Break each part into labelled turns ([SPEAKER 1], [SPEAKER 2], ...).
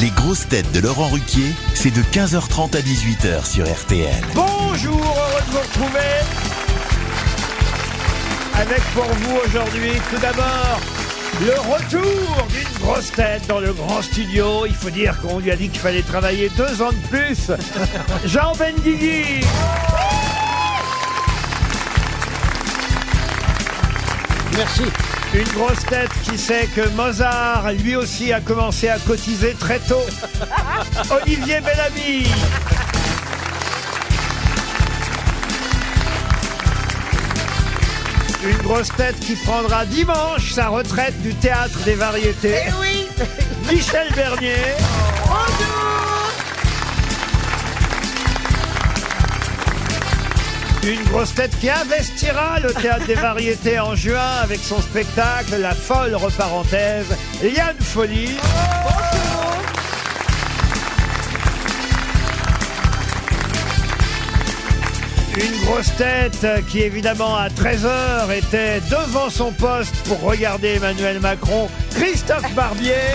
[SPEAKER 1] Les grosses têtes de Laurent Ruquier, c'est de 15h30 à 18h sur RTL.
[SPEAKER 2] Bonjour, heureux de vous retrouver. Avec pour vous aujourd'hui, tout d'abord, le retour d'une grosse tête dans le grand studio. Il faut dire qu'on lui a dit qu'il fallait travailler deux ans de plus. Jean Benguigui. Merci. Une grosse tête qui sait que Mozart, lui aussi, a commencé à cotiser très tôt. Olivier Bellamy. Une grosse tête qui prendra dimanche sa retraite du théâtre des variétés. Eh
[SPEAKER 3] Eh
[SPEAKER 2] oui Michel Bernier. Une grosse tête qui investira le théâtre des variétés en juin avec son spectacle La folle reparenthèse, Liane Folie. Une grosse tête qui, évidemment, à 13h, était devant son poste pour regarder Emmanuel Macron, Christophe Barbier.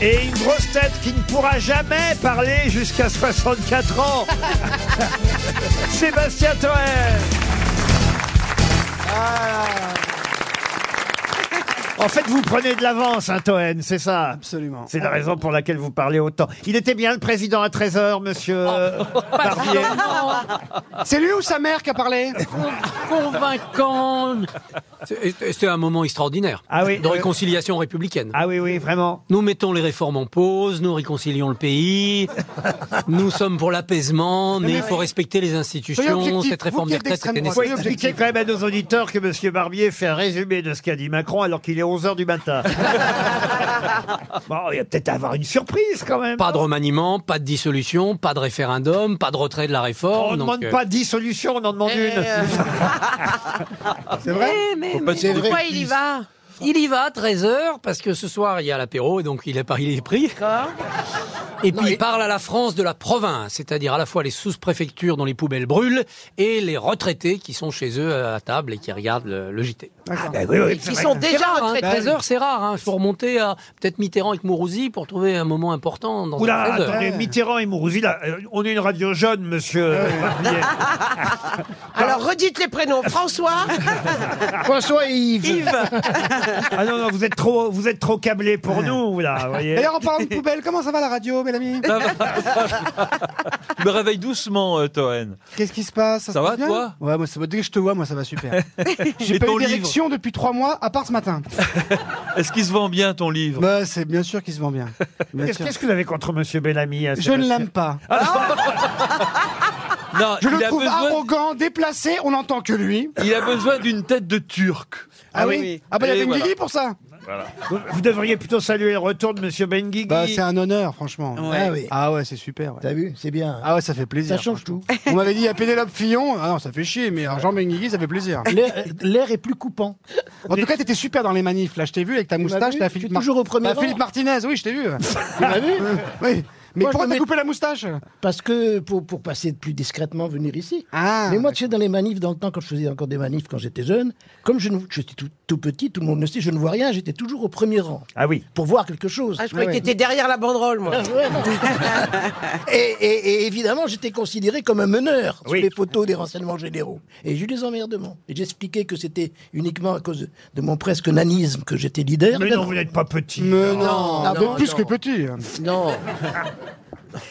[SPEAKER 2] Et une grosse tête qui ne pourra jamais parler jusqu'à 64 ans. Sébastien Toen. En fait, vous prenez de l'avance, hein, Toen, c'est ça Absolument. C'est la raison pour laquelle vous parlez autant. Il était bien le président à 13h, monsieur euh, Barbier.
[SPEAKER 4] Oh. C'est lui ou sa mère qui a parlé
[SPEAKER 5] Convaincant C'était un moment extraordinaire
[SPEAKER 2] Ah oui,
[SPEAKER 5] de
[SPEAKER 2] euh,
[SPEAKER 5] réconciliation républicaine.
[SPEAKER 2] Ah oui, oui, vraiment.
[SPEAKER 5] Nous mettons les réformes en pause, nous réconcilions le pays, nous sommes pour l'apaisement, mais il faut respecter les
[SPEAKER 4] Soyez
[SPEAKER 5] institutions,
[SPEAKER 4] objectif,
[SPEAKER 5] cette
[SPEAKER 4] vous
[SPEAKER 5] réforme
[SPEAKER 4] qui
[SPEAKER 5] des
[SPEAKER 4] êtes
[SPEAKER 5] retraites était
[SPEAKER 4] d'extrême
[SPEAKER 2] Vous pouvez
[SPEAKER 4] droite, soyez
[SPEAKER 5] nécessaire.
[SPEAKER 4] objectif.
[SPEAKER 2] expliquer quand même à nos auditeurs que Monsieur Barbier fait un résumé de ce qu'a dit Macron alors qu'il est 11h du matin. bon, il y a peut-être à avoir une surprise quand même.
[SPEAKER 5] Pas de remaniement, pas de dissolution, pas de référendum, pas de retrait de la réforme.
[SPEAKER 2] On ne
[SPEAKER 5] donc,
[SPEAKER 2] demande
[SPEAKER 5] euh, Eh,
[SPEAKER 2] pas 10 solutions, on en demande une.
[SPEAKER 4] C'est vrai
[SPEAKER 6] Mais pourquoi il y va
[SPEAKER 5] Il y va à 13h parce que ce soir il y a l'apéro et donc il est, par- il est pris. Et puis il parle à la France de la province, c'est-à-dire à la fois les sous-préfectures dont les poubelles brûlent et les retraités qui sont chez eux à table et qui regardent le, le JT.
[SPEAKER 2] Ah, ben oui, oui, c'est
[SPEAKER 6] Ils
[SPEAKER 2] vrai.
[SPEAKER 6] sont
[SPEAKER 5] C'est
[SPEAKER 6] déjà
[SPEAKER 5] rare, hein,
[SPEAKER 6] en traite.
[SPEAKER 5] 13h c'est rare, hein. il faut remonter à peut-être Mitterrand avec Mourouzi pour trouver un moment important dans
[SPEAKER 2] Oula,
[SPEAKER 5] un 13 heures.
[SPEAKER 2] attendez, Mitterrand et Mourouzi, là, euh, on est une radio jeune, monsieur euh, Barbier.
[SPEAKER 6] Alors redites les prénoms. François,
[SPEAKER 4] François et Yves.
[SPEAKER 2] Ah non, non, vous êtes trop, vous êtes trop câblé pour nous, là, vous voyez.
[SPEAKER 4] D'ailleurs, en parlant de poubelle, comment ça va la radio, Mélanie
[SPEAKER 7] Je me réveille doucement, euh, Toen.
[SPEAKER 4] Qu'est-ce qui se passe
[SPEAKER 7] Ça
[SPEAKER 4] se
[SPEAKER 7] va,
[SPEAKER 4] passe bien
[SPEAKER 7] toi
[SPEAKER 4] Ouais, moi, ça va. Dès que je te vois, moi, ça va super. J'ai
[SPEAKER 7] Et
[SPEAKER 4] pas
[SPEAKER 7] ton
[SPEAKER 4] eu
[SPEAKER 7] livre Ah,
[SPEAKER 4] d'érection depuis trois mois, à part ce matin.
[SPEAKER 7] Est-ce qu'il se vend bien ton livre
[SPEAKER 4] bah, c'est bien sûr qu'il se vend bien. Bien
[SPEAKER 2] Qu'est-ce
[SPEAKER 4] sûr.
[SPEAKER 2] qu'est-ce que vous avez contre monsieur Bellamy hein,
[SPEAKER 4] Je
[SPEAKER 2] Sébastien
[SPEAKER 4] ne l'aime pas.
[SPEAKER 7] Ah, Non,
[SPEAKER 4] Je
[SPEAKER 7] il
[SPEAKER 4] le
[SPEAKER 7] a,
[SPEAKER 4] trouve
[SPEAKER 7] besoin,
[SPEAKER 4] arrogant, déplacé, on n'entend que lui.
[SPEAKER 7] il a besoin d'une tête de turc.
[SPEAKER 4] Ah, oui, Ah bah, il y
[SPEAKER 7] Et
[SPEAKER 4] avait une
[SPEAKER 7] Eh voilà.
[SPEAKER 4] Guigui pour ça
[SPEAKER 2] Vous, vous devriez plutôt saluer le retour de monsieur Benguigui.
[SPEAKER 4] Bah, c'est un honneur, franchement.
[SPEAKER 8] Ah oui.
[SPEAKER 4] Ah ouais, c'est super. ouais.
[SPEAKER 8] T'as vu C'est bien. hein.
[SPEAKER 4] Ah ouais, ça fait plaisir.
[SPEAKER 8] Ça change tout.
[SPEAKER 4] On m'avait dit, il y a Pénélope Fillon. Ah non, ça fait chier, mais alors, Jean Benguigui, ça fait plaisir.
[SPEAKER 8] L'air l'air est plus coupant.
[SPEAKER 4] En tout cas, t'étais super dans les manifs. Là, je t'ai vu avec ta moustache,
[SPEAKER 8] vu
[SPEAKER 4] t'as
[SPEAKER 8] Je
[SPEAKER 4] Philippe,
[SPEAKER 8] suis
[SPEAKER 4] Mar-
[SPEAKER 8] toujours au premier
[SPEAKER 4] t'as
[SPEAKER 8] rang.
[SPEAKER 4] Philippe Martinez. Oui, je t'ai vu.
[SPEAKER 8] Tu l'as vu
[SPEAKER 4] oui. Mais
[SPEAKER 8] Moi, je
[SPEAKER 4] pourquoi
[SPEAKER 8] me
[SPEAKER 4] t'as
[SPEAKER 8] mets-
[SPEAKER 4] coupé la moustache
[SPEAKER 8] Parce que pour, pour passer plus discrètement, venir ici.
[SPEAKER 4] Ah.
[SPEAKER 8] Mais moi, tu sais, dans les manifs, dans le temps, quand je faisais encore des manifs, quand j'étais jeune, comme je, ne- je suis tout, tout petit, tout le monde le sait, je ne vois rien, j'étais toujours au premier rang
[SPEAKER 2] Ah oui.
[SPEAKER 8] pour voir quelque chose.
[SPEAKER 6] ah, je croyais que t'étais derrière la banderole, moi.
[SPEAKER 8] Ouais, non. et, et- et évidemment, j'étais considéré comme un meneur
[SPEAKER 2] Oui.
[SPEAKER 8] sur les photos des renseignements généraux. Et j'ai eu des emmerdements. Et j'expliquais que c'était uniquement à cause de mon presque nanisme que j'étais leader.
[SPEAKER 2] Mais non, vous n'êtes pas petit.
[SPEAKER 4] Mais non,
[SPEAKER 8] non,
[SPEAKER 4] de
[SPEAKER 8] non,
[SPEAKER 4] plus
[SPEAKER 8] non.
[SPEAKER 4] que petit.
[SPEAKER 8] Non.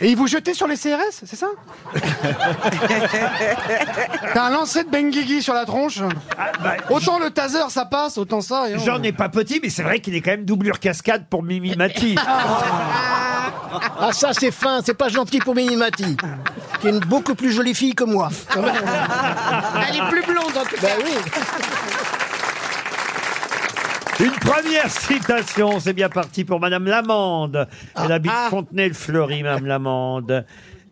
[SPEAKER 4] Et ils vous jetaient sur les CRS, c'est ça T'as un lancer de Benguigui sur la tronche.
[SPEAKER 2] Ah, bah,
[SPEAKER 4] Autant le taser, ça passe, autant ça. et on-
[SPEAKER 2] J'en ai pas petit, mais c'est vrai qu'il est quand même doublure cascade pour Mimi Mati.
[SPEAKER 8] Ah ça c'est fin, c'est pas gentil pour Minimati, qui est une beaucoup plus jolie fille que moi.
[SPEAKER 6] Ah, bah. Elle est plus blonde en tout cas.
[SPEAKER 2] Bah
[SPEAKER 8] Ben oui.
[SPEAKER 2] Une première citation, c'est bien parti pour Madame Lamande. Elle habite Fontenay-le-Fleury, Madame Lamande.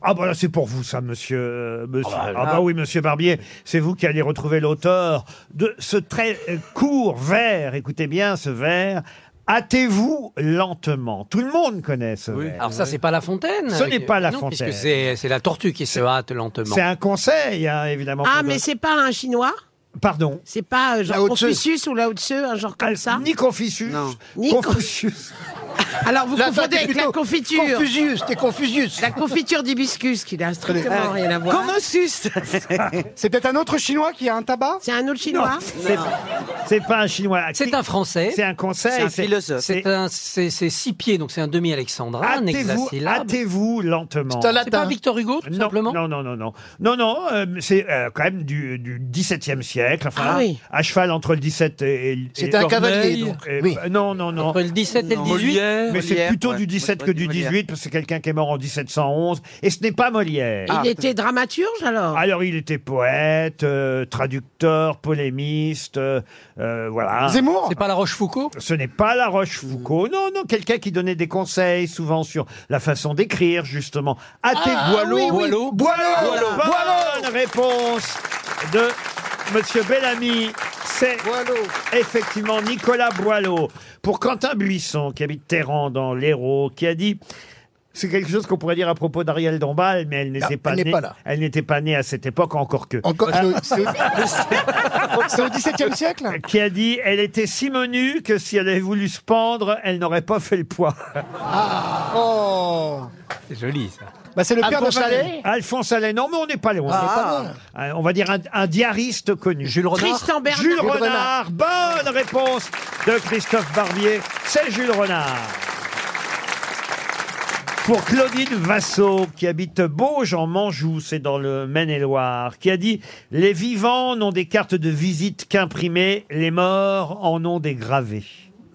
[SPEAKER 2] Ah bah là, c'est pour vous ça, monsieur. euh, monsieur. Ah bah, oui, monsieur Barbier, c'est vous qui allez retrouver l'auteur de ce très euh, court vers. Écoutez bien ce vers. Hâtez-vous lentement. Tout le monde connaît ce vers.
[SPEAKER 5] Alors ça c'est pas la fontaine.
[SPEAKER 2] Ce n'est pas La
[SPEAKER 5] Non,
[SPEAKER 2] Fontaine.
[SPEAKER 5] Puisque c'est c'est la tortue qui se hâte lentement.
[SPEAKER 2] C'est un conseil, hein, évidemment.
[SPEAKER 6] Ah,
[SPEAKER 2] qu'on
[SPEAKER 6] mais
[SPEAKER 2] donne.
[SPEAKER 6] c'est pas un chinois
[SPEAKER 2] Pardon. Ah,
[SPEAKER 6] C'est pas euh, genre
[SPEAKER 4] Lao Tse.
[SPEAKER 6] Confucius ou Lao Tse, un genre comme ça
[SPEAKER 2] Ni Confucius.
[SPEAKER 4] Non.
[SPEAKER 6] Ni
[SPEAKER 2] Confucius.
[SPEAKER 6] Alors vous
[SPEAKER 8] Là, toi,
[SPEAKER 6] confondez
[SPEAKER 8] t'es
[SPEAKER 6] avec la
[SPEAKER 8] plutôt
[SPEAKER 6] confiture.
[SPEAKER 8] Confucius, t'es Confucius.
[SPEAKER 6] La confiture d'hibiscus qui n'a strictement rien à voir.
[SPEAKER 4] C'est peut-être un autre chinois qui a un tabac
[SPEAKER 6] C'est un autre chinois
[SPEAKER 2] C'est- C'est pas un chinois.
[SPEAKER 5] C'est un Français.
[SPEAKER 2] C'est un conseil.
[SPEAKER 9] C'est un
[SPEAKER 2] c'est-
[SPEAKER 9] philosophe.
[SPEAKER 2] c'est-
[SPEAKER 5] C'est un, c'est c'est six pieds, donc c'est un demi-alexandrin, Ah, un
[SPEAKER 2] Hâtez-vous,
[SPEAKER 5] hexasyllabe.
[SPEAKER 2] hâtez-vous lentement.
[SPEAKER 8] C'est un
[SPEAKER 5] C'est pas
[SPEAKER 8] latin.
[SPEAKER 5] Victor Hugo, tout
[SPEAKER 2] Non,
[SPEAKER 5] simplement
[SPEAKER 2] non, non, non, non, non, non. euh, c'est euh, quand même du, du XVIIe siècle, enfin,
[SPEAKER 6] Ah oui.
[SPEAKER 2] à cheval entre le XVII et, et
[SPEAKER 8] C'est
[SPEAKER 2] et-
[SPEAKER 8] un
[SPEAKER 7] Corneille,
[SPEAKER 8] cavalier, donc.
[SPEAKER 2] et- euh,
[SPEAKER 8] Oui.
[SPEAKER 2] Non, non, non.
[SPEAKER 5] Entre le 17 et le
[SPEAKER 9] Non.
[SPEAKER 5] 18
[SPEAKER 7] Molière.
[SPEAKER 2] Mais c'est
[SPEAKER 9] Molière,
[SPEAKER 2] plutôt
[SPEAKER 9] ouais.
[SPEAKER 2] du 17 que du
[SPEAKER 9] Molière.
[SPEAKER 2] 18 parce que c'est quelqu'un qui est mort en 1711 et ce n'est pas Molière.
[SPEAKER 9] Ah.
[SPEAKER 6] Il était dramaturge alors
[SPEAKER 2] Alors il était poète, euh, traducteur, polémiste, euh, euh, voilà.
[SPEAKER 4] Zemmour
[SPEAKER 5] C'est pas la Rochefoucauld
[SPEAKER 2] Ce n'est pas La Rochefoucauld. Non, non, quelqu'un qui donnait des conseils souvent sur la façon d'écrire, justement. À tes
[SPEAKER 5] Boileau, Boileau.
[SPEAKER 2] Boileau. Bonne réponse de Monsieur Bellamy. C'est effectivement Nicolas Boileau. Pour Quentin Buisson, qui habite Terran dans l'Hérault, qui a dit. C'est quelque chose qu'on pourrait dire à propos d'Ariel Dombal, mais elle n'était
[SPEAKER 8] elle
[SPEAKER 2] pas
[SPEAKER 8] n'est
[SPEAKER 2] née.
[SPEAKER 8] pas là.
[SPEAKER 2] Elle n'était pas née à cette époque, encore que.
[SPEAKER 8] Encore, c'est-
[SPEAKER 4] C'est au XVIIe siècle
[SPEAKER 2] Qui a dit elle était si menue que si elle avait voulu se pendre, elle n'aurait pas fait le poids.
[SPEAKER 4] Oh
[SPEAKER 5] C'est joli, ça.
[SPEAKER 4] Bah c'est le père de
[SPEAKER 8] Alphonse
[SPEAKER 4] Valérie.
[SPEAKER 8] Allais
[SPEAKER 2] Alphonse Allais, non, mais on n'est pas loin.
[SPEAKER 8] Ah.
[SPEAKER 2] Euh, On va dire un, un diariste connu.
[SPEAKER 5] Jules Renard
[SPEAKER 6] Tristan Bernard.
[SPEAKER 2] Jules
[SPEAKER 8] Renard.
[SPEAKER 2] Renard. Bonne réponse de Christophe Barbier. C'est Jules Renard. Pour Claudine Vassot, qui habite Beauge en Manjoux, c'est dans le Maine-et-Loire, qui a dit « Les vivants n'ont des cartes de visite qu'imprimées, les morts en ont des gravés.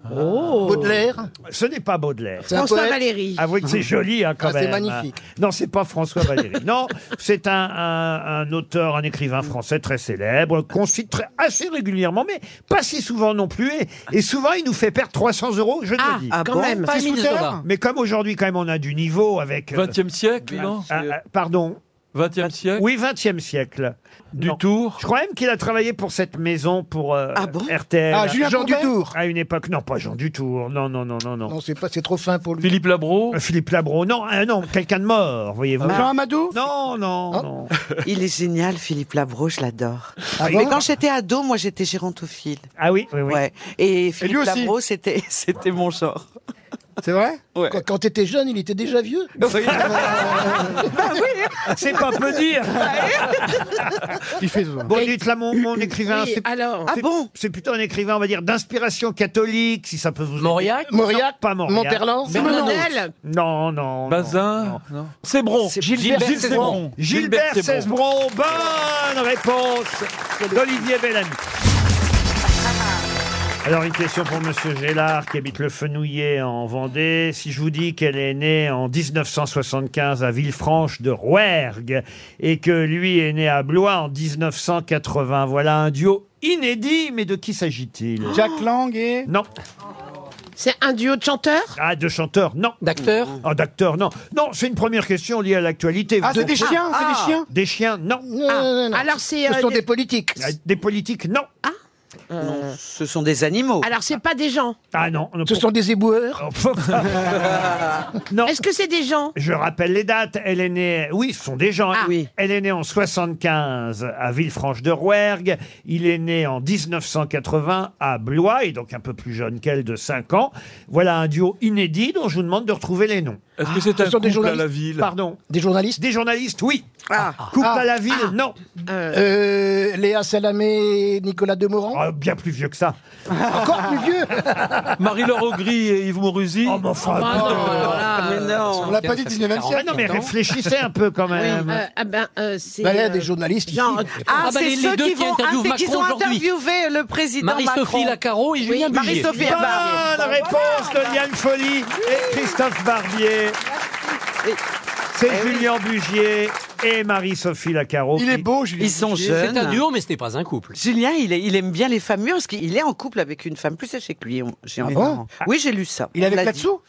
[SPEAKER 8] Ah. Baudelaire. »
[SPEAKER 2] Ce n'est pas Baudelaire.
[SPEAKER 8] un
[SPEAKER 6] François
[SPEAKER 8] poète.
[SPEAKER 6] Valéry.
[SPEAKER 2] Avouez que c'est joli, hein, quand
[SPEAKER 8] Ah,
[SPEAKER 2] même.
[SPEAKER 8] c'est magnifique.
[SPEAKER 2] Non, c'est pas François Valéry. non, c'est un, un- un auteur, un écrivain français très célèbre, qu'on cite très- assez régulièrement, mais pas si souvent non plus. Et, et souvent, il nous fait perdre 300 euros, je
[SPEAKER 6] Ah,
[SPEAKER 2] le dis.
[SPEAKER 6] quand
[SPEAKER 9] bon
[SPEAKER 6] même.
[SPEAKER 5] Pas
[SPEAKER 4] C'est
[SPEAKER 5] Émile Zola.
[SPEAKER 4] Souterrain
[SPEAKER 2] Mais comme aujourd'hui, quand même, on a du niveau avec... euh,
[SPEAKER 7] 20e siècle, non
[SPEAKER 2] ah, ah, pardon.
[SPEAKER 7] 20e siècle
[SPEAKER 2] Oui, 20e siècle.
[SPEAKER 7] Du
[SPEAKER 2] Non.
[SPEAKER 7] Tour
[SPEAKER 2] Je crois même qu'il a travaillé pour cette maison, pour euh,
[SPEAKER 6] Ah bon
[SPEAKER 2] RTL.
[SPEAKER 4] Ah, Julien
[SPEAKER 8] Jean
[SPEAKER 4] Courbet
[SPEAKER 8] Dutour.
[SPEAKER 2] à une époque, non, pas Jean Dutour. Non, non, non, non, non.
[SPEAKER 8] Non, c'est pas, c'est trop fin pour lui.
[SPEAKER 7] Philippe Labro
[SPEAKER 2] Euh, Philippe Labro, non, euh, non, quelqu'un de mort, voyez-vous.
[SPEAKER 8] Ah.
[SPEAKER 4] Jean Amadou
[SPEAKER 2] Non, non,
[SPEAKER 8] Hein
[SPEAKER 2] non.
[SPEAKER 9] Il est génial, Philippe Labro, je l'adore.
[SPEAKER 8] Ah
[SPEAKER 9] Mais
[SPEAKER 8] bon
[SPEAKER 9] quand j'étais ado, moi j'étais gérontophile.
[SPEAKER 2] Ah oui, oui, oui.
[SPEAKER 9] Ouais. Et
[SPEAKER 4] lui
[SPEAKER 9] Philippe
[SPEAKER 4] aussi.
[SPEAKER 9] Labro, c'était c'était mon genre.
[SPEAKER 4] C'est vrai
[SPEAKER 9] Ouais.
[SPEAKER 8] Bah, Quand, quand t'étais jeune, il était déjà vieux.
[SPEAKER 2] C'est pas peu dire.
[SPEAKER 4] Il fait
[SPEAKER 2] Bon, dites-la, mon, mon écrivain,
[SPEAKER 6] Oui,
[SPEAKER 2] c'est
[SPEAKER 6] alors,
[SPEAKER 9] Ah
[SPEAKER 2] c'est-
[SPEAKER 9] bon
[SPEAKER 2] c'est plutôt un écrivain, on va dire, d'inspiration catholique, si ça peut vous. aider.
[SPEAKER 5] Mauriac
[SPEAKER 8] Mauriac,
[SPEAKER 2] pas Mauriac.
[SPEAKER 8] Monterland,
[SPEAKER 6] Simonel,
[SPEAKER 2] Ah, Non, non. non, non.
[SPEAKER 7] Bazin Non. Sébron
[SPEAKER 9] C'est-
[SPEAKER 5] Gilbert Cesbron.
[SPEAKER 2] Gilbert Cesbron, bonne réponse d'Olivier Bellamy. Alors une question pour Monsieur Gélard qui habite le Fenouillet en Vendée. Si je vous dis qu'elle est née en 1975 à Villefranche de Rouergue et que lui est né à Blois en 1980, voilà un duo inédit. Mais de qui s'agit-il
[SPEAKER 4] Jack Lang et...
[SPEAKER 2] Non.
[SPEAKER 6] c'est un duo de chanteurs
[SPEAKER 2] Ah, de chanteurs Non.
[SPEAKER 5] D'acteur
[SPEAKER 2] Ah, d'acteurs Non. Non, c'est une première question liée à l'actualité.
[SPEAKER 4] Ah,
[SPEAKER 2] Vous-
[SPEAKER 4] c'est des chiens, c'est des chiens
[SPEAKER 2] Des chiens Non. Ah,
[SPEAKER 8] Non, non, non.
[SPEAKER 6] Ah. Alors c'est
[SPEAKER 8] Ce
[SPEAKER 6] euh,
[SPEAKER 8] sont
[SPEAKER 6] des-
[SPEAKER 8] des politiques.
[SPEAKER 2] Des politiques Non.
[SPEAKER 9] Non, Euh, ce sont des animaux.
[SPEAKER 6] alors c'est pas des gens.
[SPEAKER 2] Ah non. non,
[SPEAKER 8] Ce sont des éboueurs.
[SPEAKER 2] pour- non.
[SPEAKER 6] Est-ce que c'est des gens
[SPEAKER 2] Je rappelle les dates. Elle est née. Oui, ce sont des gens.
[SPEAKER 6] Ah.
[SPEAKER 9] Oui.
[SPEAKER 2] Elle est née en 75 à Villefranche-de-Rouergue. Il est né en 1980 à Blois, et donc un peu plus jeune qu'elle de 5 ans. Voilà un duo inédit dont je vous demande de retrouver les noms.
[SPEAKER 7] Est-ce que c'est un
[SPEAKER 8] sont des
[SPEAKER 7] couple à
[SPEAKER 8] journalistes.
[SPEAKER 7] la ville
[SPEAKER 2] Pardon.
[SPEAKER 8] Des journalistes.
[SPEAKER 2] Des journalistes, oui.
[SPEAKER 9] Ah.
[SPEAKER 2] Coupe
[SPEAKER 8] Ah.
[SPEAKER 2] à la ville, non.
[SPEAKER 6] Euh,
[SPEAKER 8] Euh, Léa Salamé, et Nicolas Demorand.
[SPEAKER 2] Ah, bien plus vieux que ça.
[SPEAKER 8] Encore plus vieux.
[SPEAKER 7] Marie-Laure Augry et Yves Moruzi
[SPEAKER 2] Oh, mais enfin,
[SPEAKER 6] Bah
[SPEAKER 5] Ah non, alors
[SPEAKER 9] Mais
[SPEAKER 5] là, euh,
[SPEAKER 9] non.
[SPEAKER 4] On l'a pas dit
[SPEAKER 5] ça fait
[SPEAKER 4] 19e
[SPEAKER 2] Ah
[SPEAKER 4] siècle.
[SPEAKER 2] non, mais réfléchissez un peu quand même.
[SPEAKER 6] euh, ah ben, euh, c'est.
[SPEAKER 8] Bah, il y a
[SPEAKER 6] euh,
[SPEAKER 8] des journalistes.
[SPEAKER 6] genre-
[SPEAKER 8] ici.
[SPEAKER 9] Ah,
[SPEAKER 5] Ah bah,
[SPEAKER 9] c'est
[SPEAKER 5] les- les
[SPEAKER 9] ceux
[SPEAKER 5] deux
[SPEAKER 9] qui
[SPEAKER 5] qui
[SPEAKER 9] vont
[SPEAKER 5] interviewent
[SPEAKER 9] ah, c'est qu'ils
[SPEAKER 5] Macron
[SPEAKER 9] ont
[SPEAKER 5] aujourd'hui.
[SPEAKER 9] interviewé le président
[SPEAKER 5] Marie-Sophie
[SPEAKER 9] Macron.
[SPEAKER 5] Lacaro et Julien Bugier.
[SPEAKER 9] Marie-Sophie Barbier.
[SPEAKER 2] Bonne réponse de Liane Folly et Christophe Barbier.
[SPEAKER 9] Oui.
[SPEAKER 2] C'est
[SPEAKER 9] Eh oui.
[SPEAKER 2] Julien Bugier et Marie-Sophie Lacaro.
[SPEAKER 4] Il est beau, Julien.
[SPEAKER 9] Ils sont
[SPEAKER 5] C'est
[SPEAKER 9] jeunes.
[SPEAKER 5] un duo, mais ce n'est pas un couple.
[SPEAKER 9] Julien, il, est- il aime bien les femmes mûres parce qu'il est en couple avec une femme plus sèche que lui. on- J'ai entendu.
[SPEAKER 8] bon
[SPEAKER 9] oui, j'ai lu ça.
[SPEAKER 4] Il est
[SPEAKER 9] On me
[SPEAKER 4] avec
[SPEAKER 9] l'a dit.
[SPEAKER 4] là-dessous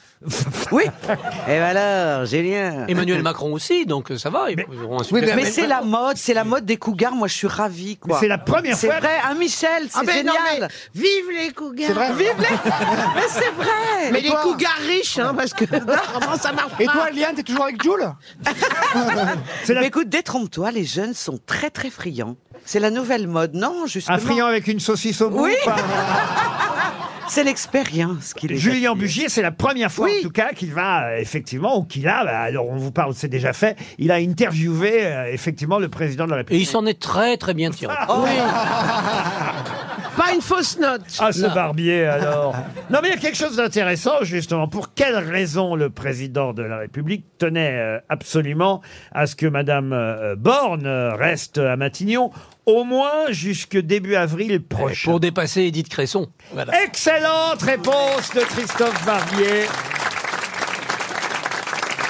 [SPEAKER 9] Oui. Et Eh ben alors, Julien.
[SPEAKER 5] Emmanuel Macron aussi, donc euh, ça va. ils- ils auront un
[SPEAKER 8] Oui,
[SPEAKER 5] super-
[SPEAKER 9] Mais c'est la mode, c'est la mode des cougars. Moi, je suis ravie,
[SPEAKER 2] Mais
[SPEAKER 9] quoi.
[SPEAKER 2] C'est la première
[SPEAKER 9] C'est
[SPEAKER 2] fois.
[SPEAKER 9] vrai, hein, Michel, c'est
[SPEAKER 6] Ah ben non, mais
[SPEAKER 9] génial.
[SPEAKER 6] vive les cougars.
[SPEAKER 8] C'est vrai.
[SPEAKER 9] Vive les... mais c'est vrai.
[SPEAKER 6] Mais les cougars
[SPEAKER 10] Eh
[SPEAKER 6] riches, hein, parce que vraiment ça marche
[SPEAKER 4] Et
[SPEAKER 6] pas.
[SPEAKER 4] toi, Liane, t'es toujours avec Jules
[SPEAKER 2] C'est la-
[SPEAKER 9] Mais écoute, détrompe-toi, les jeunes sont très très friands. C'est la nouvelle mode, non justement.
[SPEAKER 2] Un friand avec une saucisse au bout
[SPEAKER 9] Oui.
[SPEAKER 2] ou pas
[SPEAKER 9] C'est l'expérience qui les
[SPEAKER 2] Julien Bugier, c'est la première fois
[SPEAKER 9] Oui.
[SPEAKER 2] en tout cas qu'il va euh, effectivement, ou qu'il a, bah, alors on vous parle, c'est déjà fait, il a interviewé euh, effectivement le président de la
[SPEAKER 5] Et
[SPEAKER 2] République.
[SPEAKER 5] il s'en est très très bien tiré.
[SPEAKER 9] Oh.
[SPEAKER 6] Pas une fausse note.
[SPEAKER 2] Ah, ce barbier, alors. non, mais il y a quelque chose d'intéressant, justement. Pour quelle raison le président de la République tenait euh, absolument à ce que Madame euh, Borne euh, reste à Matignon, au moins jusque début avril prochain
[SPEAKER 5] Pour dépasser Edith Cresson. Voilà.
[SPEAKER 2] Excellente réponse de Christophe Barbier.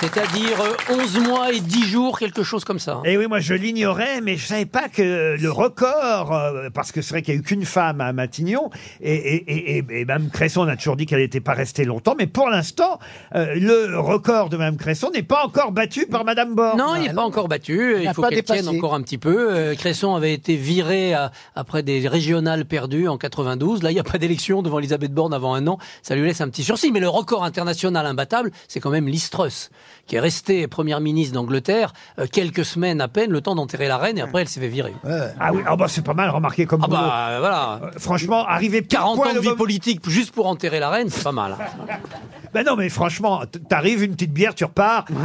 [SPEAKER 5] C'est-à-dire euh, 11 mois et 10 jours, quelque chose comme ça. hein.
[SPEAKER 2] Et Eh oui, moi je l'ignorais, mais je savais pas que le record, euh, parce que c'est vrai qu'il n'y a eu qu'une femme à Matignon, et, et, et, et, et Mme Cresson, on a toujours dit qu'elle n'était pas restée longtemps, mais pour l'instant, euh, le record de Mme Cresson n'est pas encore battu par Mme Borne.
[SPEAKER 5] Non, il n'est pas encore battu. Il
[SPEAKER 8] n'a
[SPEAKER 5] faut
[SPEAKER 8] pas
[SPEAKER 5] qu'elle tienne
[SPEAKER 8] dépassé.
[SPEAKER 5] encore un petit peu. Euh, Cresson avait été viré à- après des régionales perdues en 92. Là, il n'y a pas d'élection devant Elisabeth Borne avant un an. Ça lui laisse un petit sursis. Mais le record international imbattable, c'est quand même Liz Truss, qui est restée première ministre d'Angleterre euh, quelques semaines à peine, le temps d'enterrer la reine, et après elle s'est fait virer.
[SPEAKER 2] Ah oui, ah bah c'est pas mal remarqué comme
[SPEAKER 5] Ah
[SPEAKER 2] boulot.
[SPEAKER 5] bah euh, voilà.
[SPEAKER 2] Euh, Franchement, arriver
[SPEAKER 5] 40 ans de vie
[SPEAKER 2] politique.
[SPEAKER 5] politique juste pour enterrer la reine, c'est pas mal.
[SPEAKER 2] Ben non, mais franchement, t- t'arrives, une petite bière, tu repars.
[SPEAKER 5] Une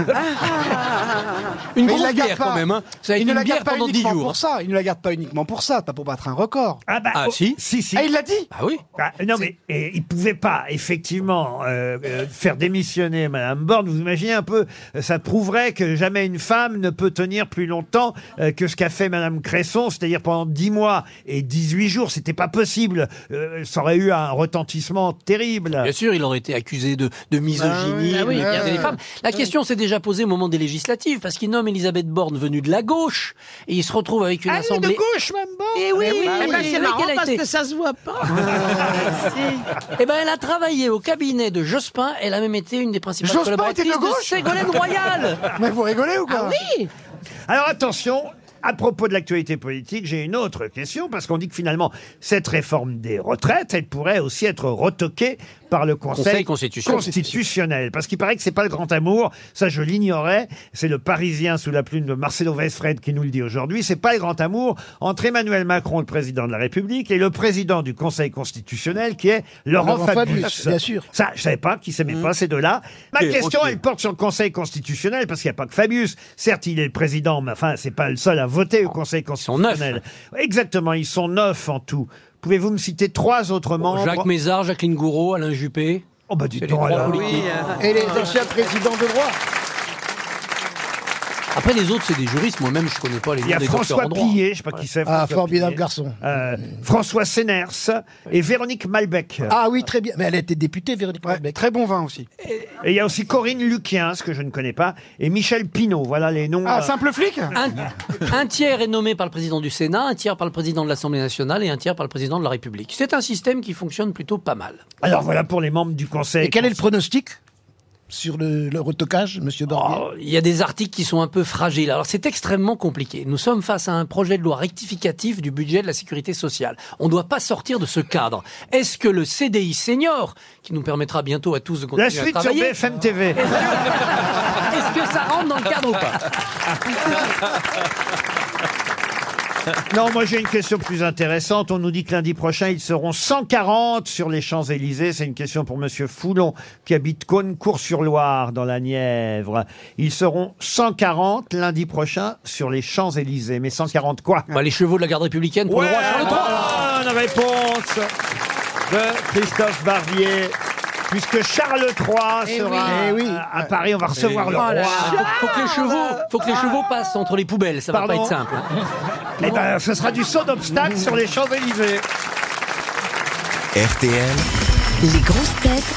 [SPEAKER 4] Mais il
[SPEAKER 5] grosse
[SPEAKER 4] la garde
[SPEAKER 5] bière
[SPEAKER 4] pas.
[SPEAKER 5] quand même. Hein. Ça a
[SPEAKER 4] Il
[SPEAKER 5] été
[SPEAKER 4] ne
[SPEAKER 5] une
[SPEAKER 4] la
[SPEAKER 5] bière
[SPEAKER 4] garde pas
[SPEAKER 5] pendant 10
[SPEAKER 4] uniquement
[SPEAKER 5] jours.
[SPEAKER 4] pour ça. Il ne la garde pas uniquement pour ça, pas pour battre un record.
[SPEAKER 2] Ah bah
[SPEAKER 5] Ah, si
[SPEAKER 2] si si.
[SPEAKER 4] Ah, il l'a dit
[SPEAKER 5] Ah oui
[SPEAKER 2] Ah, non mais et, il pouvait pas effectivement euh, euh, faire démissionner Madame Borne. Vous imaginez un peu, euh, ça prouverait que jamais une femme ne peut tenir plus longtemps euh, que ce qu'a fait Madame Cresson, c'est-à-dire pendant 10 mois et 18 jours. C'était pas possible. Euh, ça aurait eu un retentissement terrible.
[SPEAKER 5] Bien sûr, il aurait été accusé de, de misogynie,
[SPEAKER 4] Ah oui, ah oui,
[SPEAKER 5] de regarder
[SPEAKER 4] bien
[SPEAKER 5] les
[SPEAKER 4] sûr.
[SPEAKER 5] femmes. La question s'est déjà posée au moment des législatives, parce qu'il nomme Elisabeth Borne venue de la gauche, et il se retrouve avec une assemblée.
[SPEAKER 2] gauche, Madame Borne.
[SPEAKER 6] Eh oui,
[SPEAKER 5] oui,
[SPEAKER 6] eh ben,
[SPEAKER 5] oui,
[SPEAKER 6] c'est
[SPEAKER 5] oui,
[SPEAKER 6] marrant
[SPEAKER 5] qu'elle a
[SPEAKER 6] parce
[SPEAKER 5] été.
[SPEAKER 6] que ça se voit pas.
[SPEAKER 5] Eh ben, elle a travaillé au cabinet de Jospin. Elle a même été une des principales
[SPEAKER 4] Jospin
[SPEAKER 5] collaboratrices
[SPEAKER 4] était de
[SPEAKER 5] de
[SPEAKER 4] gauche
[SPEAKER 5] Ségolène Royal. Ah
[SPEAKER 4] Mais vous rigolez ou quoi
[SPEAKER 6] Oui.
[SPEAKER 2] Alors attention, à propos de l'actualité politique, j'ai une autre question, parce qu'on dit que finalement, cette réforme des retraites, elle pourrait aussi être retoquée par le
[SPEAKER 5] Conseil
[SPEAKER 2] Conseil,
[SPEAKER 5] constitutionnel.
[SPEAKER 2] constitutionnel. Parce qu'il paraît que c'est pas le grand amour, ça je l'ignorais, c'est le Parisien sous la plume de Marcelo Westfred qui nous le dit aujourd'hui, c'est pas le grand amour entre Emmanuel Macron, le président de la République, et le président du Conseil constitutionnel qui est Laurent,
[SPEAKER 8] Laurent
[SPEAKER 2] Fabius.
[SPEAKER 8] Fabius, bien sûr.
[SPEAKER 2] Ça, je savais pas qu'ils s'aimaient pas ces deux-là. Ma
[SPEAKER 7] Ok,
[SPEAKER 2] question,
[SPEAKER 7] ok.
[SPEAKER 2] elle porte sur le Conseil constitutionnel, parce qu'il n'y a pas que Fabius. Certes, il est le président, mais enfin, c'est pas le seul à voter au Conseil
[SPEAKER 5] sont neuf.
[SPEAKER 2] constitutionnel. Exactement, ils sont neuf en tout. Pouvez-vous me citer trois autres membres
[SPEAKER 5] Jacques Mézard, Jacqueline Gouraud, Alain Juppé.
[SPEAKER 2] Oh bah dis
[SPEAKER 5] C'est les
[SPEAKER 2] donc
[SPEAKER 5] trois
[SPEAKER 2] alors.
[SPEAKER 5] politiques.
[SPEAKER 8] Et les anciens présidents de droit.
[SPEAKER 5] Après, les autres, c'est des juristes. Moi-même, je connais pas les
[SPEAKER 2] Il y
[SPEAKER 5] noms
[SPEAKER 2] a
[SPEAKER 5] des docteurs
[SPEAKER 2] François
[SPEAKER 5] en droit.
[SPEAKER 2] Pillet, je sais pas qui c'est.
[SPEAKER 8] Ah,
[SPEAKER 2] François
[SPEAKER 8] formidable
[SPEAKER 2] Pillet.
[SPEAKER 8] garçon.
[SPEAKER 2] Euh, François Séners et Véronique Malbec.
[SPEAKER 8] Ah oui, très bien. Mais elle était députée, Véronique
[SPEAKER 4] Ouais,
[SPEAKER 8] Malbec.
[SPEAKER 4] Très bon vin aussi.
[SPEAKER 2] Et il y a aussi Corinne Lucien, ce que je ne connais pas, et Michel Pinault. Voilà les noms.
[SPEAKER 4] Ah,
[SPEAKER 2] euh,
[SPEAKER 4] simple flic
[SPEAKER 5] Un, un tiers est nommé par le président du Sénat, un tiers par le président de l'Assemblée nationale et un tiers par le président de la République. C'est un système qui fonctionne plutôt pas mal.
[SPEAKER 2] Alors voilà pour les membres du Conseil.
[SPEAKER 8] Et quel est le pronostic sur le, le retocage, monsieur Dornier
[SPEAKER 5] Oh, Il y a des articles qui sont un peu fragiles. Alors c'est extrêmement compliqué. Nous sommes face à un projet de loi rectificatif du budget de la sécurité sociale. On ne doit pas sortir de ce cadre. Est-ce que le CDI senior, qui nous permettra bientôt à tous de continuer
[SPEAKER 2] La
[SPEAKER 5] à
[SPEAKER 2] suite sur
[SPEAKER 5] travailler,
[SPEAKER 2] BFM TV.
[SPEAKER 5] est-ce que ça rentre dans le cadre ou pas
[SPEAKER 2] Non, moi j'ai une question plus intéressante. On nous dit que lundi prochain, ils seront 140 sur les Champs-Élysées. C'est une question pour Monsieur Foulon, qui habite Cône-Cours-sur-Loire, dans la Nièvre. Ils seront 140 lundi prochain sur les Champs-Élysées. Mais 140 quoi
[SPEAKER 5] Bah, Les chevaux de la garde républicaine pour
[SPEAKER 2] Ouais,
[SPEAKER 5] le roi Charles III.
[SPEAKER 2] Bonne réponse de Christophe Barbier. Puisque Charles III sera
[SPEAKER 8] Eh oui.
[SPEAKER 2] à, à Paris, on va recevoir le
[SPEAKER 5] Oh
[SPEAKER 2] roi.
[SPEAKER 5] là là. Faut, faut que les chevaux, faut que les chevaux passent entre les poubelles, ça va
[SPEAKER 2] Pardon
[SPEAKER 5] pas être simple. hein.
[SPEAKER 2] Eh ben, ce sera du saut d'obstacle sur les Champs-Élysées.
[SPEAKER 1] RTL,
[SPEAKER 11] Les grosses têtes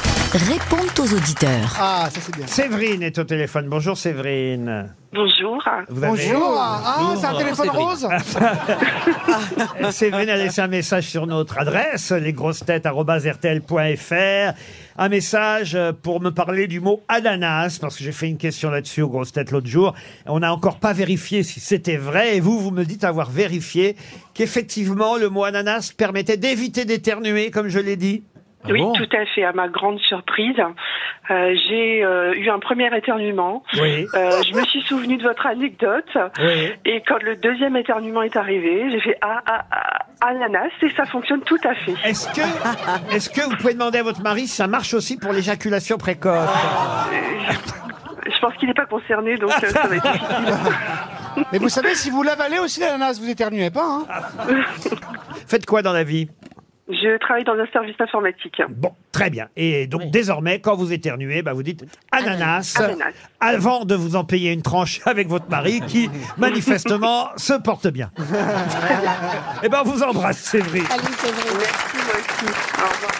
[SPEAKER 11] répondent aux auditeurs.
[SPEAKER 4] Ah, ça c'est bien.
[SPEAKER 2] Séverine est au téléphone. Bonjour Séverine.
[SPEAKER 12] Bonjour.
[SPEAKER 2] Vous avez-
[SPEAKER 4] Bonjour. Ah, c'est un téléphone
[SPEAKER 5] Séverine.
[SPEAKER 4] rose
[SPEAKER 2] Séverine a laissé un message sur notre adresse, lesgrossetêtes.rtl.fr. Un message euh, pour me parler du mot ananas, parce que j'ai fait une question là-dessus aux grosses têtes l'autre jour. On n'a encore pas vérifié si c'était vrai, et vous, vous me dites avoir vérifié qu'effectivement, le mot ananas permettait d'éviter d'éternuer, comme je l'ai dit.
[SPEAKER 3] oui,
[SPEAKER 6] bon
[SPEAKER 3] tout à fait. À ma grande surprise, euh, j'ai euh, eu un premier éternuement.
[SPEAKER 2] Oui.
[SPEAKER 3] Euh, je me suis souvenu de votre anecdote.
[SPEAKER 2] Oui.
[SPEAKER 3] Et quand le deuxième éternuement est arrivé, j'ai fait ah, ah, ah, ananas et ça fonctionne tout à fait.
[SPEAKER 2] Est-ce que, est-ce que vous pouvez demander à votre mari si ça marche aussi pour l'éjaculation précoce
[SPEAKER 3] Je pense qu'il n'est pas concerné, donc euh, ça va être difficile.
[SPEAKER 4] Mais vous savez, si vous l'avalez aussi, l'ananas, vous éternuez pas. Hein
[SPEAKER 2] Faites quoi dans la vie
[SPEAKER 3] Je travaille dans un service informatique.
[SPEAKER 2] Bon, très bien. Et donc désormais, quand vous éternuez, bah, vous dites ananas,
[SPEAKER 3] Ananas.
[SPEAKER 2] avant de vous en payer une tranche avec votre mari qui manifestement se porte bien.
[SPEAKER 3] Euh,
[SPEAKER 2] Eh ben, on vous embrasse, Séverine.
[SPEAKER 3] Merci, moi aussi. Au revoir.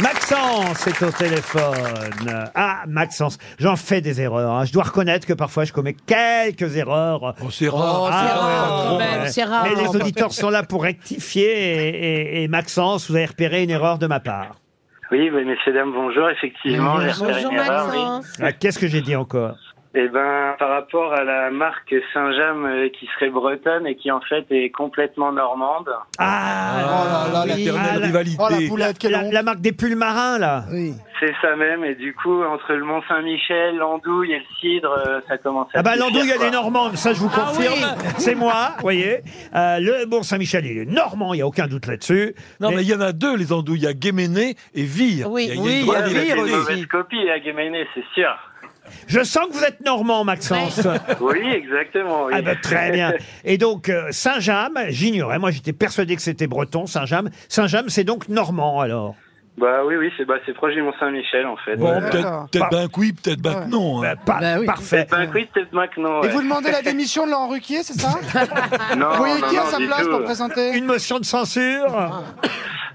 [SPEAKER 2] Maxence est au téléphone. Ah, Maxence, j'en fais des erreurs. hein. Je dois reconnaître que parfois je commets quelques erreurs.
[SPEAKER 7] c'est rare.
[SPEAKER 2] Ah,
[SPEAKER 5] c'est
[SPEAKER 2] ouais,
[SPEAKER 5] rare,
[SPEAKER 2] pas
[SPEAKER 5] quand
[SPEAKER 2] trop,
[SPEAKER 5] même,
[SPEAKER 2] ouais.
[SPEAKER 5] c'est rare.
[SPEAKER 2] Mais les auditeurs sont là pour rectifier. Et, et- et Maxence, vous avez repéré une erreur de ma part.
[SPEAKER 12] Oui, oui, messieurs, dames, bonjour. Effectivement, j'ai repéré une erreur, oui.
[SPEAKER 2] Ah, Qu'est-ce que j'ai dit encore
[SPEAKER 12] Eh ben, par rapport à la marque Saint-James euh, qui serait bretonne et qui en fait est complètement normande.
[SPEAKER 2] Ah,
[SPEAKER 12] Oh là là,
[SPEAKER 2] oui,
[SPEAKER 12] l'éternelle
[SPEAKER 2] ah, la-
[SPEAKER 12] rivalité. Oh, la poulette, quelle
[SPEAKER 2] la,
[SPEAKER 12] honte.
[SPEAKER 2] la marque des pulls marins, là.
[SPEAKER 12] C'est ça même. Et du coup, entre le Mont Saint-Michel, l'andouille et le cidre, euh, ça commence à.
[SPEAKER 2] Ah bah
[SPEAKER 12] se
[SPEAKER 2] l'andouille
[SPEAKER 12] faire,
[SPEAKER 2] elle est
[SPEAKER 12] quoi.
[SPEAKER 2] normande, ça je vous
[SPEAKER 12] Ah
[SPEAKER 2] confirme.
[SPEAKER 12] oui.
[SPEAKER 2] C'est moi, voyez. Euh, le Bon Saint-Michel il est normand, il n'y a aucun doute là-dessus.
[SPEAKER 7] Non, mais il y en a deux, les andouilles. Il y a Guéméné et Vire.
[SPEAKER 12] Oui,
[SPEAKER 7] il y a,
[SPEAKER 12] oui,
[SPEAKER 7] une
[SPEAKER 12] il y a
[SPEAKER 7] grande
[SPEAKER 12] Vire
[SPEAKER 7] rivalité.
[SPEAKER 12] aussi. Mauvaise copie à Guéméné, c'est sûr.
[SPEAKER 2] Je sens que vous êtes normand, Maxence.
[SPEAKER 12] Oui, exactement. oui.
[SPEAKER 2] Ah bah, très bien. Et donc euh, Saint-James, j'ignorais, moi j'étais persuadé que c'était breton, Saint-James. Saint-James c'est donc normand alors.
[SPEAKER 12] bah oui, oui, c'est bah, c'est proche du Mont Saint-Michel en fait.
[SPEAKER 7] Bon,
[SPEAKER 12] Ouais.
[SPEAKER 4] Ah.
[SPEAKER 7] peut-être
[SPEAKER 2] Bah.
[SPEAKER 7] peut ben que oui, peut-être ben que non. hein.
[SPEAKER 2] Par-
[SPEAKER 6] Bah
[SPEAKER 2] Parfait.
[SPEAKER 12] Peut-être ben que oui, peut-être ben que non.
[SPEAKER 4] Et
[SPEAKER 12] ouais.
[SPEAKER 4] vous demandez la démission de Laurent Ruquier, c'est ça
[SPEAKER 12] Non,
[SPEAKER 4] Vous voyez
[SPEAKER 12] non,
[SPEAKER 4] qui à
[SPEAKER 12] non,
[SPEAKER 4] sa
[SPEAKER 12] du
[SPEAKER 4] place
[SPEAKER 12] tout.
[SPEAKER 4] pour présenter Ah.
[SPEAKER 2] Une motion de censure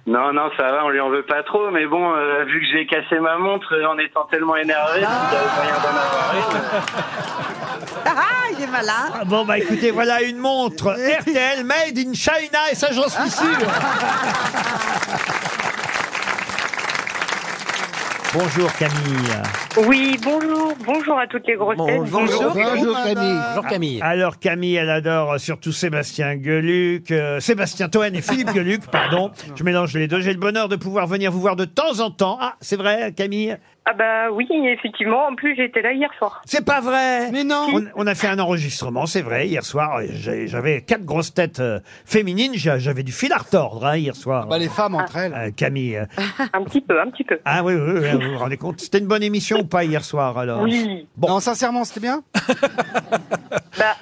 [SPEAKER 12] Non, non, ça va, on lui en veut pas trop, mais bon, euh, vu que j'ai cassé ma montre euh, en étant tellement énervé,
[SPEAKER 6] Ah.
[SPEAKER 12] s'il y avait moyen d'en avoir une.
[SPEAKER 10] Ah, il est malin.
[SPEAKER 2] Ah, Bon bah écoutez, voilà une montre RTL made in China et ça j'en suis sûr. Bonjour Camille.
[SPEAKER 3] Oui, bonjour, bonjour à toutes les grosses têtes.
[SPEAKER 6] Camille. Bonjour Camille.
[SPEAKER 2] Alors Camille, elle adore euh, surtout Sébastien Gueluc, euh, Sébastien Toen et Philippe Gueluc, pardon. Je mélange les deux. J'ai le bonheur de pouvoir venir vous voir de temps en temps. Ah, c'est vrai, Camille
[SPEAKER 3] Ah bah oui, effectivement. En plus, j'étais là hier soir.
[SPEAKER 2] C'est pas vrai
[SPEAKER 4] Mais non
[SPEAKER 2] on, on a fait un enregistrement, c'est vrai, hier soir. euh, j'ai- J'avais quatre grosses têtes euh, féminines. j'a- J'avais du fil à retordre hein, hier soir.
[SPEAKER 4] bah, Les femmes entre elles.
[SPEAKER 2] euh, Camille.
[SPEAKER 3] Un petit peu, un petit peu.
[SPEAKER 2] Ah oui, oui, oui, vous vous rendez compte C'était une bonne émission ou pas hier soir alors
[SPEAKER 3] Oui.
[SPEAKER 2] Bon.
[SPEAKER 4] Non, sincèrement, c'était bien
[SPEAKER 3] Bah,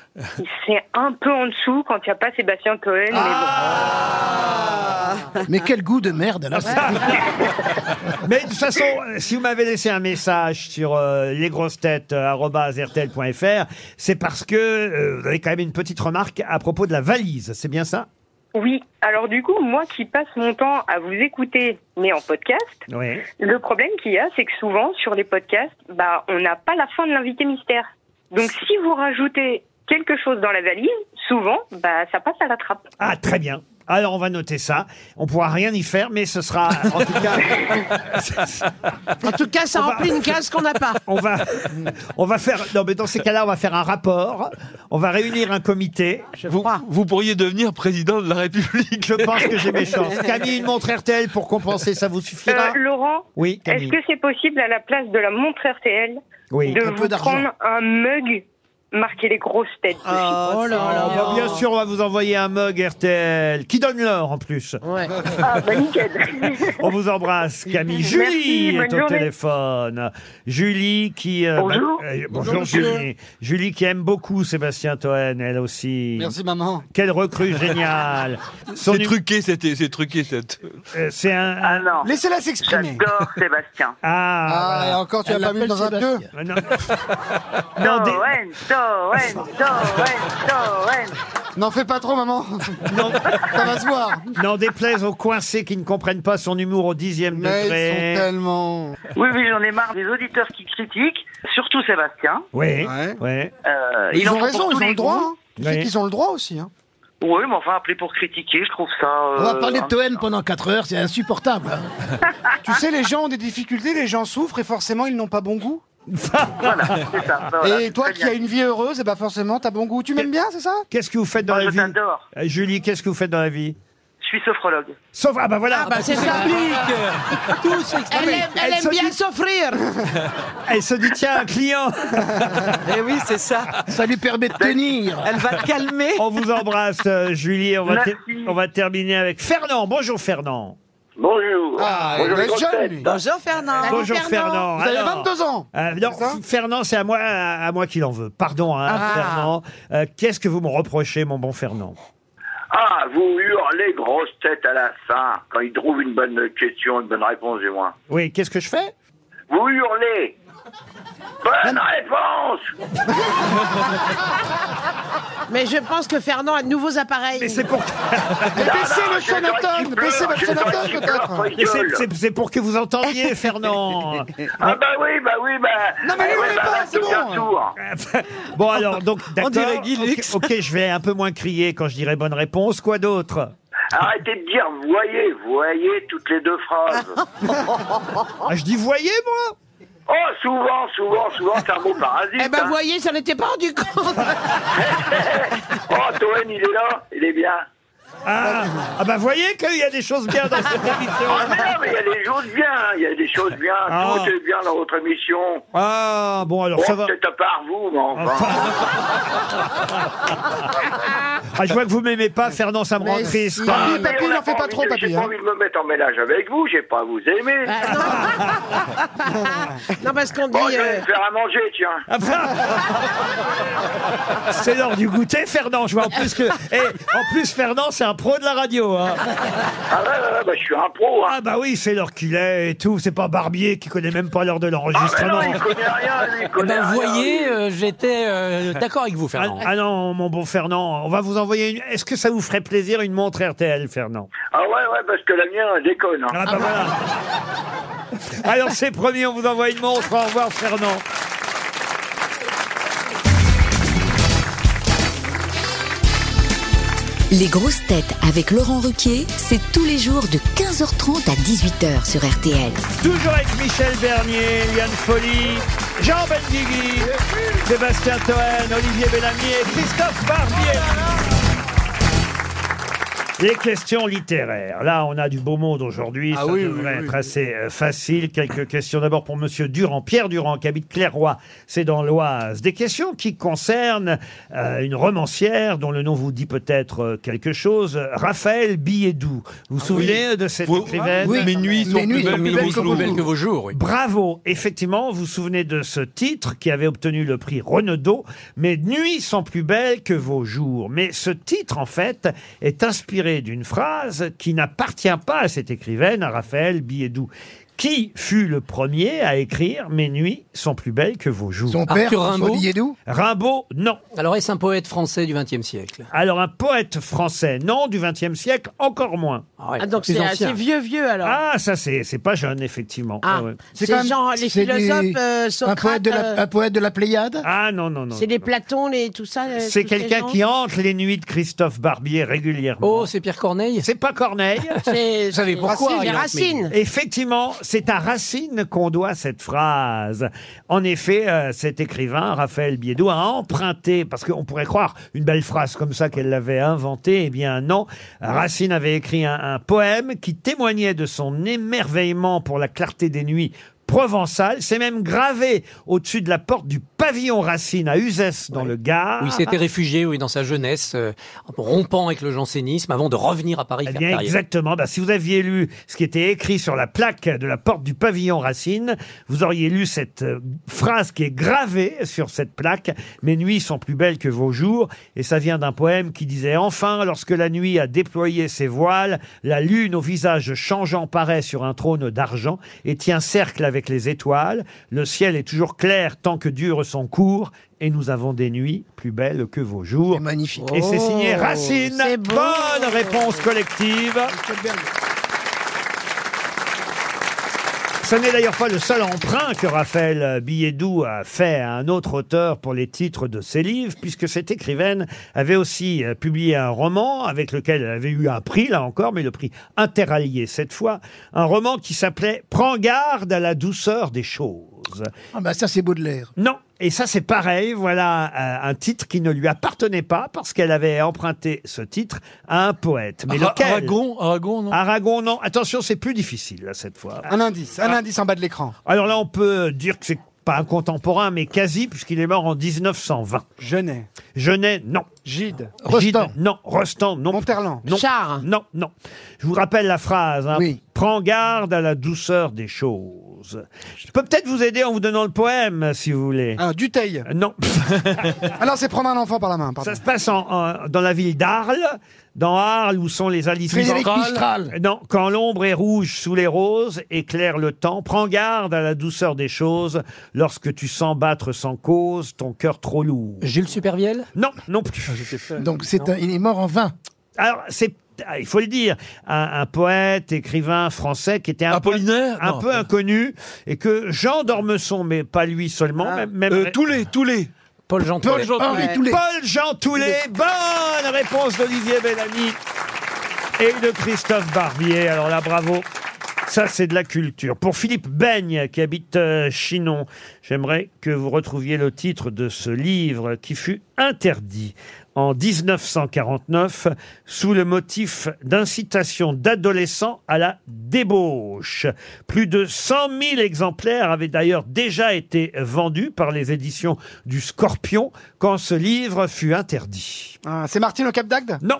[SPEAKER 3] c'est un peu en dessous quand il n'y a pas Sébastien Cohen.
[SPEAKER 8] Ah. Mais quel goût de merde alors
[SPEAKER 2] Mais de toute façon, euh, si vous m'avez laissé un message sur euh, lesgrossetêtes.rtl.fr, c'est parce que euh, vous avez quand même une petite remarque à propos de la valise, c'est bien ça
[SPEAKER 3] Mais bon. Oui. Alors du coup, moi qui passe mon temps à vous écouter, mais en podcast,
[SPEAKER 2] Oui.
[SPEAKER 3] le problème qu'il y a, c'est que souvent sur les podcasts, bah, on n'a pas la fin de l'invité mystère. Donc si vous rajoutez quelque chose dans la valise, souvent, bah, ça passe à la trappe.
[SPEAKER 2] Ah, très bien. Alors on va noter ça. On pourra rien y faire, mais ce sera en tout cas,
[SPEAKER 5] En tout cas, ça remplit une case qu'on n'a pas.
[SPEAKER 2] on va, on va faire. Non, mais dans ces cas-là, on va faire un rapport. On va réunir un comité.
[SPEAKER 7] Vous, vous pourriez devenir président de la République.
[SPEAKER 2] Je pense que j'ai mes chances. Camille, une montre RTL pour compenser, ça vous
[SPEAKER 3] Euh,
[SPEAKER 2] suffira
[SPEAKER 3] Laurent,
[SPEAKER 2] Oui,
[SPEAKER 3] est-ce
[SPEAKER 2] Camille.
[SPEAKER 3] que c'est possible à la place de la montre RTL
[SPEAKER 2] Oui.
[SPEAKER 3] de
[SPEAKER 8] Un peu
[SPEAKER 3] vous
[SPEAKER 8] d'argent.
[SPEAKER 3] prendre un mug marqué les grosses têtes dessus
[SPEAKER 5] Oh là
[SPEAKER 2] Ah, bah, bien sûr, on va vous envoyer un mug RTL qui donne l'or en plus.
[SPEAKER 5] Ouais.
[SPEAKER 3] Ah bah nickel.
[SPEAKER 2] On vous embrasse, Camille.
[SPEAKER 3] Merci,
[SPEAKER 2] Julie
[SPEAKER 3] bonne
[SPEAKER 2] est au
[SPEAKER 3] journée.
[SPEAKER 2] téléphone. Julie qui. euh,
[SPEAKER 12] Bonjour.
[SPEAKER 2] bah, euh, bonjour, Julie. Julie qui aime beaucoup Sébastien Toen, elle aussi.
[SPEAKER 4] Merci, maman.
[SPEAKER 2] Quelle recrue géniale. Son
[SPEAKER 7] C'est
[SPEAKER 2] nu-
[SPEAKER 7] truqué, c'était, c'est truqué, cette.
[SPEAKER 2] euh, C'est un.
[SPEAKER 12] Ah non,
[SPEAKER 4] Laissez-la s'exprimer.
[SPEAKER 12] j'adore Sébastien.
[SPEAKER 2] Ah,
[SPEAKER 4] Ah, et encore, tu as
[SPEAKER 8] Elle
[SPEAKER 4] pas mis
[SPEAKER 8] m'appelle
[SPEAKER 4] dans un
[SPEAKER 8] Sébastien.
[SPEAKER 4] deux.
[SPEAKER 2] voilà. Non, Ah non,
[SPEAKER 12] Toen,
[SPEAKER 2] des-
[SPEAKER 12] Toen, Toen,
[SPEAKER 4] N'en fais pas trop, maman.
[SPEAKER 2] non,
[SPEAKER 4] Ça va se voir.
[SPEAKER 2] non, déplaise aux coincés qui ne comprennent pas son humour au dixième
[SPEAKER 4] Mais ils sont
[SPEAKER 2] degré.
[SPEAKER 4] tellement.
[SPEAKER 12] Toen. Oui, oui, j'en ai marre des auditeurs qui critiquent, surtout Sébastien.
[SPEAKER 2] Oui,
[SPEAKER 4] Ouais.
[SPEAKER 2] oui.
[SPEAKER 12] Euh,
[SPEAKER 4] Ils
[SPEAKER 12] en
[SPEAKER 4] ont
[SPEAKER 12] font
[SPEAKER 4] raison,
[SPEAKER 12] pour tous
[SPEAKER 4] ils ont
[SPEAKER 12] les
[SPEAKER 4] le droit.
[SPEAKER 12] goûts.
[SPEAKER 4] hein. Tu sais
[SPEAKER 2] Oui.
[SPEAKER 4] qu'ils ont le droit aussi. hein.
[SPEAKER 12] Oui, mais enfin, appeler pour critiquer, je trouve ça.
[SPEAKER 8] On va
[SPEAKER 12] euh,
[SPEAKER 8] parler de
[SPEAKER 12] un-
[SPEAKER 8] Toen pendant 4 heures, c'est insupportable. hein.
[SPEAKER 4] Tu sais, les gens ont des difficultés, les gens souffrent et forcément, ils n'ont pas bon goût.
[SPEAKER 12] Voilà, c'est ça. Bah voilà,
[SPEAKER 4] et
[SPEAKER 12] c'est
[SPEAKER 4] toi
[SPEAKER 12] très
[SPEAKER 4] qui
[SPEAKER 12] bien.
[SPEAKER 4] as une vie heureuse, et bah forcément, t'as bon goût. Tu m'aimes bien, c'est ça
[SPEAKER 2] Qu'est-ce que vous faites dans
[SPEAKER 12] Moi,
[SPEAKER 2] la
[SPEAKER 12] Bah, je
[SPEAKER 2] vie
[SPEAKER 12] t'adore.
[SPEAKER 2] Euh, Julie, qu'est-ce que vous faites dans la vie
[SPEAKER 12] Je suis
[SPEAKER 3] suis sophrologue.
[SPEAKER 2] Sauf, ah bah voilà.
[SPEAKER 3] Ah bah, c'est ça.
[SPEAKER 6] Tout
[SPEAKER 2] Ah
[SPEAKER 6] Elle
[SPEAKER 2] oui,
[SPEAKER 6] aime, elle
[SPEAKER 2] elle
[SPEAKER 6] aime
[SPEAKER 2] se
[SPEAKER 6] bien
[SPEAKER 2] dit-
[SPEAKER 6] s'offrir.
[SPEAKER 2] Elle se dit, tiens, un client.
[SPEAKER 6] Eh oui, c'est ça. Ben,
[SPEAKER 4] Ça lui permet de tenir.
[SPEAKER 6] Elle va te calmer.
[SPEAKER 2] On vous embrasse, euh, Julie. et On va,
[SPEAKER 3] Merci.
[SPEAKER 2] ter- on va terminer avec Fernand. Bonjour, Fernand.
[SPEAKER 3] Bonjour.
[SPEAKER 2] Ah,
[SPEAKER 3] Bonjour,
[SPEAKER 2] il
[SPEAKER 3] les
[SPEAKER 2] est
[SPEAKER 3] grosses
[SPEAKER 2] jeune,
[SPEAKER 3] têtes.
[SPEAKER 2] lui.
[SPEAKER 13] Bonjour Fernand.
[SPEAKER 2] Bonjour, Fernand.
[SPEAKER 14] Vous avez
[SPEAKER 2] Alors,
[SPEAKER 14] 22 ans.
[SPEAKER 2] euh, non, Fernand, c'est à moi, à, à moi qu'il en veut. Pardon, hein,
[SPEAKER 3] Ah.
[SPEAKER 2] Fernand. Euh, Qu'est-ce que vous me reprochez, mon bon Fernand
[SPEAKER 3] Ah, vous hurlez grosses têtes à la fin quand ils trouvent une bonne question, une bonne réponse du moins.
[SPEAKER 2] Oui, qu'est-ce que je fais
[SPEAKER 3] Vous hurlez. Bonne réponse.
[SPEAKER 6] Mais je pense que Fernand a de nouveaux appareils. Mais c'est
[SPEAKER 2] pour.
[SPEAKER 6] baissez
[SPEAKER 3] Ah,
[SPEAKER 6] le sonotone Baissez votre sonotone
[SPEAKER 2] Mais c'est- c'est- C'est pour que vous entendiez, Fernand.
[SPEAKER 3] Ah bah oui, bah oui, bah.
[SPEAKER 2] Non, mais lui,
[SPEAKER 3] Eh
[SPEAKER 2] il
[SPEAKER 3] ouais,
[SPEAKER 2] est
[SPEAKER 3] bah,
[SPEAKER 2] pas, c'est
[SPEAKER 3] tout un
[SPEAKER 2] bon.
[SPEAKER 3] tour.
[SPEAKER 2] bon, alors, donc, d'accord.
[SPEAKER 3] dirait
[SPEAKER 2] ok, ok, je vais un peu moins crier quand je dirai bonne réponse. Quoi d'autre
[SPEAKER 3] Arrêtez de dire voyez, voyez toutes les deux phrases.
[SPEAKER 2] Ah, Je dis voyez, moi
[SPEAKER 3] Oh, souvent, souvent, souvent, c'est un mot parasite.
[SPEAKER 6] Eh ben,
[SPEAKER 3] hein.
[SPEAKER 6] voyez, ça n'était pas rendu compte.
[SPEAKER 3] Oh, Toen, il est là, il est bien.
[SPEAKER 2] Ah, ah bah voyez qu'il y a des choses bien dans cette émission.
[SPEAKER 3] Ah, mais non, mais il y a des choses bien, hein, il y a des choses bien.
[SPEAKER 2] Ah.
[SPEAKER 3] Tout est bien dans votre émission.
[SPEAKER 2] Ah, bon, alors ça
[SPEAKER 3] Bon,
[SPEAKER 2] va.
[SPEAKER 3] peut-être à part vous, mais enfin.
[SPEAKER 2] Ah, je vois que vous m'aimez pas, Fernand, ça me rend triste.
[SPEAKER 3] Ah, Mais on a envie de- J'ai
[SPEAKER 2] hein.
[SPEAKER 3] pas hein. envie de me mettre en ménage avec vous, j'ai pas à vous aimer.
[SPEAKER 6] non, parce qu'on dit.
[SPEAKER 3] Bon, Oh, je vais
[SPEAKER 6] euh,
[SPEAKER 3] me faire à manger, tiens.
[SPEAKER 2] Ah, bah. C'est l'heure du goûter, Fernand. Je vois en plus que. Eh, en plus, Fernand, c'est un pro de la radio. hein.
[SPEAKER 3] Ah ouais, ouais, ouais, bah, je suis un pro. hein.
[SPEAKER 2] Ah, bah oui, c'est l'heure qu'il est et tout. C'est pas Barbier qui connaît même pas l'heure de
[SPEAKER 3] Ah, mais
[SPEAKER 2] l'enregistrement.
[SPEAKER 3] non, il connaît rien, lui, il
[SPEAKER 5] Eh
[SPEAKER 3] connaît
[SPEAKER 5] ben,
[SPEAKER 3] rien.
[SPEAKER 5] vous voyez, euh, j'étais euh, d'accord avec vous, Fernand.
[SPEAKER 2] Ah, ah non, mon bon Fernand, on va vous envoyer une. Est-ce que ça vous ferait plaisir une montre RTL, Fernand
[SPEAKER 3] Ah ouais, ouais, parce que la mienne elle déconne. hein.
[SPEAKER 2] Ah bah voilà. Alors c'est promis, on vous envoie une montre. Au revoir Fernand.
[SPEAKER 10] Les grosses têtes avec Laurent Ruquier, c'est tous les jours de 15h30 à 18h sur RTL.
[SPEAKER 2] Toujours avec Michel Bernier, Yann Folly, Jean Bendigui, Sébastien Toen, Olivier Bellamy et Christophe Barbier. Les questions littéraires. Là, on a du beau monde aujourd'hui.
[SPEAKER 5] Ah
[SPEAKER 2] Ça
[SPEAKER 5] oui,
[SPEAKER 2] devrait
[SPEAKER 5] oui, oui,
[SPEAKER 2] être
[SPEAKER 5] oui.
[SPEAKER 2] assez euh, facile. Quelques questions d'abord pour Monsieur Durand, Pierre Durand, qui habite Clairoy. C'est dans l'Oise. Des questions qui concernent euh, une romancière dont le nom vous dit peut-être euh, quelque chose. euh, Raphaël Billedou.
[SPEAKER 5] Ah
[SPEAKER 2] Vous vous souvenez de cette écrivaine
[SPEAKER 5] Mes nuits sont plus belles que vos jours. Belles que vos jours, oui.
[SPEAKER 2] Bravo, effectivement, vous vous souvenez de ce titre qui avait obtenu le prix Renaudot, mais Nuits sont plus belles que vos jours. Mais ce titre, en fait, est inspiré d'une phrase qui n'appartient pas à cette écrivaine, à Raphaël Biédou. Qui fut le premier à écrire Mes nuits sont plus belles que vos jours
[SPEAKER 4] Son père,
[SPEAKER 5] Arthur
[SPEAKER 4] François
[SPEAKER 5] Rimbaud.
[SPEAKER 4] Billedou
[SPEAKER 2] Rimbaud, non.
[SPEAKER 5] Alors, est-ce un poète français du XXe siècle
[SPEAKER 2] Alors un poète français, non, du XXe siècle, encore moins.
[SPEAKER 5] ah, ouais,
[SPEAKER 6] Ah, donc
[SPEAKER 5] plus
[SPEAKER 6] c'est
[SPEAKER 5] ancien.
[SPEAKER 6] assez vieux, vieux alors.
[SPEAKER 2] Ah, ça, c'est c'est pas jeune, effectivement.
[SPEAKER 6] Ah.
[SPEAKER 2] Ah, ouais.
[SPEAKER 6] C'est
[SPEAKER 4] quand même-
[SPEAKER 6] genre les
[SPEAKER 4] c'est des-
[SPEAKER 6] philosophes, euh,
[SPEAKER 4] un
[SPEAKER 6] Socrate,
[SPEAKER 4] poète, de la,
[SPEAKER 6] euh,
[SPEAKER 4] un poète de la Pléiade
[SPEAKER 2] Ah, non, non, non.
[SPEAKER 6] c'est les Platons, les tout ça. euh,
[SPEAKER 2] C'est
[SPEAKER 6] tous ces
[SPEAKER 2] quelqu'un
[SPEAKER 6] gens.
[SPEAKER 2] qui hante les nuits de Christophe Barbier régulièrement.
[SPEAKER 5] Oh, c'est Pierre Corneille
[SPEAKER 2] C'est pas Corneille.
[SPEAKER 6] C'est-
[SPEAKER 5] Vous savez
[SPEAKER 6] c'est-
[SPEAKER 5] pourquoi,
[SPEAKER 6] c'est Les
[SPEAKER 5] Yann
[SPEAKER 6] racines.
[SPEAKER 2] Effectivement, c'est à Racine qu'on doit cette phrase. En effet, euh, cet écrivain, Raphaël Biédou, a emprunté, parce qu'on pourrait croire une belle phrase comme ça qu'elle l'avait inventée, eh bien non. Racine avait écrit un, un poème qui témoignait de son émerveillement pour la clarté des nuits provençales. C'est même gravé au-dessus de la porte du pavillon Racine à Uzès, dans le Gard.
[SPEAKER 5] Oui, s'était réfugié oui, dans sa jeunesse, euh, en rompant avec le jansénisme avant de revenir à Paris
[SPEAKER 2] Eh
[SPEAKER 5] faire
[SPEAKER 2] bien,
[SPEAKER 5] carrière.
[SPEAKER 2] exactement. Bah, si vous aviez lu ce qui était écrit sur la plaque de la porte du pavillon Racine, vous auriez lu cette euh, phrase qui est gravée sur cette plaque. Mes nuits sont plus belles que vos jours. Et ça vient d'un poème qui disait Enfin, lorsque la nuit a déployé ses voiles, la lune au visage changeant paraît sur un trône d'argent et tient cercle avec les étoiles. Le ciel est toujours clair tant que dure son cours. Et nous avons des nuits plus belles que vos jours.
[SPEAKER 4] C'est magnifique.
[SPEAKER 2] Et c'est signé
[SPEAKER 6] Oh,
[SPEAKER 2] Racine.
[SPEAKER 6] c'est beau.
[SPEAKER 2] Bonne réponse collective. Ce n'est d'ailleurs pas le seul emprunt que Raphaël Billedou a fait à un autre auteur pour les titres de ses livres, puisque cette écrivaine avait aussi euh, publié un roman avec lequel elle avait eu un prix, là encore, mais le prix interallié cette fois, un roman qui s'appelait Prends garde à la douceur des choses.
[SPEAKER 8] Ah bah ça, c'est Baudelaire.
[SPEAKER 2] Non. Et ça, c'est pareil. Voilà euh, un titre qui ne lui appartenait pas parce qu'elle avait emprunté ce titre à un poète. Mais
[SPEAKER 7] Ara-
[SPEAKER 2] lequel
[SPEAKER 7] Aragon
[SPEAKER 2] Aragon, non. Ah, Aragon, non. Attention, c'est plus difficile, là, cette fois.
[SPEAKER 4] Un indice, un indice en bas de l'écran.
[SPEAKER 2] Alors là, on peut dire que c'est pas un contemporain, mais quasi, puisqu'il est mort en 1920.
[SPEAKER 4] Genet.
[SPEAKER 2] Genet, non.
[SPEAKER 4] Gide.
[SPEAKER 2] Rostand. non. Rostand, non. Monterland. Non. Char. Non, non. Je vous rappelle la phrase. hein. Prends garde à la douceur des choses. Je peux peut-être vous aider en vous donnant le poème, si vous voulez.
[SPEAKER 4] Ah, Duteil.
[SPEAKER 2] Non.
[SPEAKER 4] Alors, c'est prendre un enfant par la main, pardon.
[SPEAKER 2] Ça se passe en- en- dans la ville d'Arles, dans Arles où sont les alices
[SPEAKER 4] Frédéric
[SPEAKER 2] Mistral.
[SPEAKER 4] Mistral.
[SPEAKER 2] Non, quand l'ombre est rouge sous les roses, éclaire le temps, prends garde à la douceur des choses, lorsque tu sens battre sans cause ton cœur trop lourd.
[SPEAKER 5] Jules Supervielle
[SPEAKER 2] Non, non plus.
[SPEAKER 7] Ah,
[SPEAKER 8] Donc c'est un- il est mort en vain.
[SPEAKER 2] Alors, c'est ah, il faut le dire, un, un poète, écrivain français qui était un,
[SPEAKER 7] Apollinaire
[SPEAKER 2] peu, un
[SPEAKER 7] Non.
[SPEAKER 2] peu inconnu et que Jean d'Ormesson, mais pas lui seulement, même, même
[SPEAKER 7] Euh, Toulet, Toulet.
[SPEAKER 5] Paul Jean
[SPEAKER 7] Paul Jean Toulet.
[SPEAKER 2] Paul Jean Toulet. Bonne réponse d'Olivier Bellamy et de Christophe Barbier. Alors là, bravo. Ça, c'est de la culture. Pour Philippe Beigne, qui habite euh, Chinon, j'aimerais que vous retrouviez le titre de ce livre qui fut interdit en 1949 sous le motif d'incitation d'adolescents à la débauche. Plus de 100 000 exemplaires avaient d'ailleurs déjà été vendus par les éditions du Scorpion quand ce livre fut interdit.
[SPEAKER 4] Ah, c'est Martine au Cap d'Agde
[SPEAKER 2] Non.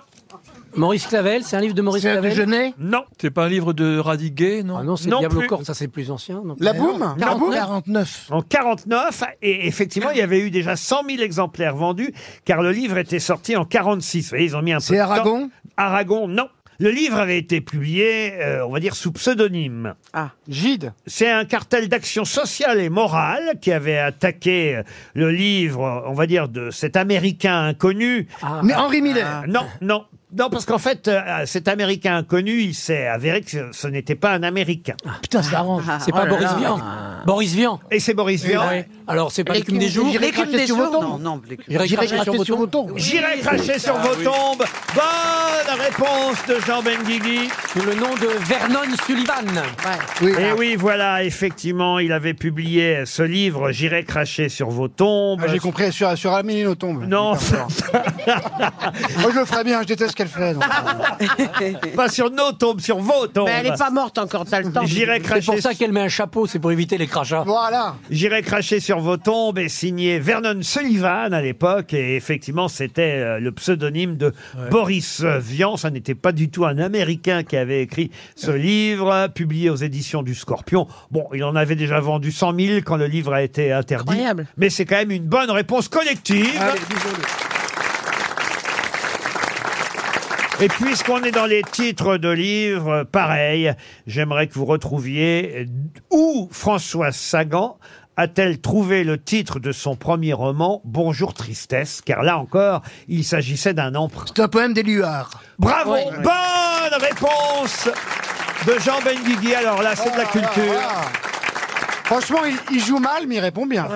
[SPEAKER 5] Maurice Clavel, c'est un livre de Maurice Clavel
[SPEAKER 2] Non.
[SPEAKER 7] C'est pas un livre de Radiguet, non
[SPEAKER 5] Ah non, c'est
[SPEAKER 7] Non
[SPEAKER 5] Diablo
[SPEAKER 7] plus.
[SPEAKER 5] Corse, ça c'est plus ancien. non
[SPEAKER 7] La
[SPEAKER 5] Mais
[SPEAKER 7] Boum
[SPEAKER 5] non,
[SPEAKER 7] La Boum
[SPEAKER 8] 49.
[SPEAKER 2] En 49, et effectivement, il y avait eu déjà 100 000 exemplaires vendus, car le livre était sorti en 46. Vous voyez, ils ont mis un peu
[SPEAKER 8] C'est
[SPEAKER 2] de temps.
[SPEAKER 8] Aragon
[SPEAKER 2] Aragon, non. Le livre avait été publié, euh, on va dire, sous pseudonyme.
[SPEAKER 9] Ah.
[SPEAKER 2] Gide. C'est un cartel d'action sociale et morale qui avait attaqué euh, le livre, euh, on va dire, de cet Américain inconnu.
[SPEAKER 3] Ah.
[SPEAKER 8] Mais Henri Miller.
[SPEAKER 2] Non, non. Non, parce qu'en fait, euh, cet Américain inconnu, il s'est avéré que ce- ce n'était pas un Américain.
[SPEAKER 8] Putain, ça arrange.
[SPEAKER 5] Ah.
[SPEAKER 6] Ah,
[SPEAKER 5] C'est
[SPEAKER 6] oh
[SPEAKER 5] pas Boris Vian. Boris Vian.
[SPEAKER 2] Et c'est Boris Vian.
[SPEAKER 5] Ah ouais. Alors c'est pas
[SPEAKER 2] Et
[SPEAKER 5] l'écume des jours.
[SPEAKER 2] J'irai
[SPEAKER 9] L'écume
[SPEAKER 2] cracher
[SPEAKER 9] des
[SPEAKER 2] sur
[SPEAKER 9] jours,
[SPEAKER 2] vos
[SPEAKER 9] non,
[SPEAKER 2] tombes.
[SPEAKER 9] non, l'écume-
[SPEAKER 5] J'irai
[SPEAKER 8] J'irai cracher cracher sur vos tombes. tombes.
[SPEAKER 2] J'irai cracher sur
[SPEAKER 7] Ah
[SPEAKER 2] vos tombes. Bonne réponse de Jean Benguigui.
[SPEAKER 5] Sous le nom de Vernon Sullivan.
[SPEAKER 2] Et Eh oui, voilà, effectivement, il avait publié ce livre, J'irai cracher sur vos tombes.
[SPEAKER 4] Ah, J'ai compris, sur, sur Amélie nos tombes.
[SPEAKER 2] Non.
[SPEAKER 4] Moi, je le ferais bien, je déteste ce qu'elle fait. donc.
[SPEAKER 2] pas sur nos tombes, sur vos tombes.
[SPEAKER 6] Mais Ben, elle n'est pas morte encore, t'as le temps.
[SPEAKER 2] J'irai cracher.
[SPEAKER 5] C'est pour ça qu'elle met un chapeau, c'est pour éviter les crachats.
[SPEAKER 4] Voilà.
[SPEAKER 2] J'irai cracher sur vos tombes et signé Vernon Sullivan à l'époque. Et effectivement, c'était euh, le pseudonyme de Boris Vian. Ça n'était pas du tout un Américain qui avait écrit ce livre, euh, publié aux éditions du Scorpion. Bon, il en avait déjà vendu 100 000 quand le livre a été interdit.
[SPEAKER 6] Incroyable.
[SPEAKER 2] Mais c'est quand même une bonne réponse collective.
[SPEAKER 4] Allez, bisous.
[SPEAKER 2] Et puisqu'on est dans les titres de livres, euh, pareil, j'aimerais que vous retrouviez euh, où François Sagan a-t-elle trouvé le titre de son premier roman, Bonjour Tristesse, car là encore, il s'agissait d'un emprunt.
[SPEAKER 8] C'est un poème d'Éluard.
[SPEAKER 2] Bravo Bonne réponse de Jean Benguigui. Alors là, c'est de la culture.
[SPEAKER 4] Ah. Franchement, il, il joue mal, mais il répond bien.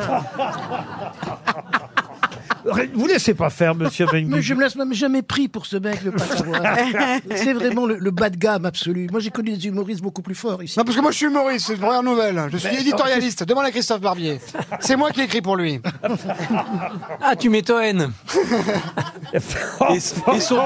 [SPEAKER 2] Vous laissez pas faire, monsieur
[SPEAKER 8] Mais
[SPEAKER 2] Benguigui.
[SPEAKER 8] je me laisse même jamais pris pour ce mec, le pas savoir. c'est vraiment le, le bas de gamme absolu. Moi, j'ai connu des humoristes beaucoup plus forts ici.
[SPEAKER 4] Non, parce que moi, je suis humoriste, c'est une première nouvelle. Je suis
[SPEAKER 8] Mais-
[SPEAKER 4] éditorialiste. Demande à Christophe Barbier. C'est moi qui écris pour lui.
[SPEAKER 5] Ah, tu m'étonnes.
[SPEAKER 7] Et, et son,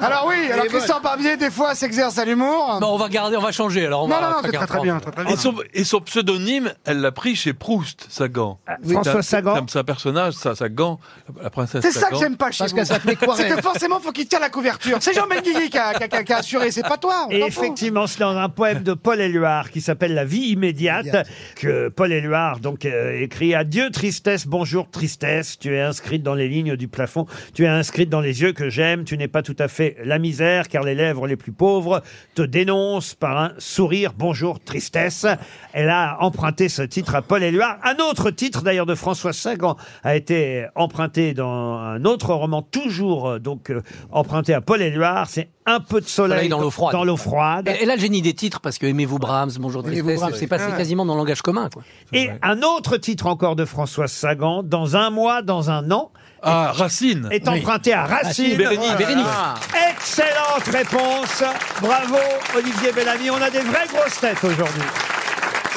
[SPEAKER 4] Alors oui, alors Christophe Barbier, des fois, s'exerce à l'humour.
[SPEAKER 5] Bon, on va garder, on va changer. Alors, on
[SPEAKER 4] Non,
[SPEAKER 5] va
[SPEAKER 4] non, non,
[SPEAKER 5] pas
[SPEAKER 4] c'est très,
[SPEAKER 5] garder-
[SPEAKER 4] très bien, très, très bien.
[SPEAKER 7] et son- et son pseudonyme, elle l'a pris chez Proust, Sagan. C'est
[SPEAKER 2] François
[SPEAKER 7] un-
[SPEAKER 2] Sagan.
[SPEAKER 7] c'est un- C'est un personnage, ça, Sagan, la princesse
[SPEAKER 4] C'est ça que
[SPEAKER 7] Sagan.
[SPEAKER 4] j'aime pas chez
[SPEAKER 8] Parce
[SPEAKER 4] vous.
[SPEAKER 8] qu'elle s'appelait Coiret.
[SPEAKER 4] C'est que forcément, faut qu'il tire la couverture. C'est Jean Benguigui qui a, qui a- qui a- qui a assuré, c'est pas toi. on
[SPEAKER 2] Et
[SPEAKER 4] t'en fout.
[SPEAKER 2] effectivement, c'est dans un poème de Paul Éluard qui s'appelle La vie immédiate
[SPEAKER 8] Immédiate.
[SPEAKER 2] que Paul Éluard donc euh, écrit Adieu tristesse, bonjour tristesse, tu es inscrite dans les lignes du plafond, tu es inscrite dans les yeux que j'aime, tu n'es pas tout à fait la misère car les lèvres les plus pauvres te dénoncent par un sourire bonjour tristesse. Elle a emprunté ce titre à Paul Éluard. Un autre titre d'ailleurs de François Sagan a été emprunté dans un autre roman toujours euh, donc euh, emprunté à Paul Éluard, c'est un peu de soleil,
[SPEAKER 5] Soleil dans l'eau froide.
[SPEAKER 2] Dans l'eau froide.
[SPEAKER 5] Et, et là, le génie des titres, parce que Aimez-vous Brahms, Bonjour
[SPEAKER 8] Aimez-vous
[SPEAKER 5] Tristesse,
[SPEAKER 8] Brahms, Ah.
[SPEAKER 5] c'est passé quasiment dans le langage commun. Quoi.
[SPEAKER 2] Et un autre titre encore de François Sagan, dans un mois, dans un an,
[SPEAKER 7] Ah, Racine.
[SPEAKER 2] est emprunté à Racine.
[SPEAKER 7] Bérénice.
[SPEAKER 5] Bérénice.
[SPEAKER 2] Excellente réponse. Bravo, Olivier Bellamy. On a des vraies grosses têtes aujourd'hui.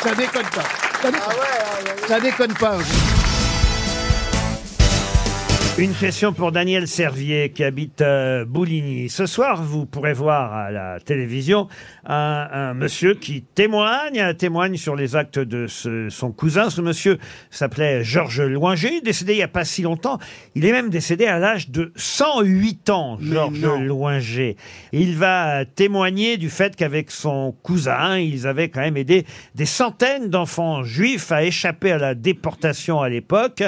[SPEAKER 8] Ça déconne pas. Ça déconne, ça déconne pas. hein.
[SPEAKER 2] Une question pour Daniel Servier qui habite euh, Bouligny. Ce soir, vous pourrez voir à la télévision un, un monsieur qui témoigne, euh, témoigne sur les actes de ce- son cousin. Ce monsieur s'appelait Georges Loinger, décédé il n'y a pas si longtemps. Il est même décédé à l'âge de 108 ans, Georges Loinger. Et Il va euh, témoigner du fait qu'avec son cousin, ils avaient quand même aidé des centaines d'enfants juifs à échapper à la déportation à l'époque.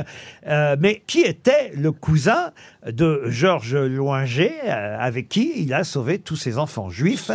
[SPEAKER 2] Euh, mais qui était le cousin de Georges Loinger, euh, avec qui il a sauvé tous ses enfants juifs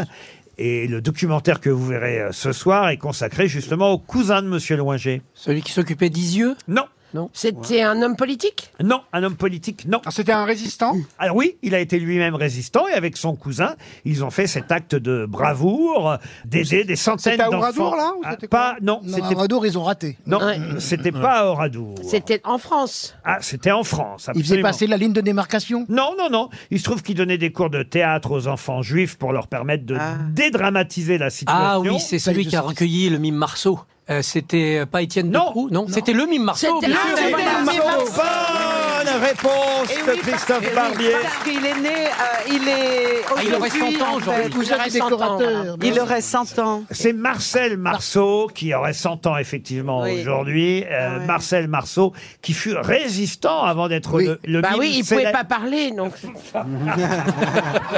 [SPEAKER 2] et le documentaire que vous verrez euh, ce soir est consacré justement au cousin de Monsieur Loinger. Celui qui s'occupait d'Isieux Non. Non.
[SPEAKER 6] C'était un homme politique
[SPEAKER 2] Non, un homme politique,
[SPEAKER 8] Ah,
[SPEAKER 2] non.
[SPEAKER 4] C'était un résistant
[SPEAKER 2] Alors oui, il a été lui-même résistant et avec son cousin, ils ont fait cet acte de bravoure, euh, d'aider des centaines
[SPEAKER 8] C'était à
[SPEAKER 2] d'enfants.
[SPEAKER 8] Oradour, là, ou
[SPEAKER 2] Ah,
[SPEAKER 8] c'était quoi
[SPEAKER 2] Pas, non,
[SPEAKER 8] Non,
[SPEAKER 2] c'était...
[SPEAKER 8] à Oradour, ils ont raté.
[SPEAKER 2] Non, euh, c'était pas à Oradour.
[SPEAKER 6] C'était en France.
[SPEAKER 2] Ah, c'était en France,
[SPEAKER 8] Ils faisaient
[SPEAKER 2] absolument.
[SPEAKER 8] passer la ligne de démarcation
[SPEAKER 2] Non, non, non. Il se trouve qu'il donnait des cours de théâtre aux enfants juifs pour leur permettre de
[SPEAKER 8] Ah.
[SPEAKER 2] dédramatiser la situation.
[SPEAKER 5] Ah oui, c'est celui qui a recueilli le mime Marceau. Euh, c'était euh, pas Étienne Decroux, non, C'était le mime Marceau.
[SPEAKER 6] C'était-
[SPEAKER 5] bien
[SPEAKER 6] Ah,
[SPEAKER 5] sûr.
[SPEAKER 6] c'était le mime Marceau.
[SPEAKER 2] Bonne réponse
[SPEAKER 9] Eh
[SPEAKER 2] de
[SPEAKER 9] oui, parce- eh
[SPEAKER 2] Christophe
[SPEAKER 9] oui,
[SPEAKER 2] Barbier.
[SPEAKER 9] parce qu'il est né, euh, il est.
[SPEAKER 5] Ah, il aurait 100 ans,
[SPEAKER 9] aujourd'hui, en
[SPEAKER 5] Jean-Louis.
[SPEAKER 9] fait.
[SPEAKER 5] Vous
[SPEAKER 9] Il aurait
[SPEAKER 5] êtes
[SPEAKER 9] 100 ans,
[SPEAKER 5] décorateur,
[SPEAKER 9] voilà.
[SPEAKER 5] bien
[SPEAKER 9] Il
[SPEAKER 5] sûr.
[SPEAKER 9] aurait 100 ans.
[SPEAKER 2] C'est Marcel Marceau qui aurait 100 ans effectivement
[SPEAKER 9] Oui. Ah,
[SPEAKER 2] aujourd'hui. Euh, Marcel Marceau qui fut résistant avant d'être le, le
[SPEAKER 6] bah
[SPEAKER 2] mime
[SPEAKER 6] oui, il
[SPEAKER 2] célèbre.
[SPEAKER 6] pouvait pas parler, donc.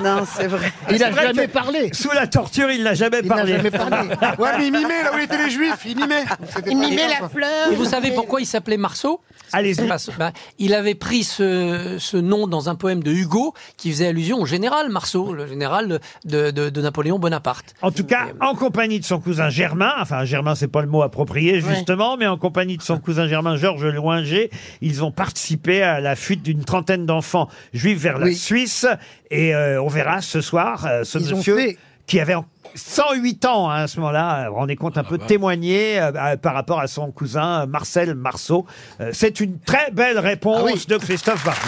[SPEAKER 9] Non, c'est vrai.
[SPEAKER 8] Il
[SPEAKER 2] C'est
[SPEAKER 8] n'a
[SPEAKER 2] vrai
[SPEAKER 8] jamais
[SPEAKER 2] que
[SPEAKER 8] parlé
[SPEAKER 2] Sous la torture, il n'a jamais
[SPEAKER 8] Il n'a
[SPEAKER 2] parlé.
[SPEAKER 8] jamais parlé.
[SPEAKER 4] Ouais, mais il mimait là où étaient les juifs, il mimait. C'était
[SPEAKER 6] Il
[SPEAKER 4] pas
[SPEAKER 6] mimait
[SPEAKER 4] bien,
[SPEAKER 6] la
[SPEAKER 4] quoi.
[SPEAKER 6] fleur.
[SPEAKER 5] Et vous savez pourquoi il s'appelait Marceau
[SPEAKER 2] Allez-y.
[SPEAKER 5] Parce- bah, Il avait pris ce, ce nom dans un poème de Hugo qui faisait allusion au général Marceau, le général de, de- de Napoléon Bonaparte.
[SPEAKER 2] En tout cas, en compagnie de son cousin Germain, enfin Germain c'est pas le mot approprié justement, mais en compagnie de son cousin Germain Georges Loinger, ils ont participé à la fuite d'une trentaine d'enfants juifs vers la
[SPEAKER 8] Oui.
[SPEAKER 2] Suisse et euh, on verra ce soir euh, ce
[SPEAKER 8] Ils ont
[SPEAKER 2] monsieur
[SPEAKER 8] fait-
[SPEAKER 2] qui avait en- 108 ans hein, à ce moment-là, euh, vous vous rendez compte un peu témoigné euh, à- par rapport à son cousin euh, Marcel Marceau. Euh, c'est une très belle réponse
[SPEAKER 8] Ah oui.
[SPEAKER 2] de Christophe Barbier.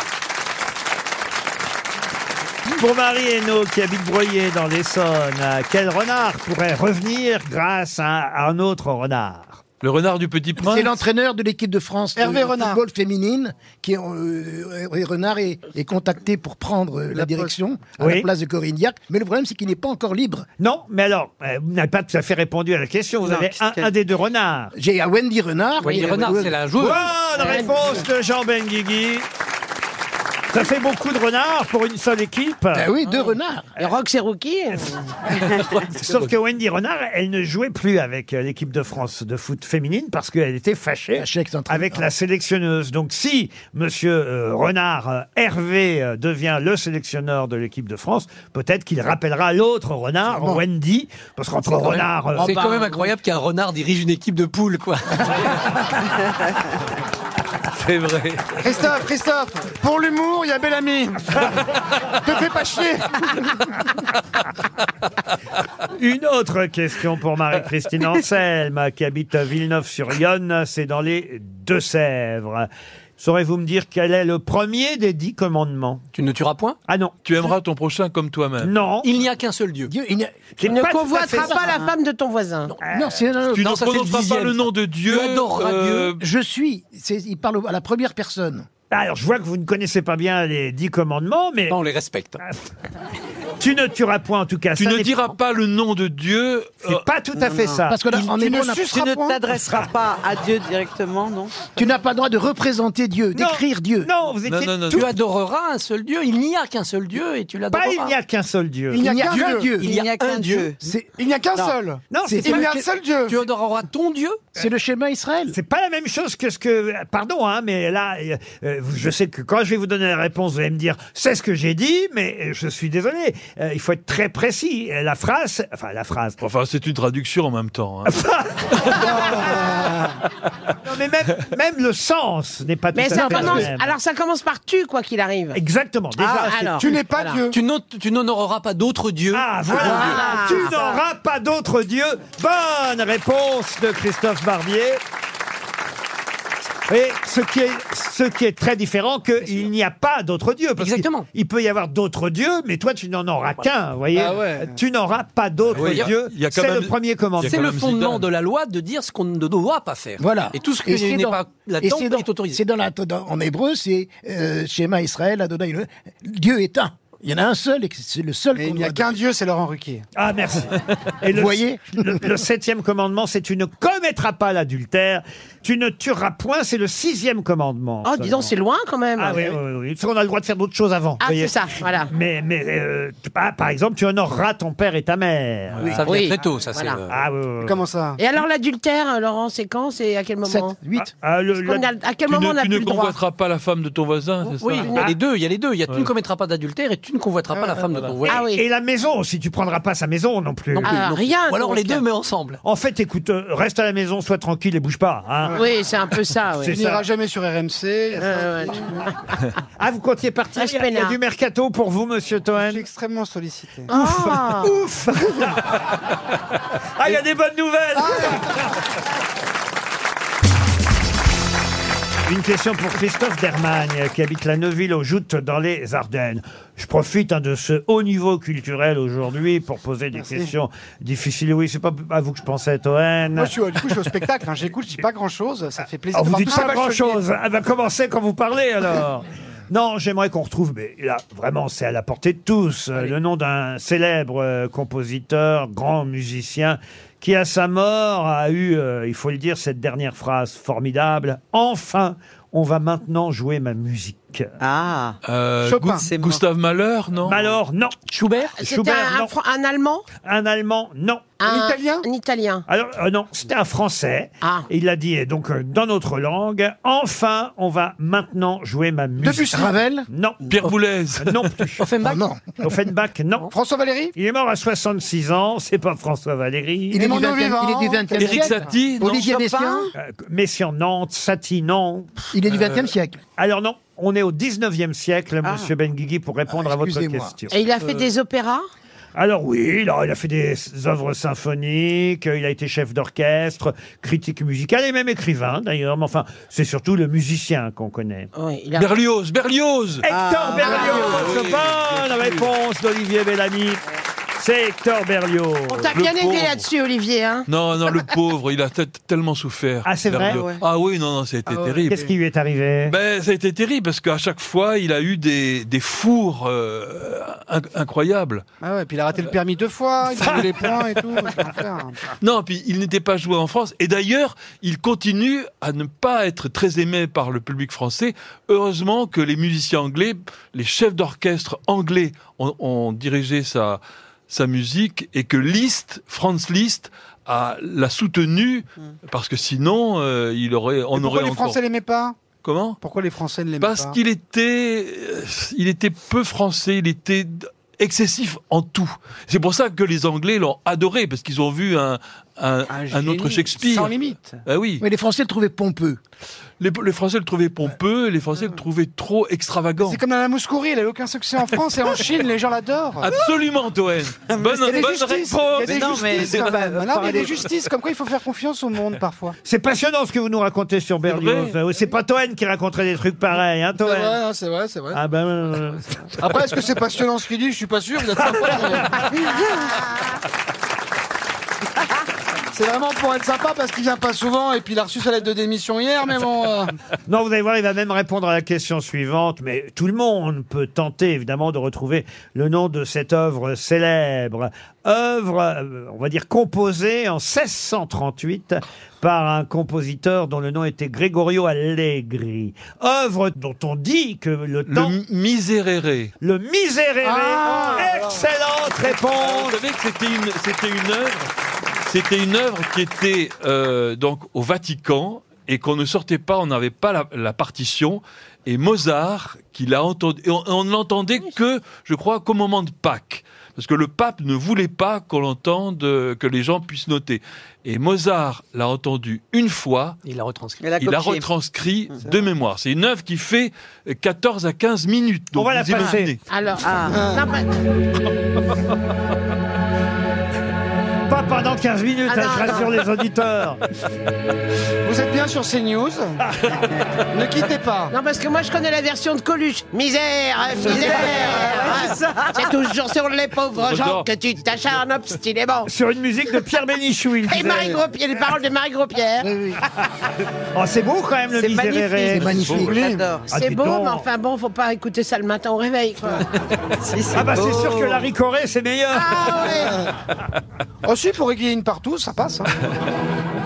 [SPEAKER 2] Pour Marie Hainaut, qui habite Broyer dans l'Essonne, euh, quel renard pourrait revenir grâce à à un autre renard
[SPEAKER 7] Le renard du petit prince.
[SPEAKER 8] C'est l'entraîneur de l'équipe de France de
[SPEAKER 4] Hervé
[SPEAKER 8] de
[SPEAKER 4] Renard.
[SPEAKER 8] football féminine qui est, euh, Hervé Renard est, est contacté pour prendre euh, la, direction à
[SPEAKER 2] Oui.
[SPEAKER 8] la place de Corinne Diacre. Mais le problème, c'est qu'il n'est pas encore libre.
[SPEAKER 2] Non, mais alors, euh, vous n'avez pas tout à fait répondu à la question. Vous
[SPEAKER 9] Non,
[SPEAKER 2] avez
[SPEAKER 9] qu'est-ce
[SPEAKER 2] un,
[SPEAKER 9] qu'elle-
[SPEAKER 2] un des deux renards.
[SPEAKER 8] J'ai à Wendy Renard.
[SPEAKER 5] Oui,
[SPEAKER 8] Et-
[SPEAKER 5] renard,
[SPEAKER 8] euh,
[SPEAKER 5] c'est la joueuse.
[SPEAKER 2] Bonne réponse de Jean Benguigui. Ça fait beaucoup de renards pour une seule équipe.
[SPEAKER 8] Ah oui, deux renards.
[SPEAKER 6] Et Rock Cherokee
[SPEAKER 2] Sauf que Wendy Renard, elle ne jouait plus avec euh, l'équipe de France de foot féminine parce qu'elle était fâchée
[SPEAKER 8] Fâchée avec son entraîneur.
[SPEAKER 2] avec la sélectionneuse. Donc si Monsieur euh, Renard euh, Hervé euh, devient le sélectionneur de l'équipe de France, peut-être qu'il rappellera l'autre renard, Wendy, parce qu'entre renards... euh,
[SPEAKER 5] C'est quand même incroyable qu'un renard dirige une équipe de poules, quoi.
[SPEAKER 7] C'est vrai.
[SPEAKER 4] Christophe, Christophe, pour l'humour, il y a Bellamy. Te fais pas chier.
[SPEAKER 2] Une autre question pour Marie-Christine Anselme, qui habite à Villeneuve-sur-Yonne, c'est dans les Deux-Sèvres. Saurez-vous me dire quel est le premier des dix commandements
[SPEAKER 5] tu ne tueras point
[SPEAKER 2] Ah non,
[SPEAKER 7] Tu aimeras ton prochain comme toi-même.
[SPEAKER 2] non.
[SPEAKER 5] Il n'y a qu'un seul Dieu.
[SPEAKER 8] Dieu, il n'y a-
[SPEAKER 2] c'est
[SPEAKER 6] Tu ne
[SPEAKER 2] pas tout à fait
[SPEAKER 6] convoiteras
[SPEAKER 2] ça.
[SPEAKER 6] pas la femme de ton voisin.
[SPEAKER 8] non, c'est
[SPEAKER 2] Euh,
[SPEAKER 8] non, non,
[SPEAKER 7] Tu
[SPEAKER 5] Non,
[SPEAKER 7] ne
[SPEAKER 5] ça, c'est le
[SPEAKER 7] prononceras pas
[SPEAKER 5] dixième,
[SPEAKER 7] le nom
[SPEAKER 5] ça.
[SPEAKER 7] de Dieu.
[SPEAKER 5] Tu adoreras
[SPEAKER 7] euh,
[SPEAKER 8] Je suis. c'est- Il parle à la première personne.
[SPEAKER 2] Ah, Alors, je vois que vous ne connaissez pas bien les dix commandements, mais
[SPEAKER 5] Non, on les respecte.
[SPEAKER 2] tu ne tueras point, en tout cas.
[SPEAKER 7] Tu
[SPEAKER 2] ça
[SPEAKER 7] ne
[SPEAKER 2] n'est-
[SPEAKER 7] diras pas le nom de Dieu. euh,
[SPEAKER 2] C'est pas tout à fait ça.
[SPEAKER 8] Parce que là, en
[SPEAKER 4] Tu
[SPEAKER 8] hébreu,
[SPEAKER 4] ne
[SPEAKER 8] on a-
[SPEAKER 9] Tu
[SPEAKER 4] suceras
[SPEAKER 9] ne
[SPEAKER 4] point.
[SPEAKER 9] t'adresseras pas à Dieu directement, non
[SPEAKER 8] tu n'as pas le droit de représenter Dieu,
[SPEAKER 2] Non,
[SPEAKER 8] d'écrire Dieu.
[SPEAKER 2] Non, vous étiez.
[SPEAKER 7] Non, non, non.
[SPEAKER 5] Tu adoreras un seul Dieu. Il n'y a qu'un seul Dieu et tu
[SPEAKER 2] Pas
[SPEAKER 5] l'adoreras.
[SPEAKER 2] il n'y a qu'un seul Dieu.
[SPEAKER 8] Il n'y a,
[SPEAKER 4] Il n'y a
[SPEAKER 8] qu'un
[SPEAKER 4] qu'un
[SPEAKER 8] Dieu.
[SPEAKER 5] Ah, Il y a un Dieu.
[SPEAKER 8] C'est
[SPEAKER 4] Il n'y a qu'un
[SPEAKER 9] Non.
[SPEAKER 4] seul.
[SPEAKER 2] Non,
[SPEAKER 8] C'est-
[SPEAKER 2] c'est
[SPEAKER 4] Il
[SPEAKER 2] pas-
[SPEAKER 4] n'y a qu'un seul Dieu.
[SPEAKER 5] Tu adoreras ton Dieu.
[SPEAKER 8] c'est le schéma Israël.
[SPEAKER 2] c'est pas la même chose que ce que. Pardon, hein, mais là, euh, euh, je sais que quand je vais vous donner la réponse, vous allez me dire c'est ce que j'ai dit, mais euh, je suis désolé. Euh, il faut être très précis. Euh, La phrase, enfin la phrase.
[SPEAKER 7] Enfin, c'est une traduction en même temps. hein.
[SPEAKER 2] Non, mais même, même le sens n'est pas
[SPEAKER 6] Mais
[SPEAKER 2] tout
[SPEAKER 6] ça
[SPEAKER 2] à fait le
[SPEAKER 6] commence.
[SPEAKER 2] même.
[SPEAKER 6] Alors ça commence par tu, quoi qu'il arrive.
[SPEAKER 2] Exactement. Déjà,
[SPEAKER 6] Ah,
[SPEAKER 2] c'est-
[SPEAKER 6] alors.
[SPEAKER 4] Tu n'es pas
[SPEAKER 6] Voilà.
[SPEAKER 4] Dieu.
[SPEAKER 5] Tu n'hon- tu n'honoreras pas d'autres dieux.
[SPEAKER 2] Ah, voilà.
[SPEAKER 6] Ah,
[SPEAKER 2] tu
[SPEAKER 6] ça.
[SPEAKER 2] n'auras pas d'autre Dieu. Bonne réponse de Christophe Barbier. Et ce qui est, ce qui est très différent, qu'il n'y a pas d'autre Dieu. Parce Exactement. Il peut y avoir d'autres dieux, mais toi, tu n'en auras qu'un, vous voyez.
[SPEAKER 5] Ah ouais.
[SPEAKER 2] Tu n'auras pas d'autre
[SPEAKER 5] Oui, il y a-
[SPEAKER 2] dieu.
[SPEAKER 5] il y a quand
[SPEAKER 2] C'est
[SPEAKER 5] même-
[SPEAKER 2] le premier commandement.
[SPEAKER 5] C'est le fondement de la loi de dire ce qu'on ne doit pas faire.
[SPEAKER 8] Voilà.
[SPEAKER 5] Et tout ce
[SPEAKER 8] Et
[SPEAKER 5] qui
[SPEAKER 8] c'est
[SPEAKER 5] n'est
[SPEAKER 8] dans-
[SPEAKER 5] pas
[SPEAKER 8] et
[SPEAKER 5] là-dedans
[SPEAKER 8] c'est dans-
[SPEAKER 5] est autorisé.
[SPEAKER 8] C'est dans la dans- en hébreu, c'est euh, schéma Israël Adonai. Elohim. Dieu est un. Il y en a un seul et c'est le seul. il n'y a qu'un
[SPEAKER 4] Dieu, c'est Laurent Ruquier.
[SPEAKER 2] Ah, merci. Et
[SPEAKER 8] Vous
[SPEAKER 2] le,
[SPEAKER 8] voyez
[SPEAKER 2] le, le septième commandement, c'est tu ne commettras pas l'adultère, tu ne tueras point, c'est le sixième commandement.
[SPEAKER 6] Oh, dis donc, c'est loin quand même.
[SPEAKER 2] Ah oui, oui, oui. Parce qu'on a le droit de faire d'autres choses avant.
[SPEAKER 6] Ah,
[SPEAKER 2] vous voyez.
[SPEAKER 6] c'est ça, voilà.
[SPEAKER 2] Mais, mais euh, tu- ah, par exemple, tu honoreras ton père et ta mère.
[SPEAKER 6] Oui. Ça vient Oui. très tôt, ça,
[SPEAKER 2] c'est
[SPEAKER 6] Voilà. c'est
[SPEAKER 3] euh,
[SPEAKER 6] le-
[SPEAKER 2] Ah, oui, oui, oui.
[SPEAKER 4] Comment ça
[SPEAKER 6] Et alors l'adultère, euh, Laurent, c'est quand C'est à quel moment
[SPEAKER 2] 8. Ah, le-
[SPEAKER 6] Est-ce qu'on
[SPEAKER 2] la-
[SPEAKER 6] a- À quel
[SPEAKER 7] tu
[SPEAKER 6] moment
[SPEAKER 7] ne,
[SPEAKER 6] on a
[SPEAKER 7] tu
[SPEAKER 6] plus
[SPEAKER 7] ne
[SPEAKER 6] le droit Ah.
[SPEAKER 7] convoiteras pas la femme de ton voisin, c'est
[SPEAKER 5] Oui,
[SPEAKER 7] ça
[SPEAKER 5] il y a les deux, il y a les deux. Il y a tu
[SPEAKER 7] Ouais.
[SPEAKER 5] ne commettras pas d'adultère et tu ne convoiteras pas la femme de ton voisin.
[SPEAKER 6] Ah
[SPEAKER 2] Et, Ah, et la maison aussi, tu prendras pas sa maison non plus.
[SPEAKER 5] Ah, Non plus, Ah, non plus. rien, Ou alors donc. les deux, mais
[SPEAKER 2] ensemble. En fait, écoute, euh, reste à la maison, sois tranquille et bouge pas. hein.
[SPEAKER 6] Ah. Oui, c'est un peu ça.
[SPEAKER 2] C'est
[SPEAKER 6] Ouais. Euh,
[SPEAKER 2] ça. n'ira
[SPEAKER 4] jamais sur RMC.
[SPEAKER 2] Ah, vous comptiez partir
[SPEAKER 4] Ah, je
[SPEAKER 2] Il y a- il y a
[SPEAKER 4] peinard.
[SPEAKER 2] du mercato pour vous, monsieur Toen.
[SPEAKER 4] extrêmement sollicité.
[SPEAKER 2] Ouf Ouf Ah, il y a des bonnes nouvelles Ah. Une question pour Christophe Dermagne, qui habite la Neuville aux Joutes dans les Ardennes. Je profite hein, de ce haut niveau culturel aujourd'hui pour poser des
[SPEAKER 4] Merci.
[SPEAKER 2] questions difficiles. Oui, c'est pas à vous que je pensais, Toen.
[SPEAKER 4] Moi, je suis, du coup, je suis au spectacle. hein. J'écoute, je dis pas grand-chose. Ça fait plaisir. bah,
[SPEAKER 2] Alors, Oh, vous
[SPEAKER 4] de
[SPEAKER 2] dites
[SPEAKER 4] voir
[SPEAKER 2] pas
[SPEAKER 4] tout ça,
[SPEAKER 2] grand-chose.
[SPEAKER 4] Bachelier.
[SPEAKER 2] Ah ben commencez quand vous parlez alors. Non, j'aimerais qu'on retrouve, mais là, vraiment, c'est à la portée de tous, euh, le nom d'un célèbre euh, compositeur, grand musicien, qui à sa mort a eu, euh, il faut le dire, cette dernière phrase formidable, « Enfin, on va maintenant jouer ma musique ». Ah
[SPEAKER 7] Euh, Chopin. Gu- C'est mort. Gustav Mahler, non
[SPEAKER 2] Mahler, non. Schubert
[SPEAKER 6] C'était
[SPEAKER 2] Schubert,
[SPEAKER 6] un,
[SPEAKER 2] non.
[SPEAKER 6] un Fran- un Allemand
[SPEAKER 2] Un Allemand, non.
[SPEAKER 6] Italien Un Italien.
[SPEAKER 2] Alors, euh, non, c'était un Français. Il a dit, euh, donc, euh, dans notre langue, enfin, on va maintenant jouer ma musique. Ah,
[SPEAKER 4] Debussy. Ravel
[SPEAKER 2] Non. Oh, euh,
[SPEAKER 7] Pierre Boulez
[SPEAKER 2] Non plus. Offenbach Non. Offenbach, non.
[SPEAKER 4] Oh. François Valéry
[SPEAKER 2] Il est mort à 66 ans, c'est pas François Valéry.
[SPEAKER 4] Il est mort au vivant.
[SPEAKER 8] Il est du 20e
[SPEAKER 7] Éric siècle. Satie, non.
[SPEAKER 8] Olivier Messiaen
[SPEAKER 2] Euh, Messiaen, Nantes, Satie, non. Euh,
[SPEAKER 8] Il est du 20e siècle.
[SPEAKER 2] Alors non, on est au 19e siècle, monsieur Benguigui, pour
[SPEAKER 4] Ah,
[SPEAKER 2] répondre à votre
[SPEAKER 8] excusez-moi.
[SPEAKER 2] question.
[SPEAKER 6] Et il
[SPEAKER 7] Euh,
[SPEAKER 6] a fait des opéras
[SPEAKER 2] Alors oui, il a, il a fait des œuvres symphoniques, euh, il a été chef d'orchestre, critique musical et même écrivain d'ailleurs, mais enfin, c'est surtout le musicien qu'on connaît.
[SPEAKER 7] Berlioz, Berlioz
[SPEAKER 4] Ah,
[SPEAKER 2] Hector Berlioz, bonne réponse d'Olivier Bellamy. C'est Hector Berlioz.
[SPEAKER 6] On t'a bien aidé là-dessus, Olivier. Hein
[SPEAKER 7] Non, non, le pauvre, il a t- tellement souffert.
[SPEAKER 2] Ah, c'est vrai
[SPEAKER 7] Berlioz.
[SPEAKER 2] Ouais.
[SPEAKER 7] Ah oui, non, non, ça a été terrible.
[SPEAKER 2] Qu'est-ce qui lui est arrivé
[SPEAKER 7] Ben, ça a été terrible parce qu'à chaque fois, il a eu des, des fours euh, inc- incroyables.
[SPEAKER 4] Ah ouais, puis il a
[SPEAKER 7] bah.
[SPEAKER 4] raté le permis deux fois, il a eu les points et tout. c'est l'enfer.
[SPEAKER 7] Non, puis il n'était pas joué en France. Et d'ailleurs, il continue à ne pas être très aimé par le public français. Heureusement que les musiciens anglais, les chefs d'orchestre anglais ont, ont dirigé sa, sa musique et que Liszt, Franz Liszt, a, l'a soutenu parce que sinon, euh, il aurait, on
[SPEAKER 4] Hmm. Et Pourquoi
[SPEAKER 7] aurait
[SPEAKER 4] les
[SPEAKER 7] encore.
[SPEAKER 4] Français l'aimaient pas
[SPEAKER 7] Comment
[SPEAKER 4] Pourquoi les Français ne l'aimaient pas
[SPEAKER 7] Parce qu'il était, euh, il était peu français, il était d- excessif en tout. C'est pour ça que les Anglais l'ont adoré, parce qu'ils ont vu un, un, un autre
[SPEAKER 8] génie
[SPEAKER 7] Shakespeare.
[SPEAKER 8] sans limite.
[SPEAKER 7] Ah oui.
[SPEAKER 8] Mais les Français le trouvaient pompeux.
[SPEAKER 7] Les, les Français le trouvaient pompeux, les Français le trouvaient trop extravagant.
[SPEAKER 4] C'est comme la Mouskouri, elle a eu aucun succès en France et en Chine, les gens l'adorent.
[SPEAKER 7] Absolument, Toen. Bonne, bonne
[SPEAKER 4] Il y a des justices,
[SPEAKER 7] réponse.
[SPEAKER 4] il y a des justices quand même. Non, mais il y a des justices, comme quoi il faut faire confiance au monde parfois.
[SPEAKER 2] C'est passionnant ce que vous nous racontez sur Berlioz. Euh, C'est pas Toen qui raconterait des trucs pareils, hein, Toen
[SPEAKER 4] non, c'est vrai, c'est vrai.
[SPEAKER 2] Ah ben. euh,
[SPEAKER 4] Après, est-ce que c'est passionnant ce qu'il dit Je suis pas sûr. vous êtes sympa quand même. C'est vraiment pour être sympa parce qu'il vient pas souvent et puis il a reçu sa lettre de démission hier, mais bon. euh,
[SPEAKER 2] Non, vous allez voir, il va même répondre à la question suivante, mais tout le monde peut tenter évidemment de retrouver le nom de cette œuvre célèbre. Œuvre, euh, on va dire, composée en 1638 par un compositeur dont le nom était Gregorio Allegri. Œuvre dont on dit que le, temps...
[SPEAKER 7] Le Miserere.
[SPEAKER 2] Le Miserere
[SPEAKER 6] Ah,
[SPEAKER 2] Excellente réponse
[SPEAKER 7] Vous savez que c'était une, c'était une œuvre, c'était une œuvre qui était euh, donc au Vatican et qu'on ne sortait pas, on n'avait pas la, la partition. Et Mozart, qui l'a entendu, et on on ne l'entendait que, je crois, qu'au moment de Pâques. Parce que le pape ne voulait pas qu'on l'entende, euh, que les gens puissent noter. Et Mozart l'a entendu une fois.
[SPEAKER 5] Il l'a retranscrit.
[SPEAKER 7] Il l'a retranscrit de mémoire. C'est une œuvre qui fait 14 à 15 minutes. Donc
[SPEAKER 2] On va la
[SPEAKER 7] vous
[SPEAKER 2] passer.
[SPEAKER 6] Ah. Alors,
[SPEAKER 7] imaginez.
[SPEAKER 2] Ah.
[SPEAKER 6] non, mais-
[SPEAKER 2] pas pendant 15 minutes,
[SPEAKER 4] Ah
[SPEAKER 2] hein,
[SPEAKER 4] non,
[SPEAKER 2] je
[SPEAKER 4] non.
[SPEAKER 2] rassure les auditeurs.
[SPEAKER 4] Vous êtes bien sur CNews Ne quittez pas.
[SPEAKER 6] Non, parce que moi, je connais la version de Coluche. Misère, euh, misère.
[SPEAKER 4] Ouais, c'est ça.
[SPEAKER 6] euh, C'est toujours sur les pauvres gens
[SPEAKER 2] J'adore.
[SPEAKER 6] que tu t'acharnes obstinément.
[SPEAKER 2] Sur une musique de Pierre Bénichou, il
[SPEAKER 6] Et
[SPEAKER 2] disait.
[SPEAKER 6] Marie Gros-Pierre, les paroles de Marie Gros-Pierre.
[SPEAKER 2] Oh, c'est beau quand même le
[SPEAKER 6] C'est
[SPEAKER 2] Miserere. Ah,
[SPEAKER 6] magnifique. C'est
[SPEAKER 2] magnifique.
[SPEAKER 4] Ah,
[SPEAKER 6] C'est beau, mais enfin bon, faut pas écouter ça le matin au réveil, quoi.
[SPEAKER 2] ah bah c'est sûr que la Ricoré c'est meilleur.
[SPEAKER 4] Ah, Aussi Oh, pour aiguiller une partout, ça passe. hein.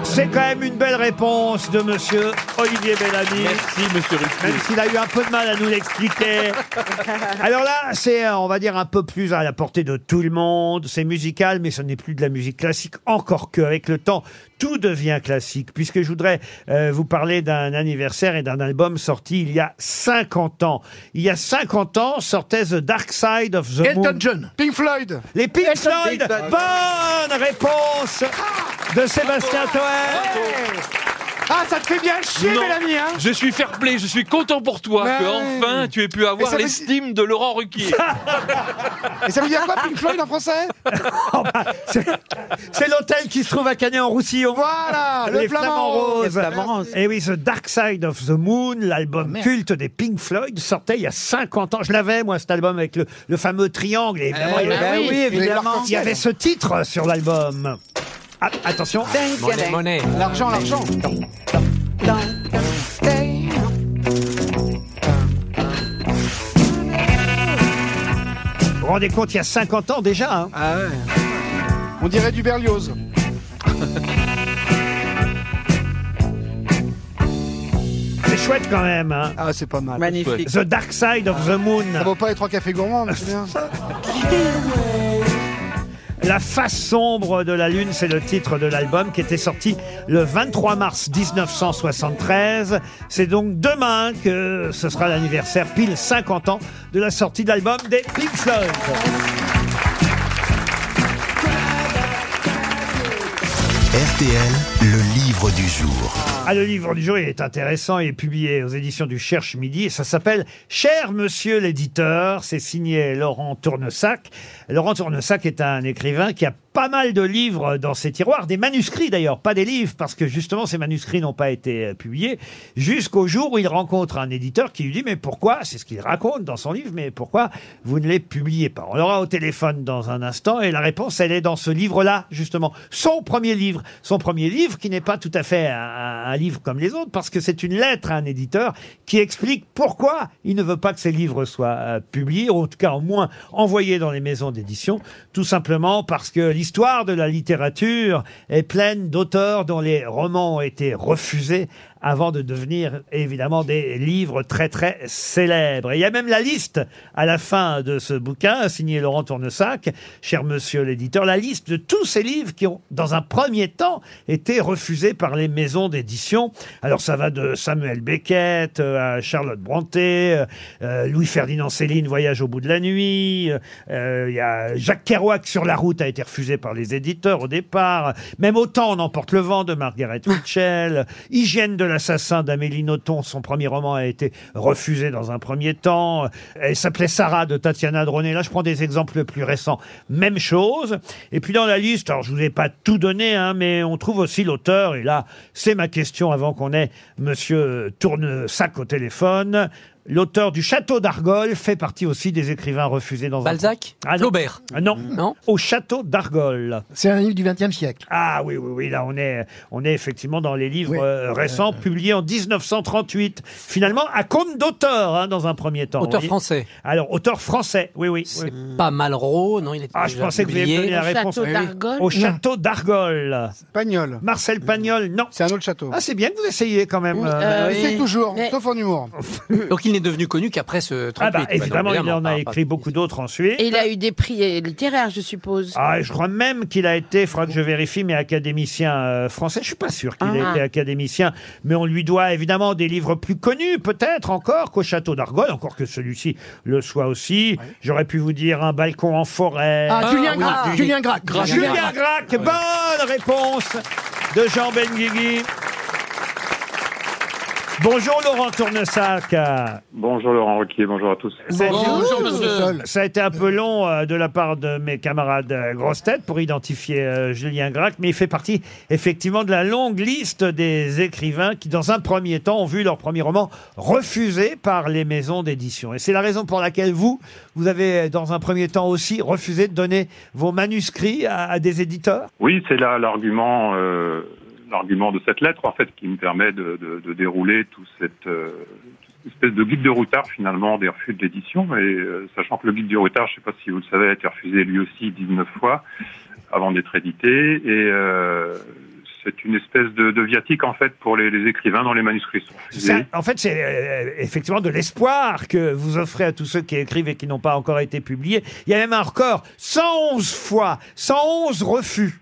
[SPEAKER 2] C'est quand même une belle réponse de monsieur Olivier Bellamy.
[SPEAKER 7] Merci, monsieur Ruquier.
[SPEAKER 2] Même s'il a eu un peu de mal à nous l'expliquer. Alors là, c'est, euh, on va dire, un peu plus à la portée de tout le monde. C'est musical, mais ce n'est plus de la musique classique. Encore que, avec le temps, tout devient classique. Puisque je voudrais euh, vous parler d'un anniversaire et d'un album sorti il y a 50 ans. Il y a 50 ans, sortait The Dark Side of the Moon.
[SPEAKER 4] Pink Floyd.
[SPEAKER 2] Les Pink Floyd. Bonne réponse de Sébastien Toer.
[SPEAKER 4] Ah, ça te fait bien chier,
[SPEAKER 7] Non.
[SPEAKER 4] Mélanie, hein
[SPEAKER 7] Je suis fair play, je suis content pour toi
[SPEAKER 2] Bah
[SPEAKER 4] Mais
[SPEAKER 7] que
[SPEAKER 4] ouais.
[SPEAKER 7] enfin tu aies pu
[SPEAKER 4] Et
[SPEAKER 7] avoir
[SPEAKER 4] ça veut-
[SPEAKER 7] l'estime de Laurent Ruquier.
[SPEAKER 4] Et ça veut dire quoi, Pink Floyd en français
[SPEAKER 2] C'est l'hôtel qui se trouve à Canet-en-Roussillon.
[SPEAKER 4] Voilà, le
[SPEAKER 2] les
[SPEAKER 4] Flamand
[SPEAKER 2] Flamands
[SPEAKER 4] Rose.
[SPEAKER 2] Roses. Oh,
[SPEAKER 4] Les Flamands Roses.
[SPEAKER 2] Et Eh oui, The Dark Side of the Moon, l'album
[SPEAKER 4] merde.
[SPEAKER 2] culte des Pink Floyd, sortait il y a 50 ans. Je l'avais, moi, cet album avec le, le fameux triangle. Et évidemment,
[SPEAKER 4] Eh
[SPEAKER 2] il y avait-
[SPEAKER 4] ben oui,
[SPEAKER 2] il y avait
[SPEAKER 4] évidemment.
[SPEAKER 2] l'arc-en-ciel. Il y avait ce titre sur l'album. Ah, attention.
[SPEAKER 5] Monnaie, monnaie.
[SPEAKER 4] L'argent, l'argent.
[SPEAKER 2] Vous vous rendez compte, il y a 50 ans déjà. hein.
[SPEAKER 4] Ah ouais. On dirait du Berlioz.
[SPEAKER 2] C'est chouette quand même. hein.
[SPEAKER 4] Ah, c'est pas mal.
[SPEAKER 9] Magnifique.
[SPEAKER 2] The Dark Side of the Moon.
[SPEAKER 4] Ça vaut pas les trois cafés gourmands, mais c'est bien.
[SPEAKER 2] La face sombre de la lune, c'est le titre de l'album qui était sorti le 23 mars 1973. C'est donc demain que ce sera l'anniversaire pile 50 ans de la sortie de l'album des Pink Floyd.
[SPEAKER 1] RTL, le livre du jour.
[SPEAKER 2] Ah, le livre du jour, il est intéressant, il est publié aux éditions du Cherche Midi et ça s'appelle Cher Monsieur l'éditeur. C'est signé Laurent Tournesac. Laurent Tournesac est un écrivain qui a pas mal de livres dans ses tiroirs, des manuscrits d'ailleurs, pas des livres, parce que justement ces manuscrits n'ont pas été euh, publiés, jusqu'au jour où il rencontre un éditeur qui lui dit mais pourquoi, c'est ce qu'il raconte dans son livre, mais pourquoi vous ne les publiez pas On l'aura au téléphone dans un instant et la réponse elle est dans ce livre-là justement, son premier livre, son premier livre qui n'est pas tout à fait un, un livre comme les autres parce que c'est une lettre à un éditeur qui explique pourquoi il ne veut pas que ses livres soient euh, publiés, ou en tout cas au moins envoyés dans les maisons d'édition, tout simplement parce que l'histoire de la littérature est pleine d'auteurs dont les romans ont été refusés avant de devenir évidemment des livres très très célèbres. Et il y a même la liste à la fin de ce bouquin, signé Laurent Tournesac, cher monsieur l'éditeur, la liste de tous ces livres qui ont, dans un premier temps, été refusés par les maisons d'édition. Alors ça va de Samuel Beckett euh, à Charlotte Bronté, euh, euh, Louis-Ferdinand Céline, Voyage au bout de la nuit, euh, euh, il y a Jacques Kerouac sur la route a été refusé par les éditeurs au départ, même autant on emporte le vent de Margaret Mitchell, Hygiène de l'assassin d'Amélie Nothomb, son premier roman a été refusé dans un premier temps, elle s'appelait Sarah de Tatiana Droné, là je prends des exemples plus récents, même chose, et puis dans la liste, alors je vous ai pas tout donné, hein, mais on trouve aussi l'auteur, et là c'est ma question avant qu'on ait monsieur Tournesac au téléphone, L'auteur du Château d'Argol fait partie aussi des écrivains refusés dans un-
[SPEAKER 5] Balzac
[SPEAKER 2] Ah non.
[SPEAKER 5] Flaubert Hmm.
[SPEAKER 2] Ah Non.
[SPEAKER 5] Non
[SPEAKER 2] Au château d'Argol.
[SPEAKER 8] C'est un livre du XXe siècle.
[SPEAKER 2] Ah oui, oui, oui, là on est, on est effectivement dans les livres
[SPEAKER 8] Oui.
[SPEAKER 2] euh, récents publiés en 1938. Finalement, à compte d'auteur, hein, dans un premier temps.
[SPEAKER 5] Auteur
[SPEAKER 2] Oui.
[SPEAKER 5] français.
[SPEAKER 2] Alors, auteur français, oui, oui. oui.
[SPEAKER 5] Pas Malraux, non, il était
[SPEAKER 2] Ah, je
[SPEAKER 5] déjà
[SPEAKER 2] pensais que vous alliez me donner
[SPEAKER 5] publié.
[SPEAKER 2] la
[SPEAKER 6] Au
[SPEAKER 2] réponse. Eh
[SPEAKER 6] château d'Argol
[SPEAKER 2] Au château d'Argol.
[SPEAKER 4] Pagnol.
[SPEAKER 2] Marcel Pagnol, non.
[SPEAKER 4] C'est un autre château.
[SPEAKER 2] Ah, c'est bien que vous essayez quand même. euh,
[SPEAKER 6] euh,
[SPEAKER 5] bah
[SPEAKER 4] Il sait
[SPEAKER 6] oui.
[SPEAKER 4] toujours,
[SPEAKER 6] Mais-
[SPEAKER 4] sauf en humour.
[SPEAKER 5] Donc il n'est devenu connu qu'après ce 38.
[SPEAKER 2] Ah bah,
[SPEAKER 5] Bah non,
[SPEAKER 2] évidemment, il en
[SPEAKER 5] évidemment,
[SPEAKER 2] a
[SPEAKER 5] pas-
[SPEAKER 2] écrit
[SPEAKER 5] pas-
[SPEAKER 2] beaucoup d'autres ensuite.
[SPEAKER 6] Et il a eu des prix littéraires, je suppose.
[SPEAKER 2] Ah, et je crois même qu'il a été, il faudra que je vérifie, mais académicien euh, français. Je suis pas sûr qu'il ait
[SPEAKER 6] Ah.
[SPEAKER 2] été académicien, mais on lui doit évidemment des livres plus connus, peut-être encore qu'au Château d'Argol, encore que celui-ci le soit aussi. J'aurais pu vous dire un balcon en forêt.
[SPEAKER 8] Ah, Julien
[SPEAKER 5] oui,
[SPEAKER 8] Gracq.
[SPEAKER 5] oui.
[SPEAKER 8] Julien Gracq.
[SPEAKER 5] Gracq.
[SPEAKER 8] Julien
[SPEAKER 2] Julien
[SPEAKER 8] Gracq.
[SPEAKER 2] Gracq, bonne réponse de Jean Benguigui. Bonjour Laurent Tournesac.
[SPEAKER 15] Bonjour Laurent Roquier, bonjour à tous.
[SPEAKER 2] Ça a été un peu long euh, de la part de mes camarades euh, grosses têtes pour identifier euh, Julien Gracq, mais il fait partie effectivement de la longue liste des écrivains qui, dans un premier temps, ont vu leur premier roman refusé par les maisons d'édition. Et c'est la raison pour laquelle vous, vous avez, dans un premier temps aussi, refusé de donner vos manuscrits à- à des éditeurs
[SPEAKER 15] Oui, c'est là l'argument, euh, l'argument de cette lettre en fait qui me permet de, de- de dérouler tout cette euh, toute espèce de guide de routard finalement des refus de l'édition. Et euh, sachant que le guide du routard, je ne sais pas si vous le savez, a été refusé lui aussi 19 fois avant d'être édité. Et euh, c'est une espèce de, de viatique en fait pour les, les écrivains dont les manuscrits sont refusés.
[SPEAKER 2] Ça, en fait, c'est euh, effectivement de l'espoir que vous offrez à tous ceux qui écrivent et qui n'ont pas encore été publiés. Il y a même un record 111 fois, 111 refus.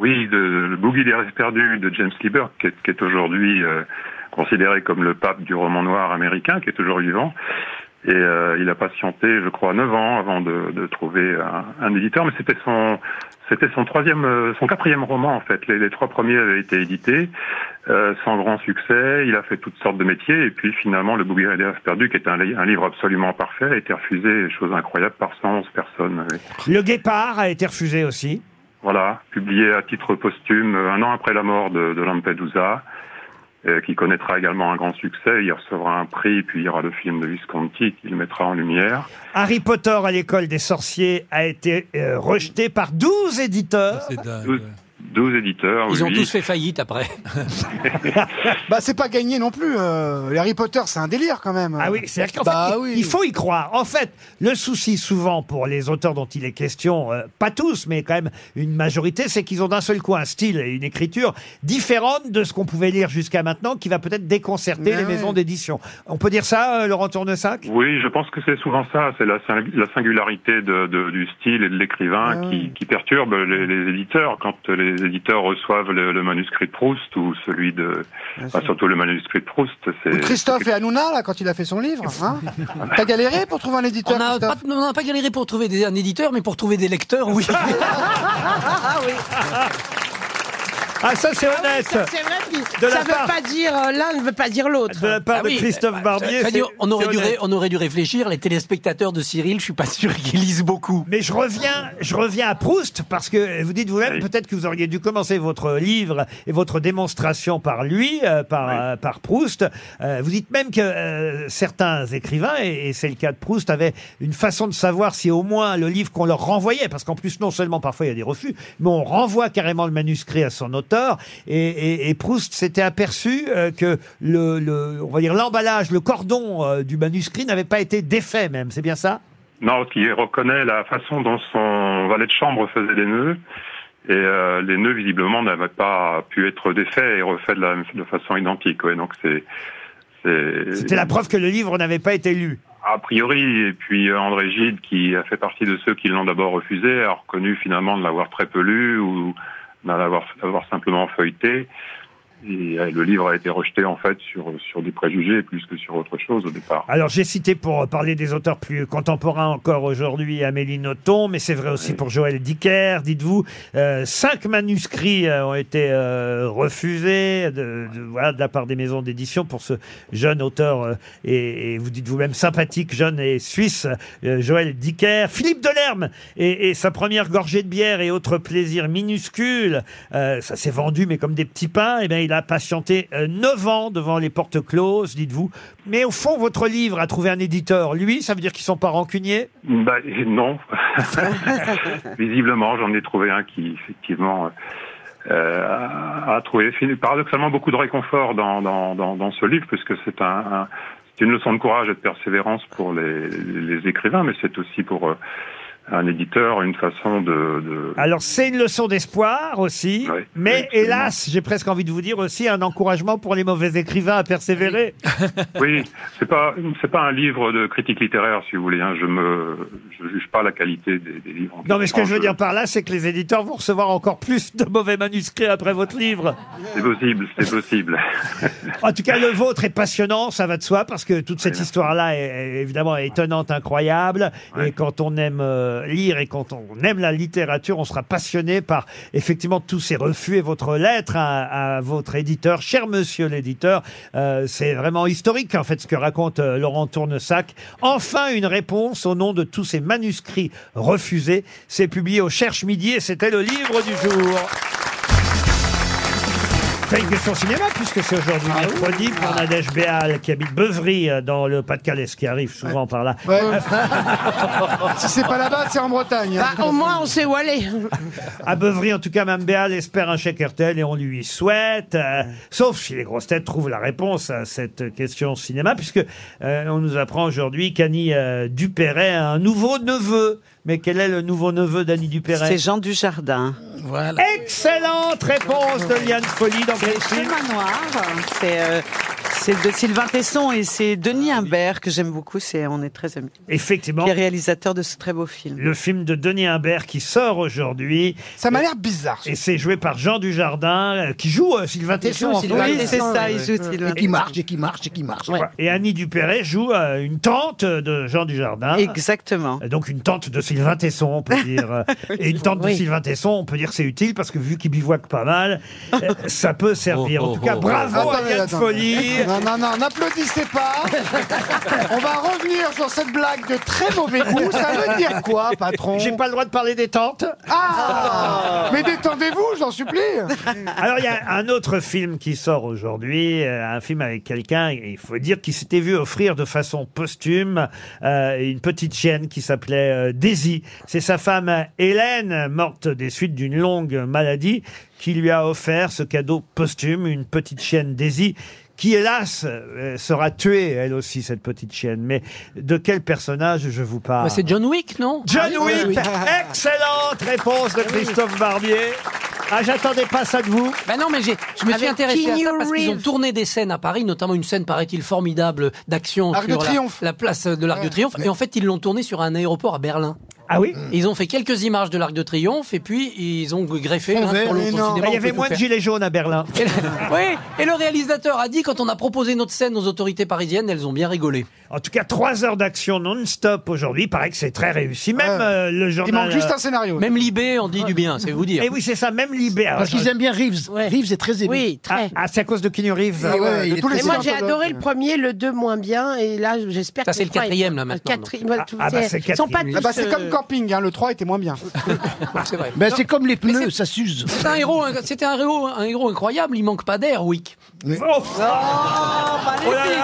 [SPEAKER 15] Oui, de, le Boogie des rêves perdus de James Liebert, qui est, qui est aujourd'hui euh, considéré comme le pape du roman noir américain, qui est toujours vivant. Et euh, il a patienté, je crois, neuf ans avant de, de trouver un, un éditeur. Mais c'était son, c'était son troisième, euh, son quatrième roman en fait. Les, les trois premiers avaient été édités euh, sans grand succès. Il a fait toutes sortes de métiers et puis finalement, le Bouguer des rêves perdus, qui est un, li- un livre absolument parfait, a été refusé, chose incroyable, par 111 personnes. oui.
[SPEAKER 2] Le guépard a été refusé aussi.
[SPEAKER 15] Voilà, publié à titre posthume euh, un an après la mort de, de Lampedusa, euh, qui connaîtra également un grand succès. Il recevra un prix, puis il y aura le film de Visconti qui le mettra en lumière.
[SPEAKER 2] Harry Potter à l'école des sorciers a été euh, rejeté par 12 éditeurs.
[SPEAKER 15] 12, 12 éditeurs,
[SPEAKER 5] Ils ont
[SPEAKER 15] oui.
[SPEAKER 5] tous fait faillite après.
[SPEAKER 4] Bah, c'est pas gagné non plus. euh, les Harry Potter, c'est un délire quand même.
[SPEAKER 2] Ah oui, c'est-à-dire qu'en
[SPEAKER 4] Bah
[SPEAKER 2] fait, il-
[SPEAKER 4] oui.
[SPEAKER 2] il faut y croire. En fait, le souci souvent pour les auteurs dont il est question, euh, pas tous, mais quand même une majorité, c'est qu'ils ont d'un seul coup un style et une écriture différente de ce qu'on pouvait lire jusqu'à maintenant, qui va peut-être déconcerter
[SPEAKER 15] Mais
[SPEAKER 2] les
[SPEAKER 15] oui.
[SPEAKER 2] maisons d'édition. On peut dire ça, euh, Laurent Tournesac
[SPEAKER 15] Oui, je pense que c'est souvent ça, c'est la, sing- la singularité de- de- du style et de l'écrivain qui, qui perturbe les, les éditeurs. Quand les éditeurs reçoivent le, le manuscrit de Proust ou celui de... enfin, surtout le manuscrit de Proust, c'est...
[SPEAKER 4] Christophe et Hanouna, là, quand il a fait son livre, hein T'as galéré pour trouver un éditeur
[SPEAKER 5] On n'a pas, on n'a pas galéré pour trouver des, un éditeur, mais pour trouver des lecteurs, oui.
[SPEAKER 6] ah oui.
[SPEAKER 2] Ah, ça, c'est
[SPEAKER 6] Ah oui,
[SPEAKER 2] honnête
[SPEAKER 6] ça, c'est vrai, puis
[SPEAKER 2] De
[SPEAKER 6] ça
[SPEAKER 2] la
[SPEAKER 6] veut
[SPEAKER 2] part-
[SPEAKER 6] pas dire euh, l'un ne veut pas dire l'autre.
[SPEAKER 2] De la part
[SPEAKER 6] Ah
[SPEAKER 2] de
[SPEAKER 6] oui.
[SPEAKER 2] Christophe
[SPEAKER 4] Bah,
[SPEAKER 2] Barbier.
[SPEAKER 5] Bah, Ça dit,
[SPEAKER 2] c'est-
[SPEAKER 5] on, aurait
[SPEAKER 2] c'est
[SPEAKER 5] dû,
[SPEAKER 2] honnête.
[SPEAKER 5] ré- on aurait dû réfléchir, les téléspectateurs de Cyril, je suis pas sûr qu'ils lisent beaucoup.
[SPEAKER 2] Mais je reviens, je reviens à Proust parce que vous dites vous-même peut-être que vous auriez dû commencer votre livre et votre démonstration par lui, euh, par, euh, par Proust. Euh, vous dites même que euh, certains écrivains, et, et c'est le cas de Proust, avaient une façon de savoir si au moins le livre qu'on leur renvoyait, parce qu'en plus non seulement parfois il y a des refus, mais on renvoie carrément le manuscrit à son auteur. Et, et- et Proust s'était aperçu euh, que le, le- on va dire l'emballage, le cordon euh, du manuscrit n'avait pas été défait même. C'est bien ça?
[SPEAKER 15] Non, qui reconnaît la façon dont son valet de chambre faisait les nœuds. Et euh, les nœuds, visiblement, n'avaient pas pu être défaits et refaits de la même- de façon identique. Ouais, donc c'est. c'est-
[SPEAKER 2] C'était la preuve que le livre n'avait pas été lu.
[SPEAKER 15] A priori, et puis euh, André Gide, qui a fait partie de ceux qui l'ont d'abord refusé, a reconnu finalement de l'avoir très peu lu ou d'en avoir, d'avoir simplement feuilleté. Et euh, le livre a été rejeté en fait sur, sur des préjugés plus que sur autre chose au départ.
[SPEAKER 2] Alors j'ai cité pour parler des auteurs plus contemporains encore aujourd'hui Amélie Nothomb, mais c'est vrai aussi pour Joël Dicker. Dites-vous, euh, cinq manuscrits euh, ont été euh, refusés de, de- voilà, de la part des maisons d'édition pour ce jeune auteur euh, et, et vous dites vous-même sympathique, jeune et suisse, euh, Joël Dicker. Philippe Delerme et, et sa première gorgée de bière et autres plaisirs minuscules, euh, ça s'est vendu mais comme des petits pains. Et bien il a patienté euh, neuf ans devant les portes closes, dites-vous. Mais au fond, votre livre a trouvé un éditeur. Lui, ça veut dire qu'ils sont pas rancuniers.
[SPEAKER 15] Bah, euh, non. Visiblement, j'en ai trouvé un qui, effectivement, euh, a a trouvé fini- paradoxalement beaucoup de réconfort dans, dans, dans, dans ce livre, puisque c'est un, un- c'est une leçon de courage et de persévérance pour les, les écrivains, mais c'est aussi pour euh, un éditeur une façon de. de...
[SPEAKER 2] Alors c'est une leçon d'espoir aussi, mais hélas, j'ai presque envie de vous dire aussi un encouragement pour les mauvais écrivains à persévérer.
[SPEAKER 15] Oui, c'est pas c'est pas un livre de critique littéraire, si vous voulez. Hein. Je me je juge pas la qualité des, des livres. en
[SPEAKER 2] Non mais ce que je veux
[SPEAKER 15] question.
[SPEAKER 2] dire par là, c'est que les éditeurs vont recevoir encore plus de mauvais manuscrits après votre livre.
[SPEAKER 15] C'est possible, c'est possible.
[SPEAKER 2] En tout cas, le vôtre est passionnant, ça va de soi, parce que toute cette histoire-là est, est évidemment étonnante, incroyable. Et quand on aime euh, euh, lire et quand on aime la littérature, on sera passionné par effectivement tous ces refus et votre lettre à, à votre éditeur, cher monsieur l'éditeur. euh, c'est vraiment historique en fait ce que raconte euh, Laurent Tournesac. Enfin une réponse au nom de tous ces manuscrits refusés. C'est publié au Cherche Midi et c'était le livre du jour. C'est une question cinéma, puisque c'est aujourd'hui mercredi pour Nadège Béal, qui habite Beuvry, euh, dans le Pas-de-Calais, ce qui arrive souvent par là.
[SPEAKER 4] si c'est pas là-bas, c'est en Bretagne. hein.
[SPEAKER 6] Bah, au moins, on sait où aller.
[SPEAKER 2] À Beuvry, en tout cas, Mme Béal espère un chèque RTL et on lui souhaite. euh, sauf si les grosses têtes trouvent la réponse à cette question cinéma, puisque euh, on nous apprend aujourd'hui qu'Annie euh, Dupéret a un nouveau neveu. Mais quel est le nouveau neveu d'Annie Dupéret
[SPEAKER 9] C'est Jean Dujardin.
[SPEAKER 8] Voilà.
[SPEAKER 2] Excellente réponse de Liane Folly dans quel film
[SPEAKER 9] manoir. C'est euh, c'est de Sylvain Tesson et c'est Denis Imbert que j'aime beaucoup. C'est on est très amis.
[SPEAKER 2] Effectivement.
[SPEAKER 9] Qui est réalisateur de ce très beau film.
[SPEAKER 2] Le film de Denis Imbert qui sort aujourd'hui.
[SPEAKER 4] Ça m'a l'air bizarre.
[SPEAKER 2] Et c'est joué par Jean Dujardin, euh, qui joue euh,
[SPEAKER 8] Ah,
[SPEAKER 2] Sylvain Tesson. en fait.
[SPEAKER 9] Oui, c'est ça, il joue Sylvain.
[SPEAKER 8] Et qui marche, et qui marche, et qui marche.
[SPEAKER 2] Et Annie Dupéret joue euh, une tante de Jean Dujardin. Euh,
[SPEAKER 9] Exactement.
[SPEAKER 2] Donc une tante de Sylvain Tesson, on peut dire. Et une tante de
[SPEAKER 9] Oui.
[SPEAKER 2] Sylvain Tesson, on peut dire que c'est utile parce que vu qu'il bivouac pas mal, euh, ça peut
[SPEAKER 9] Oh,
[SPEAKER 2] servir. en tout cas,
[SPEAKER 9] Ah,
[SPEAKER 2] bravo à
[SPEAKER 4] Attendez,
[SPEAKER 2] Yann
[SPEAKER 4] attendez.
[SPEAKER 2] Folie.
[SPEAKER 4] Non, non, non, n'applaudissez pas. On va revenir sur cette blague de très mauvais goût. Ça veut dire quoi, patron
[SPEAKER 2] J'ai pas le droit de parler des tantes.
[SPEAKER 4] Ah Mais détendez-vous, j'en supplie.
[SPEAKER 2] Alors, il y a un autre film qui sort aujourd'hui, euh, un film avec quelqu'un, et il faut dire qu'il s'était vu offrir de façon posthume euh, une petite chienne qui s'appelait euh, Daisy. C'est sa femme Hélène, morte des suites d'une longue maladie, qui lui a offert ce cadeau posthume, une petite chienne Daisy, qui hélas euh, sera tuée, elle aussi, cette petite chienne. Mais de quel personnage je vous parle
[SPEAKER 5] Bah, C'est John Wick, non
[SPEAKER 2] John
[SPEAKER 5] Ah oui,
[SPEAKER 2] Wick
[SPEAKER 5] oui, oui.
[SPEAKER 2] Excellente réponse de Christophe Barbier. Ah, j'attendais pas ça de vous.
[SPEAKER 5] Bah non, mais j'ai- je me suis
[SPEAKER 6] Avec
[SPEAKER 5] intéressé à ça
[SPEAKER 6] Keanu
[SPEAKER 5] parce qu'ils ont
[SPEAKER 6] Reeves.
[SPEAKER 5] tourné des scènes à Paris, notamment une scène, paraît-il, formidable d'action
[SPEAKER 4] Arc de
[SPEAKER 5] sur la,
[SPEAKER 4] Triomphe.
[SPEAKER 5] la place de l'Arc de Triomphe. Et en fait, ils l'ont tourné sur un aéroport à Berlin. Mmh.
[SPEAKER 2] Ah oui
[SPEAKER 5] Ils ont fait quelques images de l'Arc de Triomphe et puis ils ont greffé l'un
[SPEAKER 4] Fondé,
[SPEAKER 5] sur l'autre.
[SPEAKER 4] mais
[SPEAKER 5] au
[SPEAKER 4] Eh non.
[SPEAKER 5] cinéma,
[SPEAKER 2] Ah,
[SPEAKER 5] on
[SPEAKER 2] Il y
[SPEAKER 5] peut
[SPEAKER 2] avait
[SPEAKER 5] tout
[SPEAKER 2] moins de
[SPEAKER 5] faire.
[SPEAKER 2] gilets jaunes à Berlin.
[SPEAKER 5] Et le- oui, et le réalisateur a dit quand on a proposé notre scène aux autorités parisiennes, elles ont bien rigolé.
[SPEAKER 2] En tout cas, trois heures d'action non-stop aujourd'hui. Il paraît que c'est très réussi. Même
[SPEAKER 4] Ouais.
[SPEAKER 2] euh, le
[SPEAKER 4] Il
[SPEAKER 2] journal.
[SPEAKER 4] manque juste
[SPEAKER 2] euh,
[SPEAKER 4] un scénario.
[SPEAKER 5] Même Libé en dit du bien, c'est vous dire.
[SPEAKER 2] Eh oui, c'est ça, même Libé. Alors,
[SPEAKER 8] Parce
[SPEAKER 2] je-
[SPEAKER 8] qu'ils aiment bien Reeves. Reeves est très aimé.
[SPEAKER 6] Oui,
[SPEAKER 2] Ah,
[SPEAKER 6] très.
[SPEAKER 2] ah, c'est à cause de Keanu Reeves.
[SPEAKER 8] Ah ouais, il
[SPEAKER 4] de
[SPEAKER 8] est
[SPEAKER 4] tous les
[SPEAKER 6] Mais moi, j'ai
[SPEAKER 4] cinématographes.
[SPEAKER 6] adoré le premier, le deux moins bien, et là, j'espère que
[SPEAKER 5] Ça, c'est le
[SPEAKER 6] trois est-
[SPEAKER 5] quatrième, là,
[SPEAKER 6] le
[SPEAKER 5] maintenant,
[SPEAKER 6] quatrième, ouais,
[SPEAKER 2] Ah,
[SPEAKER 6] tout-
[SPEAKER 2] ah, bah,
[SPEAKER 6] c'est-
[SPEAKER 2] c'est le
[SPEAKER 6] ils sont pas
[SPEAKER 2] quatrième.
[SPEAKER 6] tous,
[SPEAKER 4] Ah bah, c'est
[SPEAKER 6] euh,
[SPEAKER 4] comme camping, hein, le 3 était moins bien.
[SPEAKER 5] c'est vrai.
[SPEAKER 8] Ben, c'est comme les
[SPEAKER 5] c'est-
[SPEAKER 8] pneus, ça s'use.
[SPEAKER 5] C'est un héros, inc- c'était un héros, hein, un héros incroyable. Il manque pas d'air, Wick.
[SPEAKER 2] Oh, oh là là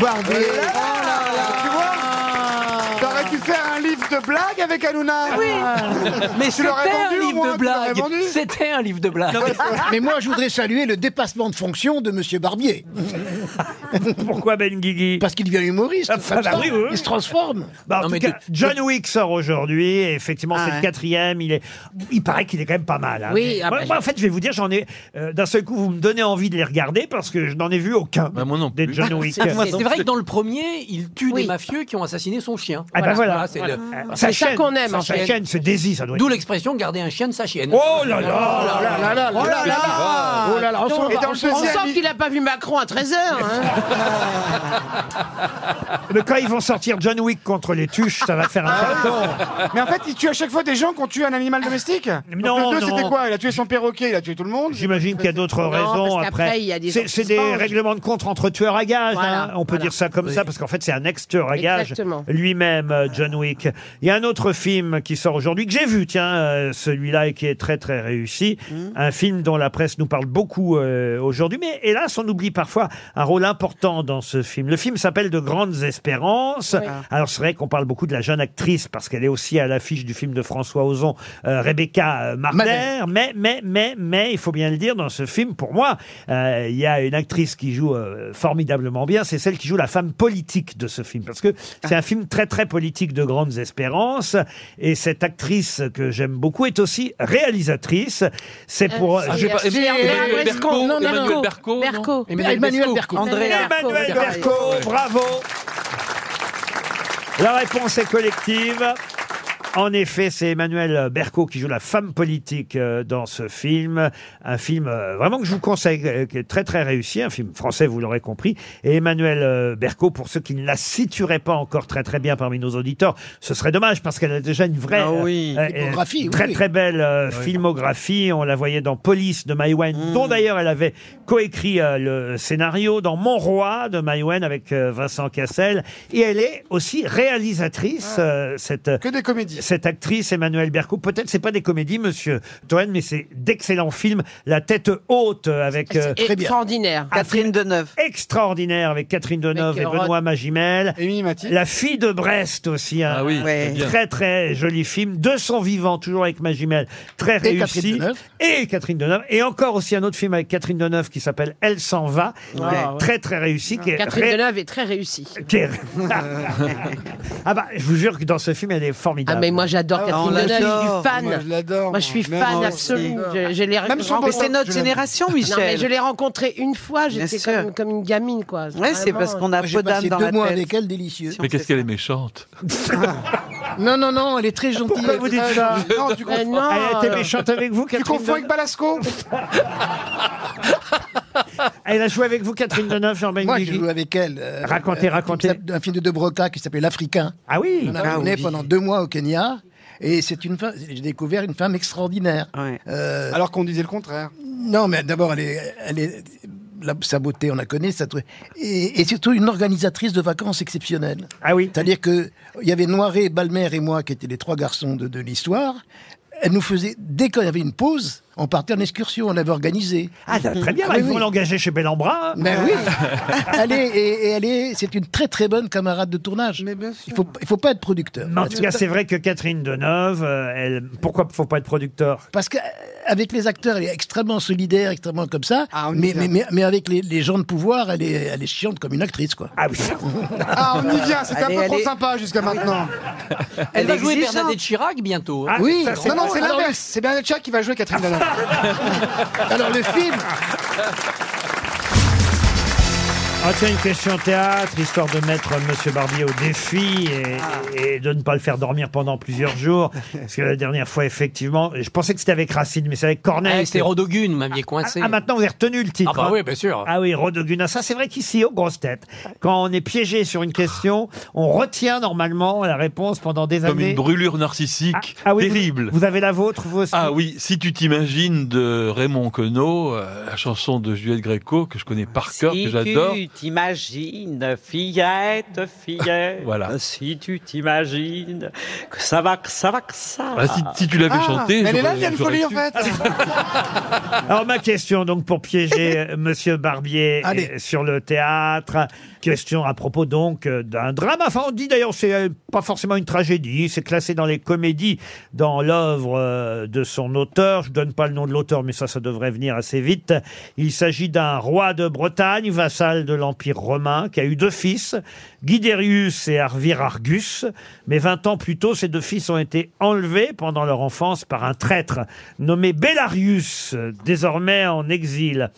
[SPEAKER 4] Barbier. Tu Ah, vois T'aurais dû faire un livre de blagues avec Hanouna. Ah.
[SPEAKER 5] Oui. Mais
[SPEAKER 4] Tu
[SPEAKER 5] c'était
[SPEAKER 4] l'aurais
[SPEAKER 5] un
[SPEAKER 4] vendu, au
[SPEAKER 5] livre
[SPEAKER 4] moins,
[SPEAKER 5] de
[SPEAKER 4] tu l'aurais
[SPEAKER 5] blagues.
[SPEAKER 4] vendu.
[SPEAKER 5] C'était un livre de blagues.
[SPEAKER 8] Mais moi, je voudrais saluer le dépassement de fonction de Monsieur Barbier.
[SPEAKER 2] Pourquoi Ben Guigui
[SPEAKER 8] Parce qu'il devient humoriste.
[SPEAKER 2] Ah, bah,
[SPEAKER 8] comme ça,
[SPEAKER 2] oui, oui.
[SPEAKER 8] Il se transforme.
[SPEAKER 2] Bah, en
[SPEAKER 5] Non,
[SPEAKER 2] tout
[SPEAKER 5] mais
[SPEAKER 2] cas,
[SPEAKER 5] de-
[SPEAKER 2] John Wick sort aujourd'hui. et Effectivement,
[SPEAKER 9] Ah
[SPEAKER 2] c'est le
[SPEAKER 9] ouais.
[SPEAKER 2] quatrième. Il est, il paraît qu'il est quand même pas mal. hein.
[SPEAKER 6] Oui, ah
[SPEAKER 2] moi,
[SPEAKER 6] bah,
[SPEAKER 2] moi, en fait, je vais vous dire, j'en ai. euh, D'un seul coup, vous me donnez envie de les regarder parce que je n'en ai vu aucun.
[SPEAKER 7] Bah, moi non
[SPEAKER 2] Des
[SPEAKER 7] plus.
[SPEAKER 2] John Wick.
[SPEAKER 5] C'est c'est vrai que dans le premier, il tue
[SPEAKER 6] Oui.
[SPEAKER 5] des mafieux qui ont assassiné son chien.
[SPEAKER 2] Ah bah voilà.
[SPEAKER 5] c'est le-
[SPEAKER 2] Euh,
[SPEAKER 6] C'est ça
[SPEAKER 2] chaîne-
[SPEAKER 6] qu'on aime,
[SPEAKER 2] sa
[SPEAKER 6] en fait.
[SPEAKER 2] chaîne, ce désir, ça doit être.
[SPEAKER 5] D'où l'expression garder un chien de sa chienne.
[SPEAKER 2] Oh là là
[SPEAKER 8] Oh là là,
[SPEAKER 4] Oh là
[SPEAKER 5] Ah,
[SPEAKER 4] là
[SPEAKER 8] Oh là là, on s'en
[SPEAKER 4] Et
[SPEAKER 8] va,
[SPEAKER 4] dans
[SPEAKER 8] on
[SPEAKER 4] le
[SPEAKER 8] s'en va.
[SPEAKER 6] On
[SPEAKER 4] deuxième,
[SPEAKER 6] sent qu'il n'a pas vu Macron à 13h. Hein.
[SPEAKER 2] Mais quand ils vont sortir John Wick contre les tuches, ça va faire un
[SPEAKER 6] Ah.
[SPEAKER 2] carton.
[SPEAKER 4] Mais en fait, il tue à chaque fois des gens qui ont tué un animal domestique.
[SPEAKER 2] non,
[SPEAKER 4] Donc, le 2,
[SPEAKER 2] non.
[SPEAKER 4] c'était quoi Il a tué son perroquet, il a tué tout le monde.
[SPEAKER 2] J'imagine qu'il y a d'autres
[SPEAKER 6] Non,
[SPEAKER 2] raisons
[SPEAKER 6] parce qu'après, il y a des gens
[SPEAKER 2] C'est
[SPEAKER 6] qui
[SPEAKER 2] c'est
[SPEAKER 6] se
[SPEAKER 2] des
[SPEAKER 6] vengent.
[SPEAKER 2] règlements de compte entre tueurs à gages.
[SPEAKER 6] Voilà,
[SPEAKER 2] hein. On peut
[SPEAKER 6] voilà.
[SPEAKER 2] dire ça comme ça parce qu'en fait c'est un ex tueur à gages
[SPEAKER 6] Exactement.
[SPEAKER 2] lui-même, euh, John Wick. Il y a un autre film qui sort aujourd'hui que j'ai vu, tiens, euh, celui-là et qui est très très réussi. Un film dont la presse nous parle beaucoup euh, aujourd'hui, mais hélas on oublie parfois un rôle important dans ce film. Le film s'appelle De grandes espérances. Alors c'est vrai qu'on parle beaucoup de la jeune actrice parce qu'elle est aussi à l'affiche du film de François Ozon, euh, Rebecca euh, Marder. Mais, mais, mais, mais, il faut bien le dire, dans ce film, pour moi, euh, il y a une actrice qui joue euh, formidablement bien, c'est celle qui joue la femme politique de ce film. Parce que
[SPEAKER 7] Ah.
[SPEAKER 2] c'est un film très, très politique de grandes espérances. Et cette actrice que j'aime beaucoup est aussi réalisatrice. C'est pour...
[SPEAKER 6] Euh,
[SPEAKER 2] je-
[SPEAKER 6] c'est-
[SPEAKER 7] pas-
[SPEAKER 6] c'est
[SPEAKER 7] Emmanuel
[SPEAKER 6] Emmanuel
[SPEAKER 7] Berco,
[SPEAKER 6] Berco,
[SPEAKER 7] non, Emmanuel
[SPEAKER 6] Berco,
[SPEAKER 7] Berco, non
[SPEAKER 6] Berco.
[SPEAKER 5] Emmanuel
[SPEAKER 8] Emmanuel
[SPEAKER 5] Berco.
[SPEAKER 8] Berco.
[SPEAKER 6] André Berco.
[SPEAKER 2] Emmanuel Berco, bravo La réponse est collective. En effet, c'est Emmanuel Berco qui joue la femme politique euh, dans ce film. Un film euh, vraiment que je vous conseille, euh, qui est très très réussi, un film français, vous l'aurez compris. Et Emmanuel euh, Berco, pour ceux qui ne la situeraient pas encore très très bien parmi nos auditeurs, ce serait dommage parce qu'elle a déjà une vraie euh,
[SPEAKER 9] Ah oui. Filmographie, oui,
[SPEAKER 2] très
[SPEAKER 9] oui.
[SPEAKER 2] très belle euh,
[SPEAKER 9] Oui.
[SPEAKER 2] filmographie. On la voyait dans Police de Maïwen, dont d'ailleurs elle avait coécrit euh, le scénario, dans Mon Roi de Maïwen avec euh, Vincent Cassel. Et elle est aussi réalisatrice, euh, cette, que des comédies. cette actrice Emmanuelle Berco. Peut-être c'est pas des comédies, monsieur Toen, mais c'est d'excellents films. La tête haute euh, avec... euh,
[SPEAKER 6] Ah, Extraordinaire.
[SPEAKER 2] Catherine Deneuve. Extraordinaire avec Catherine Deneuve et
[SPEAKER 6] Avec, euh,
[SPEAKER 2] Benoît Magimel. La fille de Brest aussi. Un,
[SPEAKER 6] Ah
[SPEAKER 7] oui,
[SPEAKER 2] un
[SPEAKER 7] c'est bien.
[SPEAKER 2] très très joli film. De son vivant, toujours avec Magimel. Très
[SPEAKER 8] Et
[SPEAKER 2] réussi.
[SPEAKER 8] Catherine Deneuve.
[SPEAKER 2] Et Catherine Deneuve. Et encore aussi un autre film avec Catherine Deneuve qui s'appelle Elle s'en va.
[SPEAKER 6] Ah, Ouais.
[SPEAKER 2] qui est Très très réussi. qui est
[SPEAKER 6] Catherine
[SPEAKER 2] ré-
[SPEAKER 6] Deneuve est très réussie.
[SPEAKER 2] qui est- ah bah, je vous jure que dans ce film, elle est formidable.
[SPEAKER 6] Ah, mais moi, j'adore Ah, Catherine on Deneuve, l'adore. je suis fan. Moi, je
[SPEAKER 2] l'adore.
[SPEAKER 6] Moi, je suis fan absolu. Je, je l'ai
[SPEAKER 9] Même son
[SPEAKER 6] rencontré-
[SPEAKER 9] beau-père, C'est notre je l'aime. génération, Michel.
[SPEAKER 6] Non, mais je l'ai rencontré une fois,
[SPEAKER 9] Bien
[SPEAKER 6] j'étais
[SPEAKER 9] sûr.
[SPEAKER 6] comme, comme une gamine, quoi.
[SPEAKER 9] Ouais, c'est parce qu'on a
[SPEAKER 6] Vraiment.
[SPEAKER 9] peu d'âme dans la tête. Ah.
[SPEAKER 8] elle, délicieux.
[SPEAKER 7] Mais qu'est-ce qu'elle est méchante.
[SPEAKER 8] Non, non, non, elle est très gentille.
[SPEAKER 2] Pourquoi vous dites ça
[SPEAKER 8] Non, tu
[SPEAKER 6] Mais
[SPEAKER 8] confonds.
[SPEAKER 6] non.
[SPEAKER 2] Elle a été méchante avec vous,
[SPEAKER 4] Tu
[SPEAKER 2] Catherine
[SPEAKER 4] confonds
[SPEAKER 2] Deneuve
[SPEAKER 4] avec Balasco
[SPEAKER 2] Elle a joué avec vous, Catherine Deneuve, jean
[SPEAKER 8] Moi, j'ai
[SPEAKER 2] Benguigui
[SPEAKER 8] joué avec elle. euh,
[SPEAKER 2] Racontez,
[SPEAKER 8] euh,
[SPEAKER 2] racontez.
[SPEAKER 8] un film qui s'appelle- Un film de De Broca qui s'appelait L'Africain.
[SPEAKER 2] Ah oui
[SPEAKER 8] On
[SPEAKER 2] Ah
[SPEAKER 8] a tourné
[SPEAKER 2] oui.
[SPEAKER 8] pendant deux mois au Kenya. Et c'est une femme, j'ai découvert une femme extraordinaire. Euh,
[SPEAKER 4] Alors qu'on disait le contraire.
[SPEAKER 8] Non, mais d'abord, elle est, elle est- la- sa beauté, on la connaît. Sa, tru- et, et surtout, une organisatrice de vacances exceptionnelle.
[SPEAKER 2] Ah oui.
[SPEAKER 8] C'est-à-dire que il y avait Noiret, Balmer et moi, qui étaient les trois garçons de, de l'histoire. Elle nous faisait, dès qu'il y avait une pause, on partait en excursion, on l'avait organisée.
[SPEAKER 2] Ah, très bien,
[SPEAKER 8] Ah,
[SPEAKER 2] ils
[SPEAKER 8] oui,
[SPEAKER 2] vont
[SPEAKER 8] oui.
[SPEAKER 2] l'engager chez Bellambra. hein. Ah.
[SPEAKER 8] Mais oui, elle est, et, et elle est, c'est une très très bonne camarade de tournage. Il faut, il faut pas être producteur.
[SPEAKER 2] Mais en tout cas, c'est vrai que Catherine Deneuve, euh, elle, pourquoi faut pas être producteur
[SPEAKER 8] Parce qu'avec les acteurs, elle est extrêmement solidaire, extrêmement comme ça.
[SPEAKER 4] Ah,
[SPEAKER 8] mais, mais, mais, mais avec les, les gens de pouvoir, elle est, elle est chiante comme une actrice, quoi.
[SPEAKER 2] Ah oui.
[SPEAKER 4] Ah, on y vient, c'était un
[SPEAKER 8] Allez,
[SPEAKER 4] peu trop
[SPEAKER 8] allez.
[SPEAKER 4] sympa jusqu'à
[SPEAKER 2] Ah
[SPEAKER 4] maintenant.
[SPEAKER 5] Elle, va jouer Bernadette Chirac bientôt.
[SPEAKER 2] Ah,
[SPEAKER 5] hein.
[SPEAKER 8] oui,
[SPEAKER 4] non, non, Ah, c'est l'inverse. C'est Bernard Chirac qui va jouer Catherine Deneuve.
[SPEAKER 8] Alors le film,
[SPEAKER 2] Ah tiens, une question théâtre, histoire de mettre Monsieur Barbier au défi et, et de ne pas le faire dormir pendant plusieurs jours. Parce que la dernière fois, effectivement, je pensais que c'était avec Racine, mais c'est avec Corneille.
[SPEAKER 5] Ah, C'était Rodogune, vous m'aviez coincé.
[SPEAKER 2] Ah, maintenant, vous avez retenu le titre.
[SPEAKER 5] Ah bah
[SPEAKER 2] hein.
[SPEAKER 5] oui, bien sûr.
[SPEAKER 2] Ah oui, Rodoguna. Ça, c'est vrai qu'ici, aux grosses têtes, quand on est piégé sur une question, on retient normalement la réponse pendant des
[SPEAKER 7] Comme
[SPEAKER 2] années.
[SPEAKER 7] une brûlure narcissique
[SPEAKER 2] Ah oui, vous-
[SPEAKER 7] terrible.
[SPEAKER 2] Vous, avez la vôtre, vous aussi
[SPEAKER 7] Ah oui, si tu t'imagines de Raymond Queneau, euh, la chanson de Juliette Gréco que je connais par cœur, que j'adore.
[SPEAKER 16] Si tu t'imagines, fillette, fillette,
[SPEAKER 7] Voilà.
[SPEAKER 16] si tu t'imagines que ça va, que ça va, que ça va.
[SPEAKER 7] Ah, si, si tu l'avais chanté,
[SPEAKER 4] mais elle est là,
[SPEAKER 7] j'aurais-
[SPEAKER 4] Liane
[SPEAKER 7] j'aurais
[SPEAKER 4] Folie, en
[SPEAKER 7] su.
[SPEAKER 4] fait.
[SPEAKER 2] Ah, Alors ma question donc pour piéger euh, Monsieur Barbier
[SPEAKER 8] Allez.
[SPEAKER 2] euh, sur le théâtre. Question à propos donc euh, d'un drame. Enfin on dit d'ailleurs c'est euh, pas forcément une tragédie. C'est classé dans les comédies, dans l'œuvre euh, de son auteur. Je donne pas le nom de l'auteur, mais ça ça devrait venir assez vite. Il s'agit d'un roi de Bretagne, vassal de l'Empire romain, qui a eu deux fils, Guiderius et Arvirargus. Mais 20 ans plus tôt, ces deux fils ont été enlevés pendant leur enfance par un traître nommé Bellarius, euh, désormais en exil.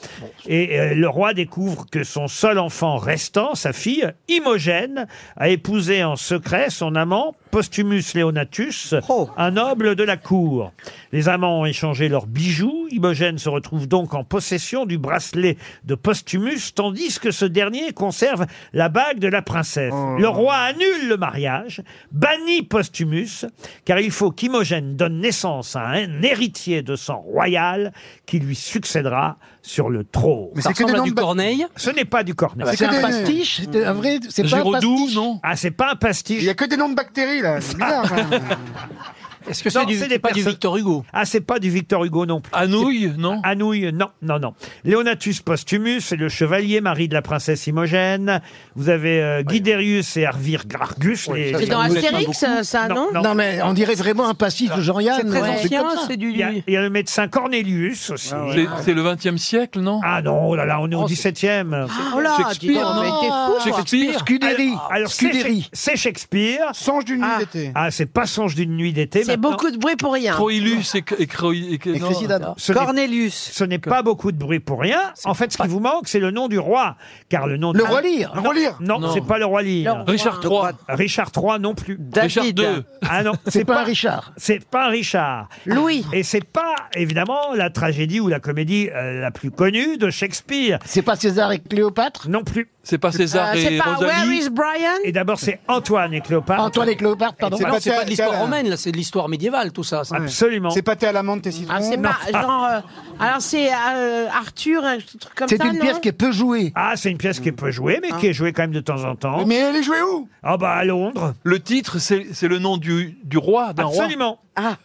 [SPEAKER 2] Et euh, le roi découvre que son seul enfant restant, sa fille, Imogène, a épousé en secret son amant, Postumus Leonatus, un noble de la cour. Les amants ont échangé leurs bijoux. Imogène se retrouve donc en possession du bracelet de Postumus, tandis que ce dernier conserve la bague de la princesse. Le roi annule le mariage, bannit Postumus, car il faut qu'Imogène donne naissance à un héritier de sang royal qui lui succédera sur le trône.
[SPEAKER 5] Ça ressemble à du Corneille.
[SPEAKER 2] Ce n'est pas du Corneille.
[SPEAKER 8] c'est un pastiche, c'est un vrai, c'est pas un pastiche.
[SPEAKER 7] non
[SPEAKER 2] Ah, c'est pas un pastiche.
[SPEAKER 4] Il y a que des noms de bactéries, là. C'est bizarre. hein. quand même.
[SPEAKER 5] Est-ce que c'est
[SPEAKER 2] Non,
[SPEAKER 5] du,
[SPEAKER 2] c'est
[SPEAKER 5] c'est
[SPEAKER 2] des
[SPEAKER 5] pas du
[SPEAKER 2] perso-
[SPEAKER 5] Victor Hugo
[SPEAKER 2] Ah, c'est pas du Victor Hugo non plus.
[SPEAKER 7] Anouilh, non
[SPEAKER 2] Anouilh, non, non, non. Leonatus Postumus, c'est le chevalier mari de la princesse Imogène. Vous avez euh, Guiderius et Arvir Gargus. les-
[SPEAKER 6] C'est dans Astérix, ça, ça, non,
[SPEAKER 8] Non, mais on dirait vraiment un pastiche de Jean-Yann.
[SPEAKER 5] C'est très
[SPEAKER 8] ouais.
[SPEAKER 5] ancien,
[SPEAKER 8] comme ça.
[SPEAKER 5] c'est
[SPEAKER 2] Il y, a,
[SPEAKER 5] du...
[SPEAKER 2] il y a le médecin Cornelius aussi.
[SPEAKER 4] Ah
[SPEAKER 7] C'est c'est le 20e siècle, non
[SPEAKER 2] Ah non, oh là là, on est au 17e.
[SPEAKER 5] Ah.
[SPEAKER 6] Oh là, dis donc,
[SPEAKER 7] Shakespeare,
[SPEAKER 6] mais t'es fou, toi.
[SPEAKER 7] Shakespeare
[SPEAKER 8] Scudéry.
[SPEAKER 2] Alors, c'est
[SPEAKER 8] Scudéry.
[SPEAKER 2] Shak- c'est Shakespeare.
[SPEAKER 4] Songe d'une nuit d'été.
[SPEAKER 2] Ah, c'est pas Songe d'une nuit d'été, mais
[SPEAKER 6] C'est C'est beaucoup de bruit pour rien.
[SPEAKER 7] Troilus et, et, Croi- et- non.
[SPEAKER 2] Cornelius. Ce n'est pas beaucoup de bruit pour rien. En fait, ce qui vous manque, c'est le nom du roi. Car le nom
[SPEAKER 7] Le
[SPEAKER 2] du-
[SPEAKER 7] roi Lear. Le
[SPEAKER 2] Non,
[SPEAKER 7] roi Lear.
[SPEAKER 2] Non,
[SPEAKER 7] Non.
[SPEAKER 2] c'est pas le roi
[SPEAKER 7] Le
[SPEAKER 2] Lear.
[SPEAKER 7] roi- Richard III.
[SPEAKER 2] Richard III non plus.
[SPEAKER 7] Richard David. II.
[SPEAKER 2] Ah non,
[SPEAKER 8] C'est pas un Richard.
[SPEAKER 2] C'est pas un Richard. Louis. Et c'est pas, évidemment, la tragédie ou la comédie euh, la plus connue de Shakespeare.
[SPEAKER 8] C'est pas César et Cléopâtre
[SPEAKER 2] Non plus.
[SPEAKER 7] C'est pas César
[SPEAKER 6] Euh, c'est
[SPEAKER 7] et
[SPEAKER 6] pas Where
[SPEAKER 7] Rosalie
[SPEAKER 6] is Brian
[SPEAKER 2] Et d'abord, c'est Antoine et Cléopâtre.
[SPEAKER 8] Antoine et Cléopâtre, pardon. Ah,
[SPEAKER 5] C'est pas, c'est pas de l'histoire romaine, là, c'est de l'histoire médiévale, tout ça. ça.
[SPEAKER 2] Absolument.
[SPEAKER 4] C'est pâté à la menthe et citron.
[SPEAKER 6] Ah, c'est
[SPEAKER 4] Non.
[SPEAKER 6] pas genre. euh, alors c'est euh, Arthur, un truc comme ça. non
[SPEAKER 8] peu jouée.
[SPEAKER 2] Ah, c'est une pièce qui est peu
[SPEAKER 5] Mmh.
[SPEAKER 2] jouée, mais
[SPEAKER 6] Ah.
[SPEAKER 2] qui est jouée quand même de temps en temps.
[SPEAKER 4] Mais elle est jouée où
[SPEAKER 2] Ah bah à Londres.
[SPEAKER 7] Le titre, c'est c'est le nom du, du roi, d'un roi.
[SPEAKER 2] Absolument.
[SPEAKER 6] Ah,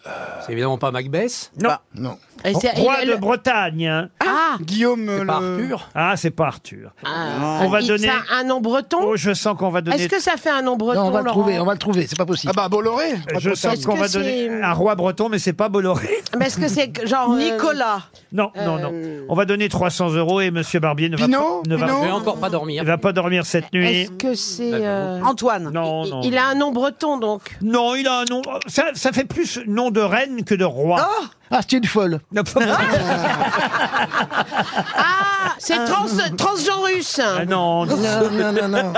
[SPEAKER 5] C'est évidemment pas Macbeth. Bah,
[SPEAKER 2] Non.
[SPEAKER 8] non.
[SPEAKER 6] Et c'est-
[SPEAKER 2] Roi
[SPEAKER 6] et
[SPEAKER 2] de
[SPEAKER 6] le-
[SPEAKER 2] Bretagne. hein.
[SPEAKER 6] ah,
[SPEAKER 4] Guillaume euh,
[SPEAKER 5] pas
[SPEAKER 4] le-
[SPEAKER 5] Arthur.
[SPEAKER 2] Ah, c'est pas Arthur.
[SPEAKER 6] ah,
[SPEAKER 2] On va
[SPEAKER 6] il-
[SPEAKER 2] donner-
[SPEAKER 6] ça a un nom breton.
[SPEAKER 2] Oh, je sens qu'on va donner.
[SPEAKER 6] Est-ce que ça fait un nom breton
[SPEAKER 8] Non, on va le
[SPEAKER 6] Laurent
[SPEAKER 8] trouver, on va le trouver, c'est pas possible.
[SPEAKER 4] Ah bah Bolloré.
[SPEAKER 2] Je sens
[SPEAKER 6] Est-ce
[SPEAKER 2] qu'on
[SPEAKER 6] que
[SPEAKER 2] va donner
[SPEAKER 6] c'est-
[SPEAKER 2] un roi breton, mais c'est pas Bolloré.
[SPEAKER 6] Ah, Mais est-ce que c'est que- genre euh,
[SPEAKER 9] Nicolas.
[SPEAKER 2] Non, non,
[SPEAKER 6] Hmm.
[SPEAKER 2] non. On va donner 300 euros et Monsieur Barbier ne va
[SPEAKER 4] Pinault
[SPEAKER 2] pas, ne va,
[SPEAKER 5] Je
[SPEAKER 4] Pinault
[SPEAKER 5] vais encore pas dormir.
[SPEAKER 2] il va pas dormir cette nuit.
[SPEAKER 6] Est-ce que c'est euh,
[SPEAKER 9] Antoine.
[SPEAKER 2] Non,
[SPEAKER 6] il-
[SPEAKER 2] non.
[SPEAKER 6] Il a un nom breton donc.
[SPEAKER 2] Bah, Non, il a un nom. Ça, ça fait plus nom de reine que de roi.
[SPEAKER 8] Ah, c'est une folle.
[SPEAKER 2] Non, pas-
[SPEAKER 6] Ah, c'est trans transgenre russe.
[SPEAKER 2] Ah non, non.
[SPEAKER 8] Non, non, non, non.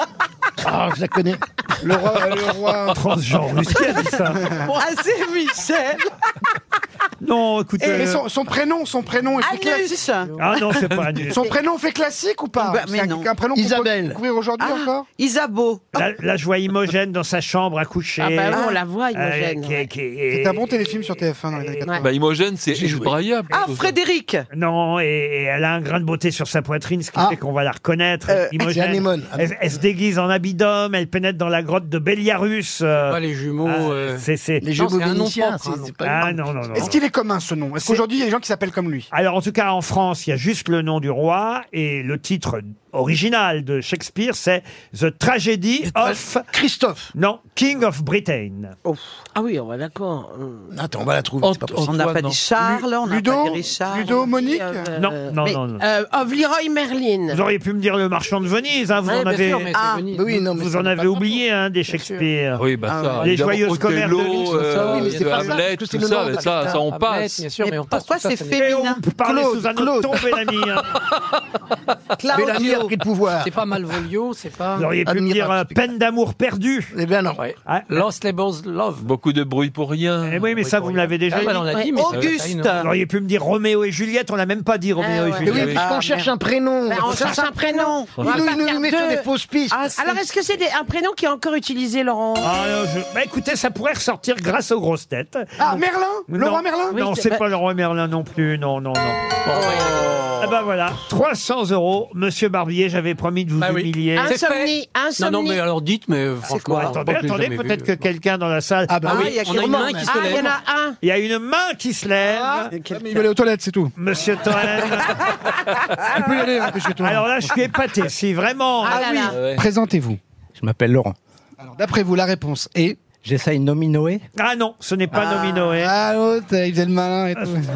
[SPEAKER 8] Ah, je la connais.
[SPEAKER 4] Le roi. Le roi.
[SPEAKER 2] transgenre. mais qui a dit ça
[SPEAKER 9] Ah, c'est Michel.
[SPEAKER 2] Non, écoutez.
[SPEAKER 4] Eh, Mais son, son prénom, son prénom, il fait classique.
[SPEAKER 9] Anus.
[SPEAKER 2] Ah non, c'est pas Anus.
[SPEAKER 4] Son prénom fait classique ou pas
[SPEAKER 9] Bah, mais
[SPEAKER 4] C'est un-
[SPEAKER 9] non. Ah,
[SPEAKER 4] un prénom qu'on peut
[SPEAKER 8] Isabelle.
[SPEAKER 4] découvrir aujourd'hui encore
[SPEAKER 9] Isabeau.
[SPEAKER 2] Là, là, je vois Imogène dans sa chambre à coucher.
[SPEAKER 6] Ah bah oui, on la voit, Imogène.
[SPEAKER 2] qui- qui-
[SPEAKER 4] C'est un bon téléfilm sur TF1 dans les années 80.
[SPEAKER 7] Bah, Imogène, c'est Isbraya.
[SPEAKER 9] Ah,
[SPEAKER 7] plutôt.
[SPEAKER 9] Frédéric.
[SPEAKER 2] Non, et, et elle a un grain de beauté sur sa poitrine, ce qui
[SPEAKER 8] Ah.
[SPEAKER 2] fait qu'on va la reconnaître.
[SPEAKER 8] Euh,
[SPEAKER 2] Imogène.
[SPEAKER 8] c'est Anémone.
[SPEAKER 2] Elle, elle se déguise en habit d'homme, elle pénètre dans la grotte de Béliarus. euh,
[SPEAKER 5] Pas les jumeaux.
[SPEAKER 2] ah,
[SPEAKER 5] euh,
[SPEAKER 2] c'est- c'est-
[SPEAKER 8] Les
[SPEAKER 5] Non,
[SPEAKER 8] jumeaux
[SPEAKER 5] c'est un nom
[SPEAKER 8] vénitiens,
[SPEAKER 5] propre, hein,
[SPEAKER 8] c'est
[SPEAKER 5] un nom
[SPEAKER 8] c'est pas.
[SPEAKER 2] Ah non, non, non.
[SPEAKER 4] Est-ce qu'il est commun ce nom Est-ce qu'aujourd'hui il y a des gens qui s'appellent comme lui
[SPEAKER 2] Alors en tout cas, en France, il y a juste le nom du roi et le titre original de Shakespeare, c'est The Tragedy of...
[SPEAKER 8] Christophe.
[SPEAKER 2] Non, King of Britain.
[SPEAKER 6] Ah oui, on va d'accord. Hum.
[SPEAKER 8] Attends, on va la trouver,
[SPEAKER 7] Ant-
[SPEAKER 8] c'est pas possible.
[SPEAKER 9] On n'a
[SPEAKER 7] Antoine,
[SPEAKER 9] pas
[SPEAKER 7] non.
[SPEAKER 9] dit Charles, on n'a pas
[SPEAKER 4] Ludo
[SPEAKER 9] dit Richard.
[SPEAKER 4] Ludo Monique
[SPEAKER 6] Euh,
[SPEAKER 2] Non,
[SPEAKER 6] euh,
[SPEAKER 2] non,
[SPEAKER 6] mais,
[SPEAKER 2] non, non.
[SPEAKER 6] euh, of Leroy Merlin.
[SPEAKER 2] Vous auriez pu me dire le marchand de Venise, hein, vous
[SPEAKER 5] ouais,
[SPEAKER 2] en
[SPEAKER 5] bien
[SPEAKER 2] avez,
[SPEAKER 5] sûr, mais c'est
[SPEAKER 6] Ah,
[SPEAKER 5] Venise.
[SPEAKER 8] Oui, non, mais
[SPEAKER 2] vous
[SPEAKER 8] ça
[SPEAKER 2] en
[SPEAKER 8] n'est
[SPEAKER 2] avez
[SPEAKER 8] pas-
[SPEAKER 2] oublié hein, des Shakespeare.
[SPEAKER 7] Oui, bah ça.
[SPEAKER 2] Les
[SPEAKER 7] évidemment,
[SPEAKER 2] joyeuses commères de
[SPEAKER 7] Othello,
[SPEAKER 2] Liszt,
[SPEAKER 7] euh,
[SPEAKER 8] ça, oui, mais c'est pas ça,
[SPEAKER 7] Hamlet,
[SPEAKER 8] parce que
[SPEAKER 7] tout
[SPEAKER 8] c'est le
[SPEAKER 7] ça,
[SPEAKER 8] nom,
[SPEAKER 7] ça,
[SPEAKER 2] Ah,
[SPEAKER 7] ça, on
[SPEAKER 5] Hamlet,
[SPEAKER 7] passe.
[SPEAKER 5] bien sûr, mais,
[SPEAKER 9] Mais
[SPEAKER 5] on passe
[SPEAKER 9] pourquoi
[SPEAKER 5] tout ça,
[SPEAKER 9] c'est
[SPEAKER 5] ça n'est-
[SPEAKER 9] fait-
[SPEAKER 2] Et on
[SPEAKER 9] Féminin.
[SPEAKER 2] parlait
[SPEAKER 8] Claude,
[SPEAKER 2] sous un autre
[SPEAKER 8] Claude.
[SPEAKER 2] ton, Bellamy. hein.
[SPEAKER 8] Bellamy a
[SPEAKER 9] Claudio.
[SPEAKER 8] pris le pouvoir.
[SPEAKER 5] C'est pas Malvolio, c'est pas.
[SPEAKER 2] Vous auriez pu me dire
[SPEAKER 8] Admirable,
[SPEAKER 2] euh, peine d'amour perdue.
[SPEAKER 8] Eh bien, non.
[SPEAKER 5] Ouais.
[SPEAKER 2] Ah,
[SPEAKER 5] Lost Labels Love.
[SPEAKER 7] Beaucoup de bruit pour rien.
[SPEAKER 2] Eh oui, mais ça, vous me l'avez déjà
[SPEAKER 5] Ah,
[SPEAKER 2] dit.
[SPEAKER 5] bah, on l'a dit, mais ça- ça a une-
[SPEAKER 9] Auguste.
[SPEAKER 2] Vous auriez pu me dire Roméo et Juliette, on n'a même pas dit Roméo
[SPEAKER 6] Ah
[SPEAKER 2] et
[SPEAKER 6] ouais.
[SPEAKER 8] Mais oui,
[SPEAKER 2] Juliette.
[SPEAKER 7] oui.
[SPEAKER 8] puisqu'on
[SPEAKER 6] Ah,
[SPEAKER 8] cherche
[SPEAKER 6] merde.
[SPEAKER 8] un prénom.
[SPEAKER 6] Bah, on cherche un prénom. On
[SPEAKER 8] Il
[SPEAKER 6] va
[SPEAKER 8] nous,
[SPEAKER 6] pas
[SPEAKER 8] il nous
[SPEAKER 6] faire
[SPEAKER 8] met sur
[SPEAKER 6] deux.
[SPEAKER 8] des fausses pistes.
[SPEAKER 9] Ah, c'est-
[SPEAKER 6] Alors, est-ce que c'est des- un prénom qui est encore utilisé, Laurent
[SPEAKER 2] Ah, non, je- Bah, écoutez, ça pourrait ressortir grâce aux grosses têtes.
[SPEAKER 4] Ah, Merlin Le
[SPEAKER 2] Non.
[SPEAKER 4] roi Merlin
[SPEAKER 2] Non,
[SPEAKER 6] Oui,
[SPEAKER 2] c'est
[SPEAKER 6] bah-
[SPEAKER 2] pas le roi Merlin non plus, non, non, non. Ah bah voilà, 300 euros, Monsieur Barbier, j'avais promis de vous
[SPEAKER 5] Bah oui.
[SPEAKER 2] humilier.
[SPEAKER 5] Ah, c'est
[SPEAKER 6] Insomnie,
[SPEAKER 5] Non,
[SPEAKER 6] insomnie.
[SPEAKER 5] non, mais alors dites, mais franchement.
[SPEAKER 9] quoi
[SPEAKER 5] je crois
[SPEAKER 2] attendez,
[SPEAKER 5] que je l'ai
[SPEAKER 2] attendez,
[SPEAKER 5] jamais vu.
[SPEAKER 4] euh,
[SPEAKER 2] peut-être que quelqu'un dans la salle...
[SPEAKER 8] Ah, bah
[SPEAKER 9] Ah,
[SPEAKER 8] oui.
[SPEAKER 9] il y a
[SPEAKER 5] On a une
[SPEAKER 9] Clément,
[SPEAKER 5] main
[SPEAKER 9] mais-
[SPEAKER 5] qui
[SPEAKER 6] Ah,
[SPEAKER 5] se
[SPEAKER 6] il y
[SPEAKER 5] lève.
[SPEAKER 6] en a un.
[SPEAKER 2] Il y a une main qui se lève,
[SPEAKER 4] Ah, mais il va aller aux toilettes, c'est tout.
[SPEAKER 2] Monsieur Toen.
[SPEAKER 4] Il peut y aller, hein, dépêchez-toi.
[SPEAKER 2] Alors là, je suis épaté, si vraiment...
[SPEAKER 6] Ah, là, là.
[SPEAKER 7] Ah ouais.
[SPEAKER 16] Présentez-vous. Je m'appelle Laurent. Alors, d'après vous, la réponse est. J'essaye Nominoé.
[SPEAKER 2] Ah non, ce n'est pas eh. Nominoé.
[SPEAKER 16] Ah, l'autre, il faisait le malin et tout.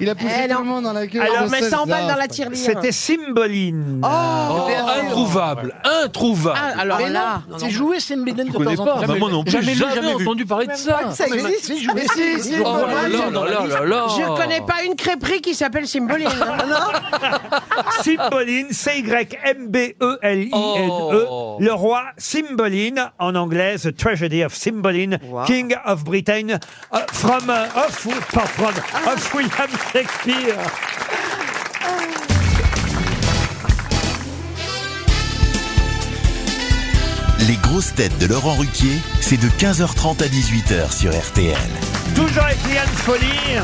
[SPEAKER 16] Il a poussé
[SPEAKER 6] Eh,
[SPEAKER 16] tout
[SPEAKER 6] non.
[SPEAKER 16] le monde dans la queue.
[SPEAKER 6] Alors,
[SPEAKER 16] Je
[SPEAKER 6] mais
[SPEAKER 16] sais,
[SPEAKER 6] 100
[SPEAKER 16] ça,
[SPEAKER 6] balles dans la
[SPEAKER 16] c'est
[SPEAKER 6] tirelire.
[SPEAKER 2] C'était Cymbeline.
[SPEAKER 5] Ah,
[SPEAKER 2] Ah.
[SPEAKER 7] Oh, introuvable, introuvable.
[SPEAKER 6] Ah, alors
[SPEAKER 8] Mais
[SPEAKER 6] là.
[SPEAKER 8] non, c'est joué, c'est une bédaine de
[SPEAKER 7] je connais
[SPEAKER 8] temps en
[SPEAKER 7] pas.
[SPEAKER 8] temps.
[SPEAKER 7] Maman non plus.
[SPEAKER 5] Jamais, lu,
[SPEAKER 7] jamais,
[SPEAKER 5] jamais
[SPEAKER 7] vu.
[SPEAKER 5] entendu parler de ça.
[SPEAKER 9] Ça existe
[SPEAKER 8] C'est joué.
[SPEAKER 4] Mais si, si,
[SPEAKER 7] Oh là là là là là.
[SPEAKER 6] Je connais pas une crêperie qui s'appelle hein, Cymbeline.
[SPEAKER 2] Cymbeline, C-Y-M-B-E-L-I-N-E.
[SPEAKER 7] Oh.
[SPEAKER 2] E. Le roi Cymbeline, en anglais, The Tragedy of Cymbeline, King of Britain, euh, from, euh, of, pas from, of William Shakespeare.
[SPEAKER 1] Les grosses têtes de Laurent Ruquier, c'est de 15h30 à 18h sur RTL.
[SPEAKER 2] Toujours avec Liane Folie,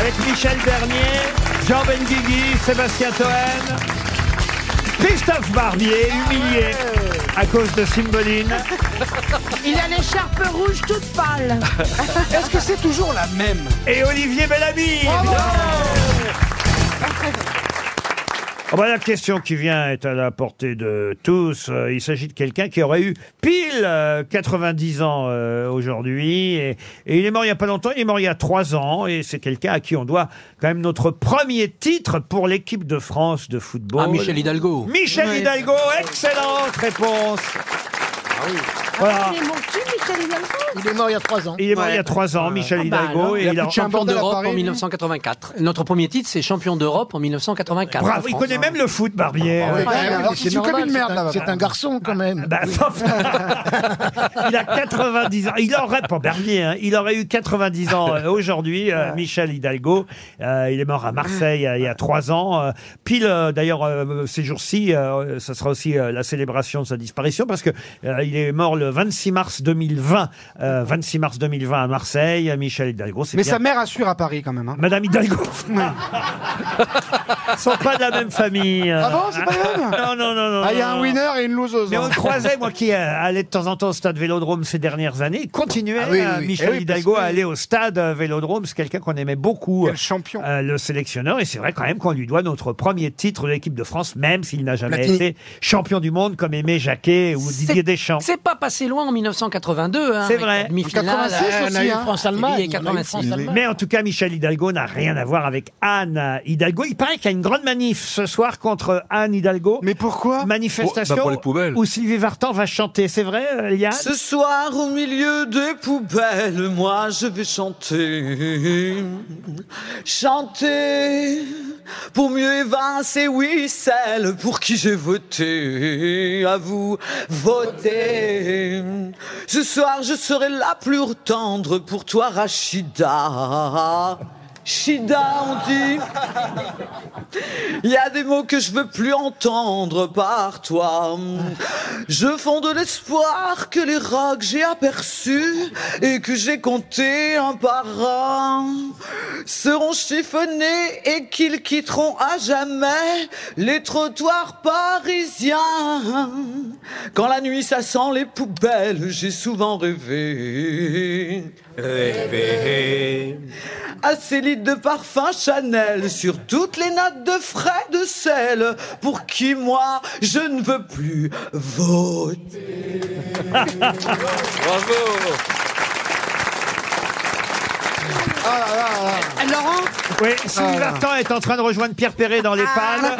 [SPEAKER 2] avec Michel Bernier, Jean Benguigui, Sébastien Toen, Christophe Barbier, humilié à cause de Cymbeline.
[SPEAKER 6] Il a l'écharpe rouge toute pâle.
[SPEAKER 4] Est-ce que c'est toujours la même
[SPEAKER 2] et Olivier Bellamy. évidemment. Ah bah, la question qui vient est à la portée de tous. Euh, Il s'agit de quelqu'un qui aurait eu pile euh, 90 ans euh, aujourd'hui. Et, et il est mort il n'y a pas longtemps, il est mort il y a 3 ans. Et c'est quelqu'un à qui on doit quand même notre premier titre pour l'équipe de France de football.
[SPEAKER 5] Ah, Michel Hidalgo.
[SPEAKER 4] Ah
[SPEAKER 2] Michel Hidalgo, excellente réponse. Voilà.
[SPEAKER 6] Ah, Mais mon cul, Michel Hidalgo
[SPEAKER 8] Il est mort il y a trois ans. Ah,
[SPEAKER 2] Il est mort il y a trois ans, Michel
[SPEAKER 8] bah
[SPEAKER 2] Hidalgo. et il a
[SPEAKER 5] champion d'Europe en 1984. Notre premier titre, c'est champion d'Europe en 1984.
[SPEAKER 2] Bravo,
[SPEAKER 5] en
[SPEAKER 2] il
[SPEAKER 5] France.
[SPEAKER 2] connaît même le foot, Barbier.
[SPEAKER 5] Ah ouais, bah oui,
[SPEAKER 8] Alors, c'est comme une merde, là-bas. Ah, bah, C'est un garçon, quand même.
[SPEAKER 2] Bah, Il a 90 ans. Il aurait, pas Bernier, hein, il aurait eu 90 ans euh, aujourd'hui, euh, Michel Hidalgo. Euh, il est mort à Marseille euh, il y a trois ans. Euh, pile, euh, d'ailleurs, euh, ces jours-ci, euh, ça sera aussi euh, la célébration de sa disparition parce que euh, il est mort le 26 mars 2020. Euh, 26 mars 2020 à Marseille, Michel Hidalgo. c'est
[SPEAKER 4] Mais
[SPEAKER 2] bien.
[SPEAKER 4] sa mère assure à Paris, quand même. hein.
[SPEAKER 2] Madame Hidalgo. Ah, Ils sont pas de la même famille.
[SPEAKER 4] Ah bon, c'est pas la même
[SPEAKER 2] Non, non, non, non.
[SPEAKER 4] Ah, il y a
[SPEAKER 2] non,
[SPEAKER 4] un
[SPEAKER 2] non.
[SPEAKER 4] winner et une loseuse.
[SPEAKER 2] Mais on
[SPEAKER 4] hein.
[SPEAKER 2] le croisait, moi qui euh, allais de temps en temps au stade Vélodrome ces dernières années, il continuait,
[SPEAKER 4] Ah oui, oui,
[SPEAKER 2] euh,
[SPEAKER 4] oui.
[SPEAKER 2] Michel
[SPEAKER 4] Eh oui, parce
[SPEAKER 2] Hidalgo,
[SPEAKER 4] que-
[SPEAKER 2] à aller au stade euh, Vélodrome. C'est quelqu'un qu'on aimait beaucoup. le
[SPEAKER 4] champion.
[SPEAKER 2] le sélectionneur. Et c'est vrai quand même qu'on lui doit notre premier titre de l'équipe de France, même s'il n'a jamais
[SPEAKER 5] Platini.
[SPEAKER 2] été champion du monde comme Aimé Jacquet ou Didier Deschamps.
[SPEAKER 5] C'est pas passé loin en 1982. Hein,
[SPEAKER 2] C'est
[SPEAKER 5] avec la
[SPEAKER 2] vrai.
[SPEAKER 5] Demi-finale. euh, on a eu France-Allemagne, on a eu France-Allemagne.
[SPEAKER 2] Mais en tout cas, Michel Hidalgo n'a rien à voir avec Anne Hidalgo. Il paraît qu'il y a une grande manif ce soir contre Anne Hidalgo. Mais pourquoi
[SPEAKER 7] Pour-
[SPEAKER 2] Manifestation
[SPEAKER 7] bah, pour les poubelles.
[SPEAKER 2] où Sylvie Vartan va chanter. C'est vrai, euh, Liane
[SPEAKER 17] Ce soir, au milieu des poubelles, moi je vais chanter. Chanter pour mieux évincer, oui, celle pour qui j'ai voté. À vous, votez. Ce soir, je serai la plus tendre pour toi, Rachida. Chida, on dit. Il y a des mots que je veux plus entendre par toi. Je fonds de l'espoir que les rats que j'ai aperçus et que j'ai comptés un par un seront chiffonnés et qu'ils quitteront à jamais les trottoirs parisiens. Quand la nuit ça sent les poubelles, j'ai souvent rêvé. Rêvé. À ces litres de parfum Chanel sur toutes les nattes de frais de sel pour qui moi je ne veux plus voter.
[SPEAKER 7] Bravo
[SPEAKER 6] Laurent
[SPEAKER 2] Oui, Sylvie
[SPEAKER 6] Ah.
[SPEAKER 2] Vartan est en train de rejoindre Pierre Perret dans les pales.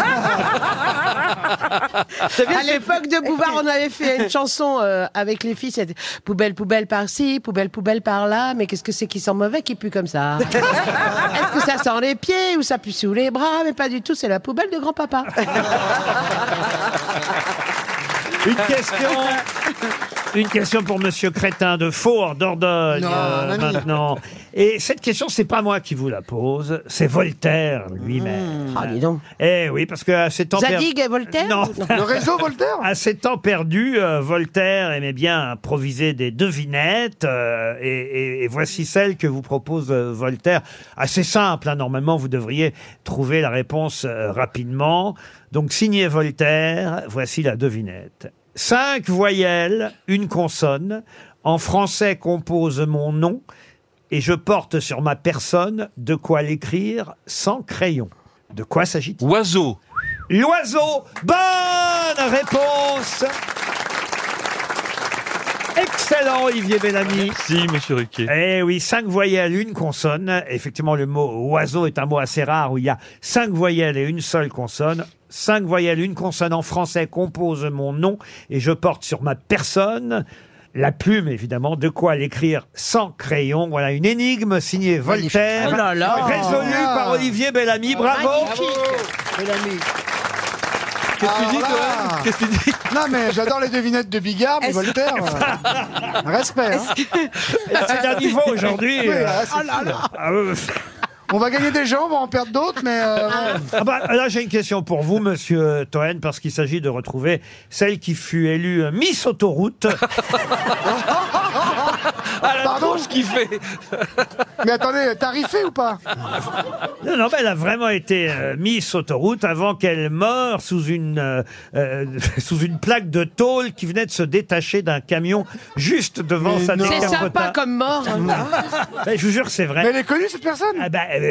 [SPEAKER 6] À l'époque de Bouvard, on avait fait une chanson euh, avec les filles, c'était poubelle, poubelle par-ci, poubelle, poubelle par-là, mais qu'est-ce que c'est qui sent mauvais qui pue comme ça hein Est-ce que ça sent les pieds ou ça pue sous les bras Mais pas du tout, c'est la poubelle de grand-papa.
[SPEAKER 2] Une question. Une question pour Monsieur Crétin de Four, d'Ordogne,
[SPEAKER 4] Non,
[SPEAKER 2] euh,
[SPEAKER 4] mamie.
[SPEAKER 2] maintenant. Et cette question, c'est pas moi qui vous la pose, c'est Voltaire lui-même. Ah, dis donc. Eh oui, parce que à ces temps per-
[SPEAKER 6] Zadig et Voltaire
[SPEAKER 2] Non.
[SPEAKER 6] Le réseau
[SPEAKER 2] Voltaire À ces temps perdus, euh, Voltaire aimait bien improviser des devinettes. euh, et, et- et voici celle que vous propose euh, Voltaire. Assez simple, hein, normalement, vous devriez trouver la réponse euh, rapidement. Donc, signé Voltaire, voici la devinette. Cinq voyelles, une consonne. En français compose mon nom. Et je porte sur ma personne de quoi l'écrire sans crayon. De quoi s'agit-il
[SPEAKER 7] Oiseau.
[SPEAKER 2] L'oiseau. Bonne réponse. Excellent, Olivier Bellamy.
[SPEAKER 7] Si, monsieur Riquet.
[SPEAKER 2] Eh oui, cinq voyelles, une consonne. Effectivement, le mot oiseau est un mot assez rare où il y a cinq voyelles et une seule consonne. Cinq voyelles, une consonne en français compose mon nom et je porte sur ma personne la plume, évidemment, de quoi l'écrire sans crayon. Voilà une énigme signée Voltaire,
[SPEAKER 6] Oh là là.
[SPEAKER 2] résolue
[SPEAKER 6] Ah.
[SPEAKER 2] par Olivier Bellamy. Bravo.
[SPEAKER 4] Qu'est-ce
[SPEAKER 2] que tu dis,
[SPEAKER 4] toi Qu'est-ce que tu dis Non, mais j'adore les devinettes de Bigard, mais Voltaire. euh, Respect. hein.
[SPEAKER 2] C'est un niveau aujourd'hui.
[SPEAKER 4] Oui, euh, là, c'est
[SPEAKER 2] Ah,
[SPEAKER 4] fou, là.
[SPEAKER 2] Ah, euh,
[SPEAKER 4] On va gagner des gens, on va en perdre d'autres, mais. euh,
[SPEAKER 2] Ah bah, là, j'ai une question pour vous, monsieur Toen, parce qu'il s'agit de retrouver celle qui fut élue euh, Miss Autoroute.
[SPEAKER 6] Ah,
[SPEAKER 4] Pardon
[SPEAKER 7] Ce qu'il fait
[SPEAKER 4] Mais attendez, tarifé ou pas
[SPEAKER 2] Non, non, mais elle a vraiment été euh, Miss Autoroute avant qu'elle meure sous une, euh, euh, sous une plaque de tôle qui venait de se détacher d'un camion juste devant sa
[SPEAKER 6] C'est sympa
[SPEAKER 2] décapotable.
[SPEAKER 6] comme mort.
[SPEAKER 2] Ben, je vous jure, c'est vrai.
[SPEAKER 4] Mais elle est connue, cette personne
[SPEAKER 2] Ah ben, euh,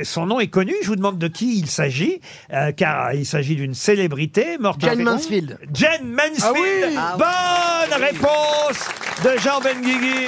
[SPEAKER 2] euh, Son nom est connu. Je vous demande de qui il s'agit, euh, car il s'agit d'une célébrité morte.
[SPEAKER 8] Jane
[SPEAKER 2] en-
[SPEAKER 8] Mansfield.
[SPEAKER 2] Jane Mansfield.
[SPEAKER 6] Ah oui.
[SPEAKER 2] Bonne réponse de Jean Benguigui.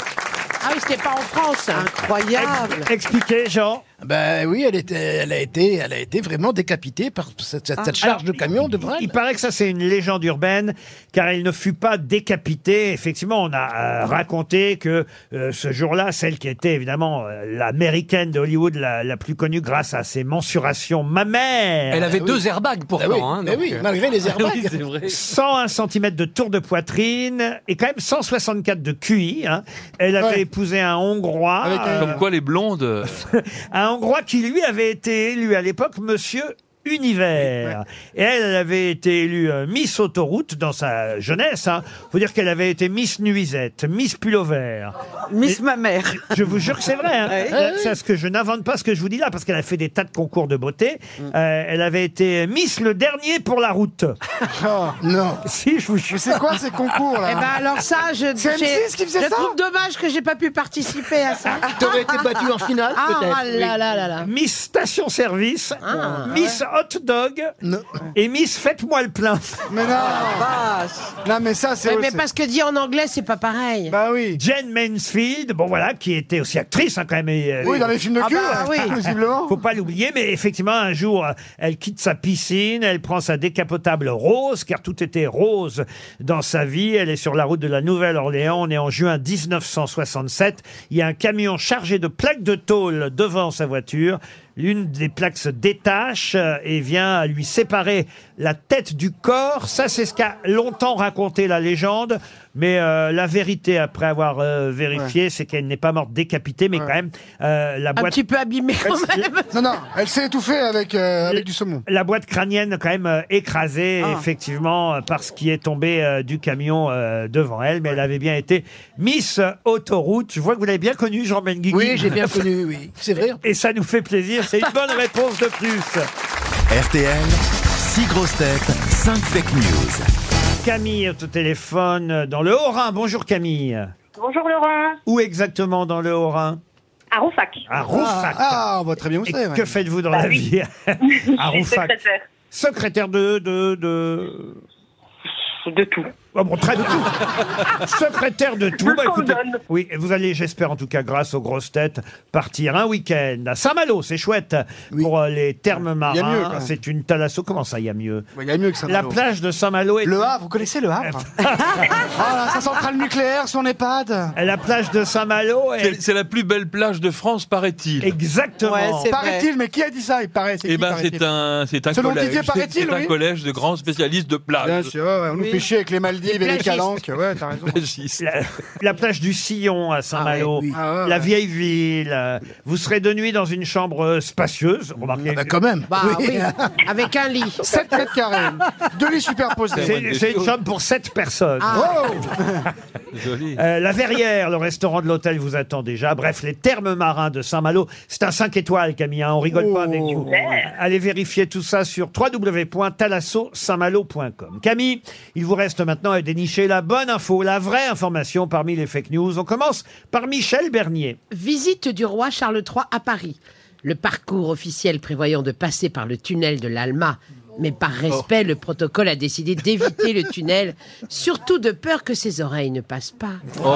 [SPEAKER 6] Ah oui, c'était pas en France. Incroyable.
[SPEAKER 2] Expliquez, Jean.
[SPEAKER 8] Ben oui, elle, était, elle, a été, elle a été vraiment décapitée par cette, cette- cette charge de camion de
[SPEAKER 2] Ah. Il paraît que ça, c'est une légende urbaine, car elle ne fut pas décapitée. Effectivement, on a euh, raconté que euh, ce jour-là, celle qui était évidemment euh, l'américaine d'Hollywood la, la plus connue grâce à ses mensurations mammaires.
[SPEAKER 5] Elle avait
[SPEAKER 8] Ah
[SPEAKER 2] Eh
[SPEAKER 5] deux airbags pourtant,
[SPEAKER 2] Eh oui,
[SPEAKER 5] hein,
[SPEAKER 2] eh
[SPEAKER 5] donc,
[SPEAKER 2] oui,
[SPEAKER 5] euh.
[SPEAKER 2] malgré les airbags.
[SPEAKER 5] Oui, c'est vrai.
[SPEAKER 2] 101 cm de tour de poitrine et quand même 164 de QI. hein. Elle avait épousé un Hongrois.
[SPEAKER 5] Ah.
[SPEAKER 2] euh,
[SPEAKER 7] Comme quoi les blondes. euh,
[SPEAKER 2] un Hongrois qui lui avait été élu à l'époque Monsieur Univers. Et elle, elle avait été élue euh, Miss Autoroute dans sa jeunesse. Hein. Faut dire qu'elle avait été Miss Nuisette, Miss Pullover. Miss ma mère. Je vous jure que c'est vrai. hein.
[SPEAKER 17] Ouais.
[SPEAKER 2] Euh, C'est ce que je n'invente pas ce que je vous dis là parce qu'elle a fait des tas de concours de beauté. Euh, elle avait été Miss le dernier pour la route.
[SPEAKER 8] non.
[SPEAKER 2] Si, je vous jure.
[SPEAKER 4] Oh, c'est quoi ces concours là
[SPEAKER 6] Eh ben alors ça, je,
[SPEAKER 4] C'est
[SPEAKER 6] j'ai-
[SPEAKER 4] M6 qui faisait
[SPEAKER 6] je
[SPEAKER 4] ça
[SPEAKER 6] trouve dommage que j'ai pas pu participer à ça.
[SPEAKER 8] T'aurais été battu en finale,
[SPEAKER 6] Ah,
[SPEAKER 8] peut-être,
[SPEAKER 6] ah là
[SPEAKER 8] oui.
[SPEAKER 6] là là là.
[SPEAKER 2] Miss Station Service,
[SPEAKER 6] Ah,
[SPEAKER 2] Miss Hot Dog et Miss Faites-moi le plein.
[SPEAKER 4] Mais non Non mais ça
[SPEAKER 6] Ah, Ouais, mais parce que dit en anglais, c'est pas pareil.
[SPEAKER 4] Bah oui.
[SPEAKER 2] Jane Mansfield, bon voilà, qui était aussi actrice hein, quand même. et, euh,
[SPEAKER 4] Oui, dans les films de Ah cul, bah, ouais, oui. visiblement.
[SPEAKER 2] Faut pas l'oublier, mais effectivement, un jour, euh, elle quitte sa piscine, elle prend sa décapotable rose, car tout était rose dans sa vie. Elle est sur la route de la Nouvelle-Orléans, on est en juin 1967. Il y a un camion chargé de plaques de tôle devant sa voiture. L'une des plaques se détache euh, et vient à lui séparer la tête du corps. Ça, c'est ce qu'a longtemps raconté la légende. Mais euh, la vérité, après avoir euh, vérifié, c'est qu'elle n'est pas morte décapitée, mais quand même, euh, la boîte...
[SPEAKER 6] petit peu abîmée quand même.
[SPEAKER 4] Non, non, elle s'est étouffée avec, euh, avec du saumon.
[SPEAKER 2] La boîte crânienne, quand même, euh, écrasée,
[SPEAKER 4] Ah.
[SPEAKER 2] effectivement, euh, par ce qui est tombé euh, du camion euh, devant elle. Mais elle avait bien été Miss Autoroute. Je vois que vous l'avez bien connue, Jean Benguigui.
[SPEAKER 8] Oui, j'ai bien connu, oui. C'est vrai.
[SPEAKER 2] Et ça nous fait plaisir. C'est une bonne réponse de plus.
[SPEAKER 1] RTL, 6 grosses têtes, 5 fake news.
[SPEAKER 2] Camille est au téléphone euh, dans le Haut-Rhin. Bonjour Camille.
[SPEAKER 12] Bonjour Laurent.
[SPEAKER 2] Où exactement dans le Haut-Rhin
[SPEAKER 12] À Roufac. Bah
[SPEAKER 2] À Roufac.
[SPEAKER 4] Ah, on voit très bien où
[SPEAKER 2] Et
[SPEAKER 4] c'est. ouais.
[SPEAKER 2] que faites-vous dans la vie à Roufac Secrétaire de... De, de... Ah
[SPEAKER 12] de tout.
[SPEAKER 2] bon, très de tout. Secrétaire de tout. Bah,
[SPEAKER 12] De ce qu'on me
[SPEAKER 2] oui, et vous allez, j'espère en tout cas, grâce aux grosses têtes, partir un week-end à Saint-Malo. C'est chouette pour euh, les thermes marins.
[SPEAKER 4] Il y a mieux, quand même. Bah,
[SPEAKER 2] C'est une thalasso. Comment ça, il y a mieux
[SPEAKER 4] Il y a mieux que ça.
[SPEAKER 2] La plage de Saint-Malo est...
[SPEAKER 4] Le Havre, vous connaissez le Havre Ah là, sa centrale nucléaire, son EHPAD.
[SPEAKER 2] La plage de Saint-Malo est...
[SPEAKER 7] C'est c'est la plus belle plage de France, paraît-il.
[SPEAKER 2] Exactement.
[SPEAKER 4] Paraît-il, mais qui a dit ça Il paraît. c'est
[SPEAKER 7] Eh
[SPEAKER 4] qui,
[SPEAKER 7] ben,
[SPEAKER 4] paraît-il
[SPEAKER 7] c'est un, c'est un
[SPEAKER 4] Selon
[SPEAKER 7] collège.
[SPEAKER 4] Didier,
[SPEAKER 7] C'est-
[SPEAKER 4] paraît-il,
[SPEAKER 7] c'est un
[SPEAKER 4] oui.
[SPEAKER 7] collège de grands spécialistes de plage.
[SPEAKER 4] Bien sûr, ouais, ouais, on nous fait chier avec les Maldives
[SPEAKER 7] Les
[SPEAKER 4] et les
[SPEAKER 7] plagistes.
[SPEAKER 4] Calanques. Ouais, t'as raison.
[SPEAKER 2] La, la plage du Sillon à Saint-Malo,
[SPEAKER 4] ouais, oui. Ah ouais,
[SPEAKER 2] la
[SPEAKER 4] ouais.
[SPEAKER 2] vieille ville. euh, Vous serez de nuit dans une chambre euh, spacieuse. Remarquez.
[SPEAKER 4] Ah
[SPEAKER 8] quand même.
[SPEAKER 6] Bah oui. Avec un lit.
[SPEAKER 4] 7 mètres carrés, deux lits superposés. Oh.
[SPEAKER 2] C'est c'est une chambre pour sept personnes.
[SPEAKER 6] Ah.
[SPEAKER 4] Ah.
[SPEAKER 2] Euh, la Verrière, le restaurant de l'hôtel vous attend déjà. Bref, les thermes marins de Saint-Malo. C'est un 5 étoiles, Camille. hein, on rigole pas avec
[SPEAKER 4] Oh.
[SPEAKER 2] vous. Allez vérifier tout ça sur www.talasso-saint-malo.com. Camille, il vous reste maintenant à dénicher la bonne info, la vraie information parmi les fake news. On commence par Michel Bernier.
[SPEAKER 6] Visite du roi Charles III à Paris. Le parcours officiel prévoyant de passer par le tunnel de l'Alma. Mais par respect, le protocole a décidé d'éviter le tunnel, surtout de peur que ses oreilles ne passent pas.
[SPEAKER 3] Oh.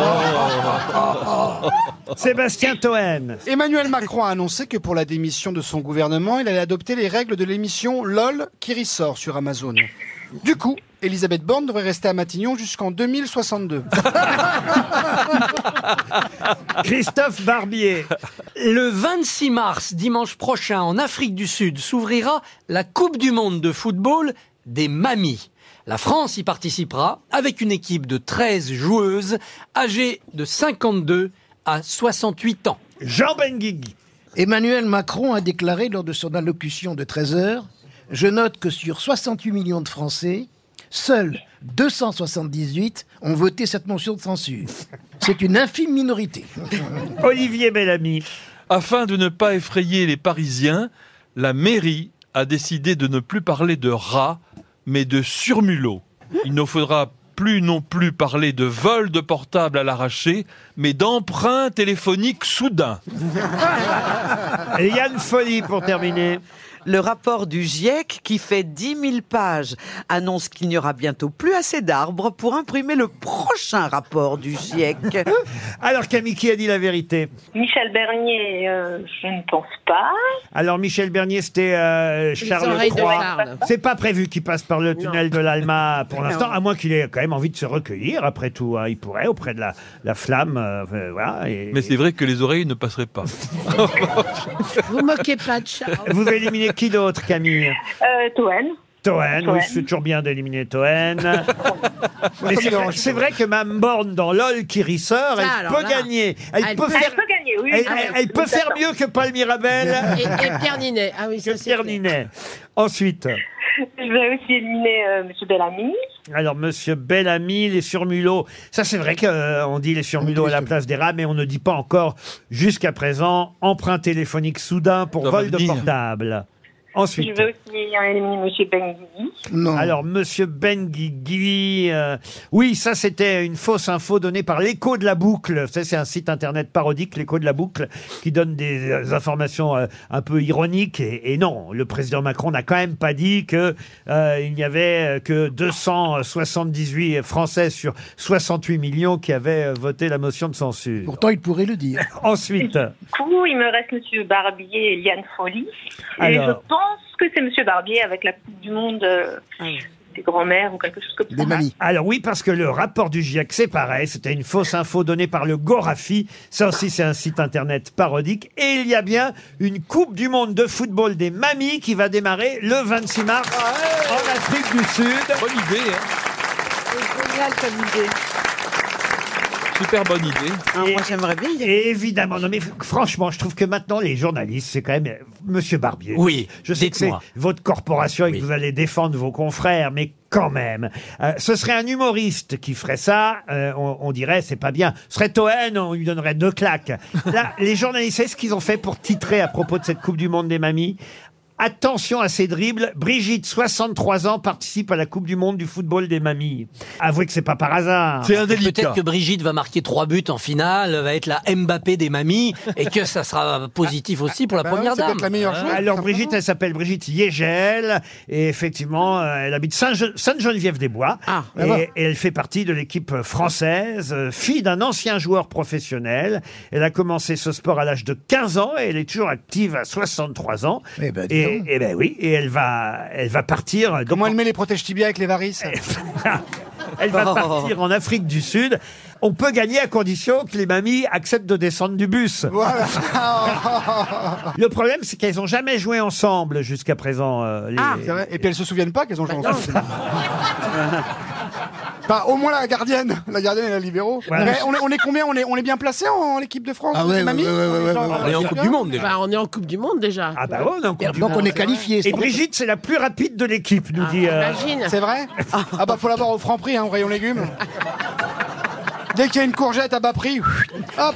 [SPEAKER 6] Ah.
[SPEAKER 5] Oh.
[SPEAKER 2] Sébastien Toen.
[SPEAKER 4] Emmanuel Macron a annoncé que pour la démission de son gouvernement, il allait adopter les règles de l'émission LOL qui ressort sur Amazon. Du coup, Elisabeth Borne devrait rester à Matignon jusqu'en 2062.
[SPEAKER 2] Christophe Barbier.
[SPEAKER 5] Le 26 mars, dimanche prochain, en Afrique du Sud, s'ouvrira la Coupe du Monde de football des mamies. La France y participera avec une équipe de 13 joueuses âgées de 52 à 68 ans.
[SPEAKER 2] Jean Benguigui.
[SPEAKER 8] Emmanuel Macron a déclaré lors de son allocution de 13 heures Je note que sur 68 millions de Français, seuls 278 ont voté cette motion de censure. C'est une infime minorité.
[SPEAKER 2] Olivier Bellamy.
[SPEAKER 7] Afin de ne pas effrayer les Parisiens, la mairie a décidé de ne plus parler de rats, mais de surmulots. Il ne faudra plus non plus parler de vol de portable à l'arraché, mais d'emprunts téléphoniques soudains.
[SPEAKER 2] Et Yann Folly pour terminer.
[SPEAKER 10] Le rapport du GIEC, qui fait 10 000 pages, annonce qu'il n'y aura bientôt plus assez d'arbres pour imprimer le prochain rapport du E GIEC.
[SPEAKER 2] Alors Camille, qui a dit la vérité
[SPEAKER 12] Michel Bernier, euh, je ne pense pas.
[SPEAKER 2] Alors Michel Bernier, c'était euh, Charles
[SPEAKER 12] oreilles de
[SPEAKER 2] III.
[SPEAKER 12] Charles.
[SPEAKER 2] C'est pas prévu qu'il passe par le tunnel de l'Alma pour l'instant, à moins qu'il ait quand même envie de se recueillir. Après tout, hein. il pourrait auprès de la, la flamme. euh, voilà, et-
[SPEAKER 7] Mais c'est vrai que les oreilles ne passeraient pas.
[SPEAKER 6] Vous moquez pas de Charles.
[SPEAKER 2] Vous éliminez qui d'autre, Camille
[SPEAKER 12] Euh, Toen.
[SPEAKER 2] Toen, oui,
[SPEAKER 12] Toen.
[SPEAKER 2] c'est toujours bien d'éliminer Toen. Mais
[SPEAKER 12] Attends,
[SPEAKER 2] c'est
[SPEAKER 12] mais
[SPEAKER 2] vrai-
[SPEAKER 12] non.
[SPEAKER 2] c'est vrai que Mme Borne, dans LOL qui ressort, elle
[SPEAKER 12] Ça, Ah, alors
[SPEAKER 2] peut
[SPEAKER 12] là.
[SPEAKER 2] gagner. Eh, Elle,
[SPEAKER 12] Elle
[SPEAKER 2] peut,
[SPEAKER 12] peut-
[SPEAKER 2] faire,
[SPEAKER 12] elle peut gagner, oui, oui,
[SPEAKER 2] Elle,
[SPEAKER 12] ah oui,
[SPEAKER 2] elle- elle
[SPEAKER 12] oui,
[SPEAKER 2] peut faire
[SPEAKER 12] d'accord.
[SPEAKER 2] mieux que Paul Mirabel.
[SPEAKER 6] Et, et Pierre Ninet. Ah oui, ça c'est
[SPEAKER 2] Pierre
[SPEAKER 6] clair.
[SPEAKER 2] Ninet. Ensuite,
[SPEAKER 12] Je vais aussi éliminer euh, M. Bellamy.
[SPEAKER 2] alors Monsieur Bellamy, les surmulots. Ça, c'est vrai qu'on dit les surmulots à la place des rats, mais on ne dit pas encore, jusqu'à présent, emprunt téléphonique soudain pour
[SPEAKER 7] Ça va
[SPEAKER 2] vol de
[SPEAKER 7] venir.
[SPEAKER 2] portable. Ensuite.
[SPEAKER 12] Je vais aussi éliminer M. Benguigui.
[SPEAKER 2] Alors, Monsieur Benguigui, euh, oui, ça c'était une fausse info donnée par l'écho de la boucle. Ça, c'est un site internet parodique, l'écho de la boucle, qui donne des euh, informations euh, un peu ironiques. Et, et non, le président Macron n'a quand même pas dit que euh, il n'y avait euh, que 278 Français sur 68 millions qui avaient euh, voté la motion de censure.
[SPEAKER 8] Pourtant, il pourrait le dire.
[SPEAKER 2] Ensuite.
[SPEAKER 12] Du coup, il me reste M. Barbier et Liane Folly. Et
[SPEAKER 2] Alors.
[SPEAKER 12] je pense que c'est M. Barbier avec la Coupe du Monde euh, des grands-mères ou quelque chose comme ça.
[SPEAKER 2] Alors oui, parce que le rapport du GIEC, c'est pareil. C'était une fausse info donnée par le Gorafi. Ça aussi, c'est un site internet parodique. Et il y a bien une Coupe du Monde de football des mamies qui va démarrer le 26 mars en Afrique du Sud.
[SPEAKER 7] Ah Bonne idée, hein.
[SPEAKER 9] C'est génial comme idée.
[SPEAKER 7] super bonne idée.
[SPEAKER 9] Ah, moi, j'aimerais bien.
[SPEAKER 2] Et évidemment, non mais f- franchement, je trouve que maintenant les journalistes, c'est quand même euh, Monsieur Barbier.
[SPEAKER 5] Oui,
[SPEAKER 2] je sais que c'est
[SPEAKER 5] dites-moi.
[SPEAKER 2] votre corporation et que vous allez défendre vos confrères, mais quand même, Euh, ce serait un humoriste qui ferait ça. euh, on, on dirait c'est pas bien. Ce serait Toen, on lui donnerait deux claques. Là, les journalistes, c'est ce qu'ils ont fait pour titrer à propos de cette Coupe du Monde des mamies. Attention à ces dribbles. Brigitte, 63 ans, participe à la Coupe du Monde du football des mamies. Avouez que c'est pas par hasard.
[SPEAKER 5] Peut-être que Brigitte va marquer trois buts en finale, va être la Mbappé des mamies, et que ça sera positif aussi
[SPEAKER 4] Ah
[SPEAKER 5] pour la
[SPEAKER 4] bah
[SPEAKER 2] Bah
[SPEAKER 5] première dame.
[SPEAKER 2] Alors Brigitte, elle s'appelle Brigitte Yegel et effectivement, euh, elle habite Saint-Je- Sainte-Geneviève-des-Bois
[SPEAKER 5] Ah.
[SPEAKER 4] Ah
[SPEAKER 2] et,
[SPEAKER 4] bah.
[SPEAKER 8] là-bas.
[SPEAKER 2] et elle fait partie de l'équipe française, euh, fille d'un ancien joueur professionnel. Elle a commencé ce sport à l'âge de 15 ans et elle est toujours active à 63 ans.
[SPEAKER 8] Eh ben, dis
[SPEAKER 2] et,
[SPEAKER 8] donc.
[SPEAKER 2] et ben oui, et elle va, elle va partir. euh, donc
[SPEAKER 4] Comment elle
[SPEAKER 2] en-
[SPEAKER 4] met les protèges tibias avec les varices
[SPEAKER 2] elle va
[SPEAKER 4] Oh.
[SPEAKER 2] partir en Afrique du Sud. On peut gagner à condition que les mamies acceptent de descendre du bus. Le problème, c'est qu'elles n'ont jamais joué ensemble jusqu'à présent. euh, les-
[SPEAKER 4] Ah,
[SPEAKER 2] Bah
[SPEAKER 4] C'est vrai. Et puis elles se souviennent pas qu'elles ont joué ensemble. Enfin, Bah, au moins la gardienne, la gardienne et la libéraux.
[SPEAKER 2] Voilà.
[SPEAKER 4] Mais on, est, on est combien on est, on est bien placé en, en équipe de France
[SPEAKER 8] Ah ouais, ouais,
[SPEAKER 4] mamie
[SPEAKER 8] ouais, ouais, ouais, ouais, ouais. On est en Coupe du Monde, déjà.
[SPEAKER 6] Bah, on est en Coupe du Monde déjà.
[SPEAKER 2] Ah bah ouais, on est en Coupe du
[SPEAKER 8] Donc
[SPEAKER 2] Monde.
[SPEAKER 8] on est qualifié.
[SPEAKER 2] Et Brigitte, c'est la plus rapide de l'équipe,
[SPEAKER 4] Ah,
[SPEAKER 2] nous dit. euh,
[SPEAKER 6] Imagine.
[SPEAKER 4] C'est vrai Ah bah faut l'avoir au franc prix, hein, au rayon légumes. Dès qu'il y a une courgette à bas prix, hop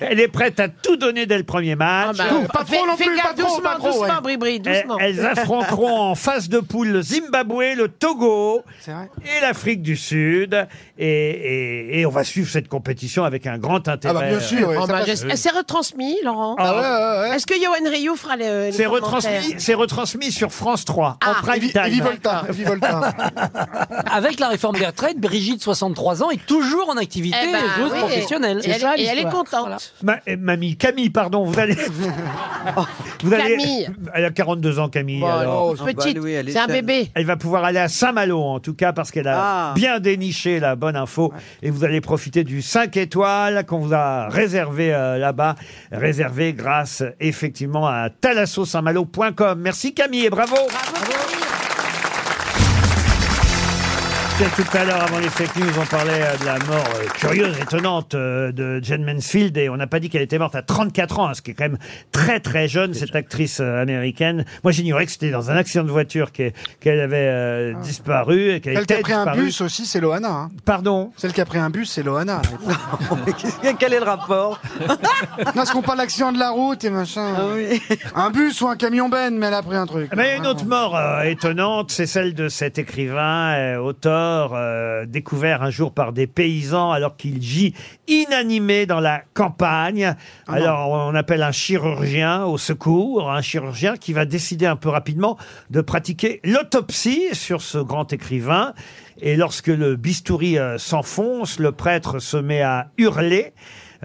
[SPEAKER 2] Elle est prête à tout donner dès le premier match.
[SPEAKER 6] Bah,
[SPEAKER 4] Tout. Pas trop
[SPEAKER 6] fais-
[SPEAKER 4] non
[SPEAKER 6] fais
[SPEAKER 4] plus,
[SPEAKER 6] gaffe,
[SPEAKER 4] pas trop,
[SPEAKER 6] doucement,
[SPEAKER 4] pas trop,
[SPEAKER 6] doucement,
[SPEAKER 4] ouais.
[SPEAKER 6] Bribri,
[SPEAKER 2] Elles,
[SPEAKER 6] doucement.
[SPEAKER 2] elles affronteront en phase de poule le Zimbabwe, le Togo
[SPEAKER 4] C'est vrai.
[SPEAKER 2] et l'Afrique du Sud. Et, et- et on va suivre cette compétition avec un grand
[SPEAKER 4] Ah
[SPEAKER 2] intérêt.
[SPEAKER 4] bah bien sûr, ouais,
[SPEAKER 6] Oh,
[SPEAKER 4] ça
[SPEAKER 6] bah,
[SPEAKER 4] passe.
[SPEAKER 6] j'es- C'est retransmis, Laurent
[SPEAKER 2] Ah
[SPEAKER 4] ouais, ouais, ouais.
[SPEAKER 6] Est-ce que Johan Rioux fera le. le
[SPEAKER 2] C'est
[SPEAKER 6] commentaire
[SPEAKER 2] retransmis, c'est retransmis sur France 3
[SPEAKER 6] Ah.
[SPEAKER 2] en prime
[SPEAKER 4] Evi-
[SPEAKER 2] time.
[SPEAKER 4] Evi Volta, Evi Volta.
[SPEAKER 5] Avec la réforme des retraites, Brigitte, 63 ans, est toujours en activité
[SPEAKER 6] Eh ben,
[SPEAKER 5] joueuse
[SPEAKER 6] oui,
[SPEAKER 5] professionnelle.
[SPEAKER 6] Et, elle, et elle est contente.
[SPEAKER 2] Ma- euh, mamie, Camille, pardon, vous allez. vous allez-
[SPEAKER 6] Camille.
[SPEAKER 2] Elle a 42 ans, Camille.
[SPEAKER 6] Bon,
[SPEAKER 2] alors.
[SPEAKER 6] elle est petite,
[SPEAKER 16] bah oui, elle est
[SPEAKER 6] c'est un
[SPEAKER 16] jeune.
[SPEAKER 6] bébé.
[SPEAKER 2] Elle va pouvoir aller à Saint-Malo, en tout cas, parce qu'elle a
[SPEAKER 16] Ah.
[SPEAKER 2] bien déniché la bonne info. Et vous allez profiter du 5 étoiles qu'on vous a réservé euh, là-bas. Réservé grâce, euh, effectivement, à thalassosaintmalo.com. Merci Camille et bravo. Tiens, Tout à l'heure, avant les fake news, on parlait euh, de la mort euh, curieuse, étonnante euh, de Jane Mansfield et on n'a pas dit qu'elle était morte à 34 ans, hein, ce qui est quand même très très jeune, cette actrice euh, américaine. Moi, j'ignorais que c'était dans un accident de voiture qu'elle qu'elle avait euh, disparu et qu'elle
[SPEAKER 4] Celle qui
[SPEAKER 2] était
[SPEAKER 4] Ah. a pris un
[SPEAKER 2] disparue.
[SPEAKER 4] bus aussi, c'est Loana. hein.
[SPEAKER 2] Pardon
[SPEAKER 4] Celle qui a pris un bus, c'est Loana.
[SPEAKER 16] Quel est le rapport
[SPEAKER 10] Oh.
[SPEAKER 4] non, est-ce qu'on parle d'accident de la route et machin Un bus ou un camion
[SPEAKER 2] Eh
[SPEAKER 4] ben, mais elle a pris un truc.
[SPEAKER 2] Mais une autre mort euh, étonnante, c'est celle de cet écrivain, euh, auteur, mort euh, découvert un jour par des paysans alors qu'il gît inanimé dans la campagne. alors on appelle un chirurgien au secours, un chirurgien qui va décider un peu rapidement de pratiquer l'autopsie sur ce grand écrivain. Et lorsque le bistouri euh, s'enfonce, le prêtre se met à hurler.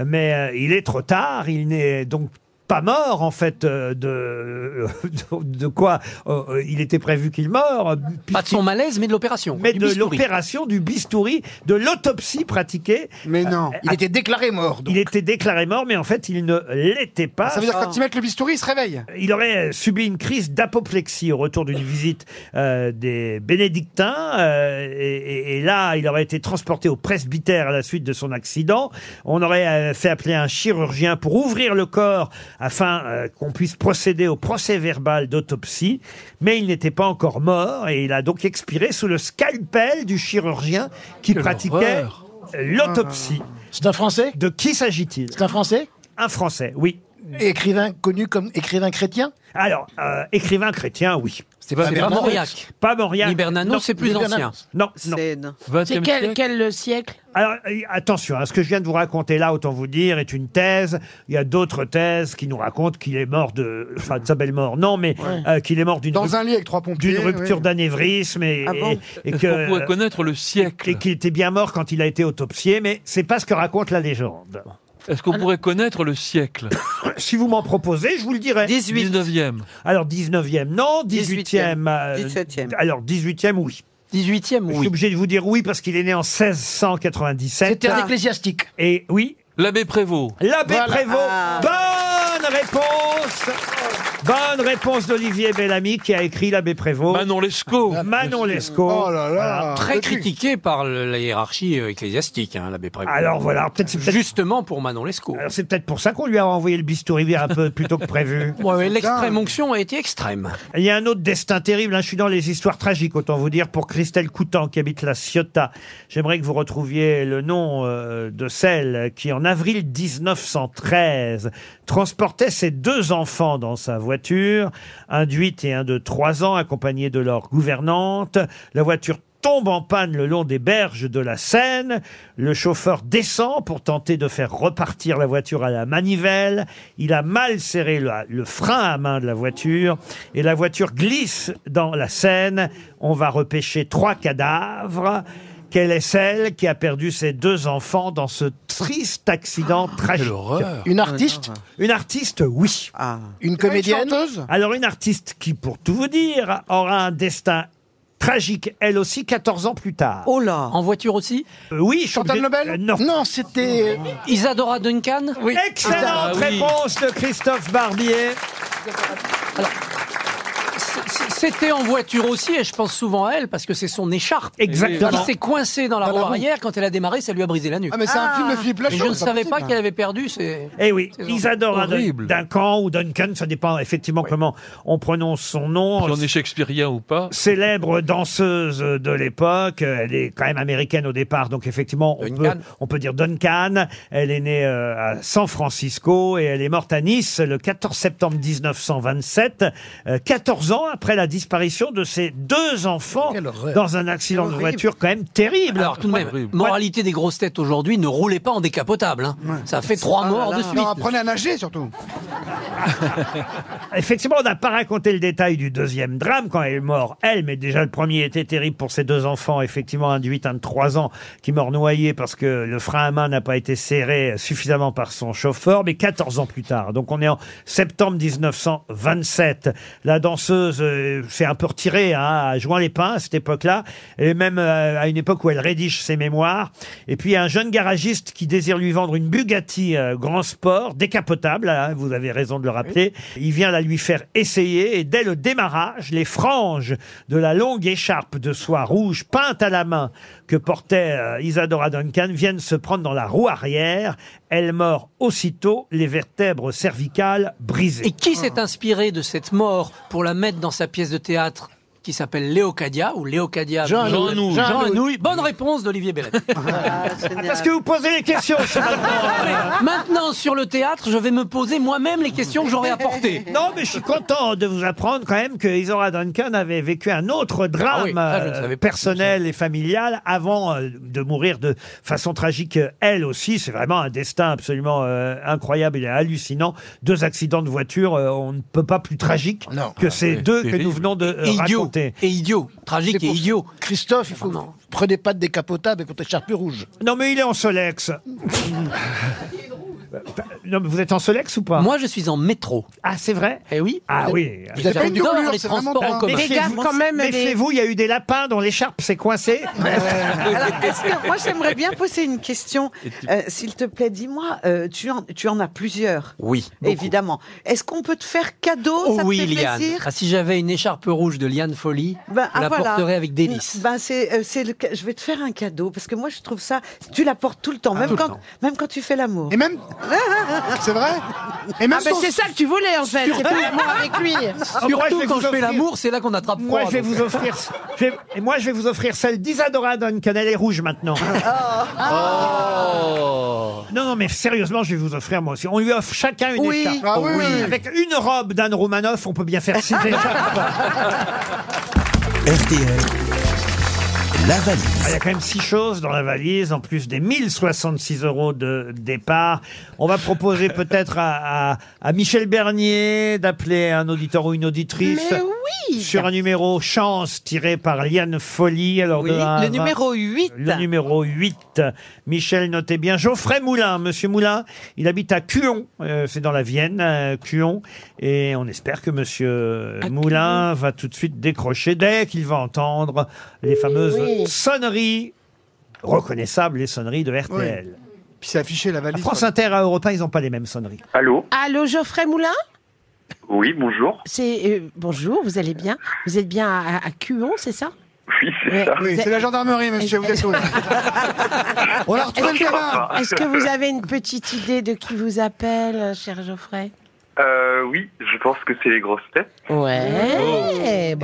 [SPEAKER 2] Mais euh, il est trop tard, il n'est donc pas mort en fait euh, de, de de quoi euh, euh, il était prévu qu'il meure. Pas de son
[SPEAKER 5] malaise, mais de l'opération.
[SPEAKER 2] Mais
[SPEAKER 5] du
[SPEAKER 2] de
[SPEAKER 5] bistouri.
[SPEAKER 2] l'opération du bistouri, de l'autopsie pratiquée. Mais non,
[SPEAKER 8] il était déclaré mort.
[SPEAKER 2] Il était déclaré mort, mais en fait il ne l'était pas.
[SPEAKER 4] Ça veut dire que quand ils mettent le bistouri, ils se réveillent.
[SPEAKER 2] Il aurait euh, subi une crise d'apoplexie au retour d'une visite euh, des bénédictins. euh, et, et- et là, il aurait été transporté au presbytère à la suite de son accident. On aurait euh, fait appeler un chirurgien pour ouvrir le corps afin euh, qu'on puisse procéder au procès verbal d'autopsie. Mais il n'était pas encore mort et il a donc expiré sous le scalpel du chirurgien qui pratiquait
[SPEAKER 18] horreur.
[SPEAKER 2] l'autopsie.
[SPEAKER 8] C'est un Français
[SPEAKER 2] De qui s'agit-il
[SPEAKER 8] C'est un Français
[SPEAKER 2] Un Français, oui.
[SPEAKER 8] Écrivain connu comme écrivain chrétien
[SPEAKER 2] Alors, euh, écrivain chrétien, oui. C'est
[SPEAKER 8] pas C'est pas Bernanos Mauriac.
[SPEAKER 2] Pas Mauriac.
[SPEAKER 5] Ni Bernanos,
[SPEAKER 2] Non.
[SPEAKER 5] c'est plus Ni Bernanos.
[SPEAKER 2] Non, non.
[SPEAKER 6] C'est quel, quel siècle
[SPEAKER 2] Alors, euh, attention, hein, ce que je viens de vous raconter là, autant vous dire, est une thèse. Il y a d'autres thèses qui nous racontent qu'il est mort de... Enfin, de sa belle mort, non, mais
[SPEAKER 4] Ouais.
[SPEAKER 2] euh, qu'il est mort d'une...
[SPEAKER 4] Dans
[SPEAKER 2] rup-
[SPEAKER 4] un lit avec trois pompiers.
[SPEAKER 2] D'une rupture
[SPEAKER 4] oui.
[SPEAKER 2] d'anévrisme et,
[SPEAKER 4] Ah bon
[SPEAKER 2] et- et
[SPEAKER 7] On pourrait
[SPEAKER 2] que...
[SPEAKER 7] connaître le siècle.
[SPEAKER 2] Et qu'il était bien mort quand il a été autopsié, mais c'est pas ce que raconte la légende.
[SPEAKER 7] Est-ce
[SPEAKER 8] Ah
[SPEAKER 7] qu'on pourrait connaître le siècle
[SPEAKER 2] Si vous m'en proposez, je vous le dirai.
[SPEAKER 7] 19e.
[SPEAKER 2] Alors 19e, non, 18e.
[SPEAKER 7] 18e,
[SPEAKER 2] euh,
[SPEAKER 7] 17e.
[SPEAKER 2] Alors 18e, oui.
[SPEAKER 5] 18e, oui.
[SPEAKER 2] Je suis obligé de vous dire oui parce qu'il est né en 1697.
[SPEAKER 8] C'était un ecclésiastique.
[SPEAKER 2] Et oui.
[SPEAKER 7] L'abbé Prévost.
[SPEAKER 2] L'abbé
[SPEAKER 7] Voilà.
[SPEAKER 2] Prévost.
[SPEAKER 7] Ah.
[SPEAKER 2] Bonne réponse. Bonne réponse d'Olivier Bellamy qui a écrit l'abbé Prévost.
[SPEAKER 7] Manon Lescaut.
[SPEAKER 2] Manon Lescaut.
[SPEAKER 5] Oh
[SPEAKER 2] Voilà.
[SPEAKER 5] Très critiqué par le- la hiérarchie euh, ecclésiastique, hein, l'abbé Prévost.
[SPEAKER 2] Alors voilà, peut-être c'est peut-être-
[SPEAKER 5] Justement pour Manon Lescaut.
[SPEAKER 2] Alors, C'est peut-être pour ça qu'on lui a envoyé le bistouri un peu plus tôt que prévu.
[SPEAKER 5] Ouais, ouais, L'extrême onction a été extrême.
[SPEAKER 2] Il y a un autre destin terrible. hein. Je suis dans les histoires tragiques, autant vous dire, pour Christelle Coutan, qui habite la Ciotat. J'aimerais que vous retrouviez le nom euh, de celle qui, en avril 1913, transportait ses deux enfants dans sa voiture, un d'huit et un de trois ans, accompagnés de leur gouvernante. La voiture tombe en panne le long des berges de la Seine. Le chauffeur descend pour tenter de faire repartir la voiture à la manivelle. Il a mal serré le, le frein à main de la voiture et la voiture glisse dans la Seine. On va repêcher trois cadavres. Quelle est celle qui a perdu ses deux enfants dans ce triste accident tragique
[SPEAKER 8] Une artiste Ah.
[SPEAKER 2] Une artiste, oui.
[SPEAKER 8] Une comédienne chanteuse
[SPEAKER 2] Alors une artiste qui, pour tout vous dire, aura un destin tragique, elle aussi, 14 ans plus tard.
[SPEAKER 5] Oh là En voiture aussi
[SPEAKER 2] Oui, je suis
[SPEAKER 5] Chantal
[SPEAKER 2] obligé-
[SPEAKER 5] Nobel
[SPEAKER 2] Euh, Non.
[SPEAKER 8] c'était...
[SPEAKER 5] Isadora Duncan
[SPEAKER 2] Oui. Excellente
[SPEAKER 5] Ah, oui.
[SPEAKER 2] réponse de Christophe Barbier.
[SPEAKER 5] C- C'était en voiture aussi, et je pense souvent à elle, parce que c'est son écharpe.
[SPEAKER 2] Exactement.
[SPEAKER 5] Qui s'est coincée dans la
[SPEAKER 2] Dans la
[SPEAKER 5] roue
[SPEAKER 2] roue.
[SPEAKER 5] arrière, quand elle a démarré, ça lui a brisé la nuque.
[SPEAKER 2] bah Ah, mais c'est un film de Philippe Lachaud,
[SPEAKER 5] Mais Je ne
[SPEAKER 2] c'est pas
[SPEAKER 5] savais
[SPEAKER 2] possible.
[SPEAKER 5] pas qu'elle avait perdu, c'est...
[SPEAKER 2] Eh oui,
[SPEAKER 5] C'est
[SPEAKER 2] Isadora
[SPEAKER 7] horrible.
[SPEAKER 2] d'un camp ou Duncan, ça dépend effectivement comment on prononce son nom.
[SPEAKER 7] Si on est shakespearien ou pas.
[SPEAKER 2] célèbre danseuse de l'époque. Elle est quand même américaine au départ, donc effectivement, on, peut,
[SPEAKER 5] Duncan.
[SPEAKER 2] on peut dire Duncan. Elle est née euh, à San Francisco et elle est morte à Nice le 14 septembre 1927, euh, 14 ans après la disparition de ses deux enfants dans un accident de
[SPEAKER 5] Horrible.
[SPEAKER 2] voiture quand même terrible.
[SPEAKER 5] Alors tout de même, moralité des grosses têtes aujourd'hui, ne roulez pas en décapotable. hein. Ça fait
[SPEAKER 2] Ah
[SPEAKER 5] trois
[SPEAKER 4] Oh,
[SPEAKER 5] morts de suite.
[SPEAKER 4] Non, apprenez à nager surtout.
[SPEAKER 2] Effectivement, on n'a pas raconté le détail du deuxième drame quand elle est morte, elle, mais déjà le premier était terrible pour ses deux enfants, effectivement, un de 8, un de 3 ans, qui meurt noyé parce que le frein à main n'a pas été serré suffisamment par son chauffeur, mais 14 ans plus tard. Donc on est en septembre 1927. La danseuse euh, s'est un peu retirée hein, à Join-les-Pins à cette époque-là, et même euh, à une époque où elle rédige ses mémoires. Et puis il y a un jeune garagiste qui désire lui vendre une Bugatti euh, Grand Sport, décapotable, hein, vous avez raison de le rappeler. Il vient la lui faire essayer et dès le démarrage, les franges de la longue écharpe de soie rouge peinte à la main que portait euh, Isadora Duncan viennent se prendre dans la roue arrière. Elle meurt aussitôt, les vertèbres cervicales brisées.
[SPEAKER 5] Et qui s'est inspiré de cette mort pour la mettre dans sa pièce de théâtre qui s'appelle Léocadia ou Léocadia.
[SPEAKER 2] Jean
[SPEAKER 5] Jean
[SPEAKER 2] Anouilh.
[SPEAKER 5] Anouilh.
[SPEAKER 2] Jean
[SPEAKER 5] Jean
[SPEAKER 2] Anouilh.
[SPEAKER 5] Anouilh. Bonne réponse d'Olivier Bellec.
[SPEAKER 2] Parce que vous posez les questions aussi maintenant.
[SPEAKER 5] Maintenant, sur le théâtre, je vais me poser moi-même les questions que j'aurais apportées.
[SPEAKER 2] Non, mais je suis content de vous apprendre quand même que Isora Duncan avait vécu un autre drame
[SPEAKER 5] Ah oui, ça, je ne
[SPEAKER 2] euh,
[SPEAKER 5] savais pas.
[SPEAKER 2] personnel et familial avant euh, de mourir de façon tragique. euh, Elle aussi, c'est vraiment un destin absolument euh, incroyable et hallucinant. Deux accidents de voiture, euh, on ne peut pas plus tragique que ces
[SPEAKER 5] oui,
[SPEAKER 2] deux que
[SPEAKER 5] Ah, terrible.
[SPEAKER 2] nous venons de euh,
[SPEAKER 5] Et idiot.
[SPEAKER 2] raconter.
[SPEAKER 5] Et idiot, tragique
[SPEAKER 8] C'est
[SPEAKER 5] et
[SPEAKER 8] pour-
[SPEAKER 5] idiot.
[SPEAKER 8] Christophe, il faut prenez pas de décapotable et votre écharpe rouge.
[SPEAKER 2] Non, mais il est en Solex. Non, mais vous êtes en Solex ou pas
[SPEAKER 5] Moi, je suis en métro.
[SPEAKER 2] Ah, c'est vrai
[SPEAKER 5] Eh oui.
[SPEAKER 2] Ah oui.
[SPEAKER 5] Vous avez une
[SPEAKER 2] J'adore
[SPEAKER 5] doublure,
[SPEAKER 2] les
[SPEAKER 5] c'est
[SPEAKER 2] transports
[SPEAKER 5] vraiment pas-
[SPEAKER 2] en commun.
[SPEAKER 5] Mais
[SPEAKER 2] Méfiez-vous-
[SPEAKER 5] regarde quand même les-
[SPEAKER 2] Méfiez-vous, il y a eu des lapins dont l'écharpe s'est coincée.
[SPEAKER 10] Alors, est-ce que moi j'aimerais bien poser une question, Euh, s'il te plaît, dis-moi, euh, tu, en, tu en as plusieurs.
[SPEAKER 5] Oui, beaucoup.
[SPEAKER 10] Évidemment. Est-ce qu'on peut te faire cadeau
[SPEAKER 5] Oh
[SPEAKER 10] Ça te
[SPEAKER 5] oui,
[SPEAKER 10] fait
[SPEAKER 5] Liane.
[SPEAKER 10] plaisir
[SPEAKER 5] Ah, si j'avais une écharpe rouge de Liane Folly,
[SPEAKER 10] Ben,
[SPEAKER 5] je
[SPEAKER 10] ah,
[SPEAKER 5] la
[SPEAKER 10] voilà.
[SPEAKER 5] porterais avec délice.
[SPEAKER 10] Ben, c'est, euh, c'est le ca- je vais te faire un cadeau parce que moi je trouve ça, tu la portes tout le temps, même
[SPEAKER 5] tout le
[SPEAKER 10] quand,
[SPEAKER 5] temps.
[SPEAKER 10] même quand tu fais l'amour.
[SPEAKER 4] Et même, c'est vrai. Et
[SPEAKER 6] Ah, ben, c'est ça que tu
[SPEAKER 10] Eh,
[SPEAKER 6] voulais en fait. C'est
[SPEAKER 10] Surtout-
[SPEAKER 6] pas l'amour avec lui.
[SPEAKER 2] Ah, moi, je
[SPEAKER 5] Surtout
[SPEAKER 2] vais
[SPEAKER 5] quand
[SPEAKER 2] vous
[SPEAKER 5] je fais
[SPEAKER 2] offrir-
[SPEAKER 5] l'amour, c'est là qu'on attrape froid.
[SPEAKER 2] Moi, je vais
[SPEAKER 5] donc.
[SPEAKER 2] vous offrir. je vais- Et moi, je vais vous offrir celle d'Isadora Duncan. Elle est rouge maintenant.
[SPEAKER 10] Ah,
[SPEAKER 5] Oh.
[SPEAKER 2] Non, non, mais sérieusement, je vais vous offrir moi aussi. On lui offre chacun une
[SPEAKER 10] Oui.
[SPEAKER 2] écharpe.
[SPEAKER 10] Ah oui, oui.
[SPEAKER 2] Avec une robe d'Anne Romanoff, on peut bien faire six écharpes.
[SPEAKER 19] RTL, la valise.
[SPEAKER 2] Ah, Il y a quand même six choses dans la valise, en plus des 1066 euros de départ. On va proposer peut-être à, à- à Michel Bernier d'appeler un auditeur ou une auditrice
[SPEAKER 10] Mais oui
[SPEAKER 2] sur un numéro chance tiré par Liane Folly. Alors
[SPEAKER 10] Oui,
[SPEAKER 2] de un à
[SPEAKER 10] le
[SPEAKER 2] vingt.
[SPEAKER 10] numéro 8.
[SPEAKER 2] Le numéro 8. Michel, notez bien. Geoffrey Moulin. Monsieur Moulin, il habite à Cuon. Euh, c'est dans la Vienne, euh, Cuon. Et on espère que monsieur Moulin va tout de suite décrocher dès qu'il va entendre les fameuses
[SPEAKER 4] oui.
[SPEAKER 2] sonneries reconnaissables, les sonneries de RTL.
[SPEAKER 4] Puis c'est affiché la
[SPEAKER 2] À
[SPEAKER 4] valise.
[SPEAKER 2] France Inter, à Europe 1, ils n'ont pas les mêmes sonneries.
[SPEAKER 12] Allô
[SPEAKER 6] Allô, Geoffrey Moulin
[SPEAKER 12] Oui, bonjour.
[SPEAKER 6] C'est euh, bonjour, vous allez bien Vous êtes bien à, à Cuon, c'est ça
[SPEAKER 12] Oui, c'est ça.
[SPEAKER 6] Oui,
[SPEAKER 4] C'est la gendarmerie, monsieur. Vous êtes sauvés.
[SPEAKER 6] Ah,
[SPEAKER 4] On a retrouvé le gamin.
[SPEAKER 6] Est-ce que vous avez une petite idée de qui vous appelle, cher Geoffrey
[SPEAKER 12] Euh, oui, je pense que c'est les grosses têtes.
[SPEAKER 6] Ouais,
[SPEAKER 4] c'est qui
[SPEAKER 6] Eh,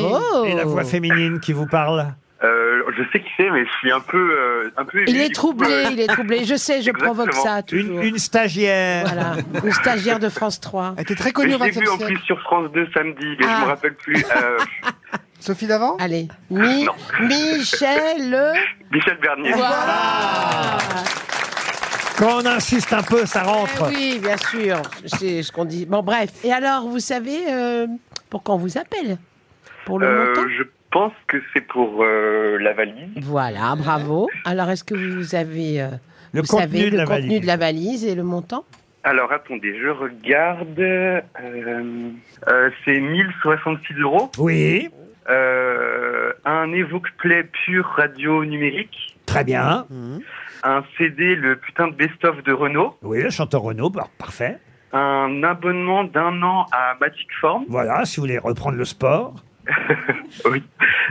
[SPEAKER 6] bravo.
[SPEAKER 2] Et la
[SPEAKER 4] Oh.
[SPEAKER 2] voix féminine qui vous parle
[SPEAKER 12] Euh, je sais qui c'est, mais je suis un peu, euh, un peu.
[SPEAKER 6] Il
[SPEAKER 12] ému,
[SPEAKER 6] est
[SPEAKER 12] du coup,
[SPEAKER 6] troublé,
[SPEAKER 12] euh,
[SPEAKER 6] il est troublé. Je sais, je
[SPEAKER 12] Exactement.
[SPEAKER 6] provoque ça
[SPEAKER 2] une,
[SPEAKER 6] toujours.
[SPEAKER 2] une stagiaire.
[SPEAKER 6] Voilà, une stagiaire de France 3.
[SPEAKER 4] Elle était très
[SPEAKER 12] mais
[SPEAKER 4] connue au
[SPEAKER 12] je l'ai
[SPEAKER 4] XXe
[SPEAKER 12] vu en
[SPEAKER 4] siècle.
[SPEAKER 12] plus sur France 2 samedi, mais
[SPEAKER 6] Ah.
[SPEAKER 12] je me rappelle plus. Euh,
[SPEAKER 4] Sophie Davant
[SPEAKER 6] Allez, Mi-
[SPEAKER 12] Non.
[SPEAKER 6] Michel.
[SPEAKER 12] Michel Bernier.
[SPEAKER 6] Voilà.
[SPEAKER 2] Quand on insiste un peu, ça
[SPEAKER 6] Eh
[SPEAKER 2] rentre.
[SPEAKER 6] oui, bien sûr, c'est ce qu'on dit. Bon, bref. Et alors, vous savez euh, pourquoi on vous appelle Pour le
[SPEAKER 12] Euh,
[SPEAKER 6] montant
[SPEAKER 12] je pense que c'est pour euh, la valise.
[SPEAKER 6] Voilà, bravo. Alors, est-ce que vous avez euh,
[SPEAKER 2] Le
[SPEAKER 6] vous
[SPEAKER 2] contenu
[SPEAKER 6] savez
[SPEAKER 2] de
[SPEAKER 6] le
[SPEAKER 2] la
[SPEAKER 6] contenu
[SPEAKER 2] valise.
[SPEAKER 6] de la valise et le montant
[SPEAKER 12] Alors attendez, je regarde. euh, euh, c'est 1066 euros.
[SPEAKER 2] Oui,
[SPEAKER 12] Euh, un Evoque Play pur radio numérique. Mmh.
[SPEAKER 2] très Ah bien.
[SPEAKER 12] Un CD, le putain de best-of de Renault.
[SPEAKER 2] Oui, le chanteur Renaud, par- parfait.
[SPEAKER 12] Un abonnement d'un an à Magic Form.
[SPEAKER 2] Voilà, si vous voulez reprendre le sport.
[SPEAKER 12] Oui.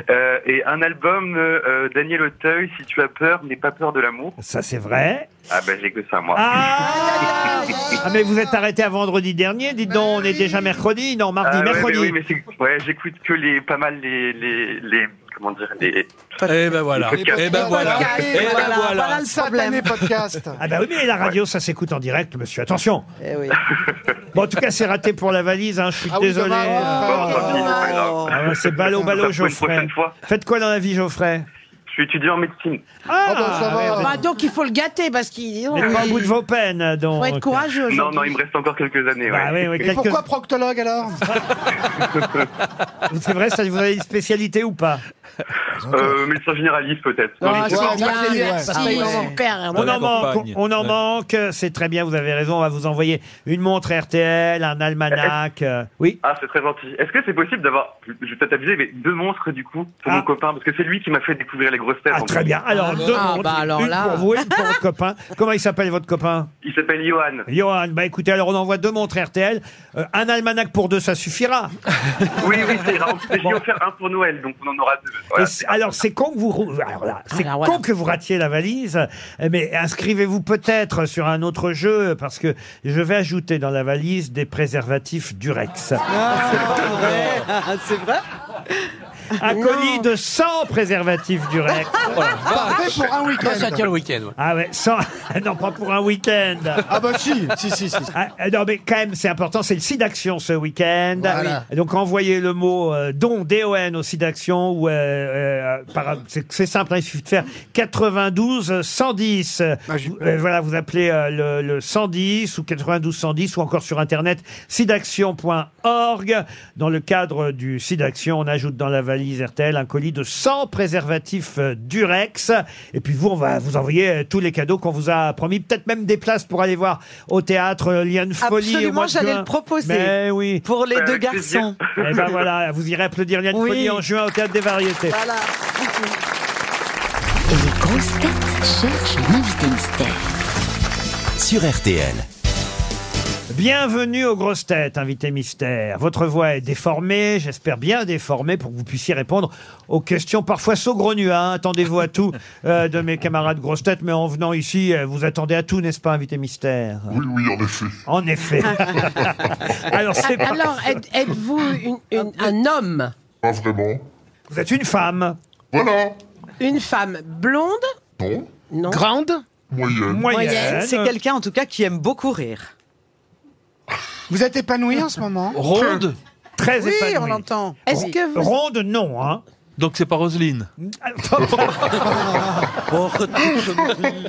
[SPEAKER 12] Euh, et un album euh, euh, Daniel Auteuil, Si tu as peur, n'aie pas peur de l'amour.
[SPEAKER 2] Ça, c'est vrai.
[SPEAKER 12] Ah ben j'ai que ça moi.
[SPEAKER 2] Ah, Ah, mais vous êtes arrêté à vendredi dernier. Dites donc, on est déjà mercredi. Non, mardi,
[SPEAKER 12] Ah, ouais,
[SPEAKER 2] mercredi.
[SPEAKER 12] mais oui, mais c'est- ouais, j'écoute que les pas mal les les, les comment dire les.
[SPEAKER 5] Eh ben voilà.
[SPEAKER 12] Les podcasts.
[SPEAKER 5] Eh ben voilà.
[SPEAKER 4] Podcast.
[SPEAKER 5] Eh ben
[SPEAKER 4] Voilà,
[SPEAKER 5] voilà.
[SPEAKER 6] le
[SPEAKER 4] Ça,
[SPEAKER 6] problème.
[SPEAKER 4] les podcasts.
[SPEAKER 2] Ah bah oui, mais la radio, ça s'écoute en direct, monsieur. Attention.
[SPEAKER 10] Eh oui.
[SPEAKER 2] Bon, en tout cas, c'est raté pour la valise. hein. Je suis
[SPEAKER 4] Ah oui,
[SPEAKER 2] désolé.
[SPEAKER 4] dommage.
[SPEAKER 2] Ah,
[SPEAKER 12] Tant pis, bah, c'est pas grave.
[SPEAKER 2] ah, c'est ballot,
[SPEAKER 12] Ça
[SPEAKER 2] ballot,
[SPEAKER 12] fera une
[SPEAKER 2] Geoffrey.
[SPEAKER 12] prochaine fois.
[SPEAKER 2] Faites quoi dans la vie, Geoffrey
[SPEAKER 12] Je suis étudiant en médecine.
[SPEAKER 2] Ah,
[SPEAKER 4] bah, ça va.
[SPEAKER 6] Bah, Donc, il faut le gâter parce qu'il oh,
[SPEAKER 2] mais pas au bout de
[SPEAKER 6] il
[SPEAKER 2] vos peines, donc.
[SPEAKER 6] faut être courageux.
[SPEAKER 12] Non
[SPEAKER 6] aujourd'hui.
[SPEAKER 12] non, il me reste encore quelques années. ouais.
[SPEAKER 2] Bah oui, oui,
[SPEAKER 4] Et
[SPEAKER 2] quelques-
[SPEAKER 4] pourquoi proctologue alors
[SPEAKER 2] C'est vrai, ça, vous avez une spécialité ou pas
[SPEAKER 12] Euh, médecin généraliste peut-être.
[SPEAKER 6] Oh,
[SPEAKER 12] Non, mais-
[SPEAKER 6] c'est
[SPEAKER 4] Ouais,
[SPEAKER 6] bien,
[SPEAKER 4] merci,
[SPEAKER 6] merci,
[SPEAKER 4] ouais.
[SPEAKER 6] on perd.
[SPEAKER 2] On en manque,
[SPEAKER 3] compagne.
[SPEAKER 2] on en
[SPEAKER 3] Ouais.
[SPEAKER 2] manque, c'est très bien, vous avez raison, on va vous envoyer une montre RTL, un almanach. euh, Oui
[SPEAKER 12] Ah, c'est très gentil. Est-ce que c'est possible d'avoir, je vais peut-être abuser, mais deux monstres du coup pour
[SPEAKER 2] Ah.
[SPEAKER 12] mon copain Parce que c'est lui qui m'a fait découvrir les grosses têtes.
[SPEAKER 2] Ah
[SPEAKER 12] en
[SPEAKER 2] très
[SPEAKER 12] fait.
[SPEAKER 2] bien, alors deux
[SPEAKER 6] Ah,
[SPEAKER 2] montres,
[SPEAKER 6] bah, alors
[SPEAKER 2] une
[SPEAKER 6] là.
[SPEAKER 2] pour vous et une pour votre copain. Comment il s'appelle votre copain
[SPEAKER 12] Il s'appelle Johan.
[SPEAKER 2] Johan, bah écoutez, alors on envoie deux montres RTL, Euh, un almanach pour deux, ça suffira.
[SPEAKER 12] Oui, oui, c'est rare. En plus, Je lui ai offert un pour Noël, donc on en aura deux. Voilà.
[SPEAKER 2] Et c'est- alors c'est con que vous, rou- alors là, c'est
[SPEAKER 6] Alors, voilà.
[SPEAKER 2] con que vous ratiez la valise, euh, mais inscrivez-vous peut-être sur un autre jeu parce que je vais ajouter dans la valise des préservatifs Durex.
[SPEAKER 10] Ah, c'est vrai
[SPEAKER 2] un colis de 100 préservatifs du Rex.
[SPEAKER 5] Oh la vache. Parfait pour un week-end. Ça, ça tient le week-end, ouais.
[SPEAKER 2] Ah ouais, 100 non, pas pour un week-end. Ah,
[SPEAKER 5] Ah bah si,
[SPEAKER 2] si, si. Eh non, mais quand même, c'est important, c'est le site d'action ce week-end.
[SPEAKER 5] Voilà.
[SPEAKER 2] Et Donc envoyez le mot euh, don, D-O-N, au site d'action. ou, euh, euh, par- c'est c'est simple, hein, il suffit de faire 92 110. Vous- euh, voilà, vous appelez euh, le, le 110 ou 92 110 ou encore sur internet sidaction.org. Dans le cadre du SIDAction, on ajoute dans la valise RTL un colis de 100 préservatifs euh, Durex. Et puis vous, on va vous envoyer euh, tous les cadeaux qu'on vous a promis, peut-être même des places pour aller voir au théâtre euh, Liane Folie. au mois
[SPEAKER 10] Absolument,
[SPEAKER 2] de
[SPEAKER 10] j'allais
[SPEAKER 2] juin.
[SPEAKER 10] le proposer.
[SPEAKER 2] Mais oui.
[SPEAKER 10] Pour les deux garçons.
[SPEAKER 2] Et ben voilà, vous irez applaudir Liane
[SPEAKER 10] Oui.
[SPEAKER 2] Folie en juin au théâtre des variétés.
[SPEAKER 10] Voilà.
[SPEAKER 11] Et les grosses têtes cherchent l'invité mystère.
[SPEAKER 1] Sur RTL.
[SPEAKER 2] Bienvenue aux grosses têtes, invité mystère. Votre voix est déformée, j'espère bien déformée, pour que vous puissiez répondre aux questions parfois saugrenues. hein. Attendez-vous à tout euh, de mes camarades grosses têtes, mais en venant ici, euh, vous attendez à tout, n'est-ce pas, invité mystère
[SPEAKER 18] Oui, oui, en effet.
[SPEAKER 2] En effet. Alors, c'est pas-
[SPEAKER 6] Ah, Alors, êtes- êtes-vous une- une- un homme
[SPEAKER 18] Pas vraiment.
[SPEAKER 2] Vous êtes une femme.
[SPEAKER 18] Voilà.
[SPEAKER 6] Une femme blonde
[SPEAKER 18] Non.
[SPEAKER 6] Non. Grande
[SPEAKER 18] Moyenne.
[SPEAKER 10] C'est quelqu'un en tout cas qui aime beaucoup rire.
[SPEAKER 4] Vous êtes épanoui en ce moment
[SPEAKER 7] Ronde
[SPEAKER 2] Très
[SPEAKER 4] Oui,
[SPEAKER 2] épanouie.
[SPEAKER 4] on l'entend. Est-ce que vous-
[SPEAKER 2] Ronde, non. Hein. Ah,
[SPEAKER 7] Donc c'est pas Roselyne
[SPEAKER 4] Oh,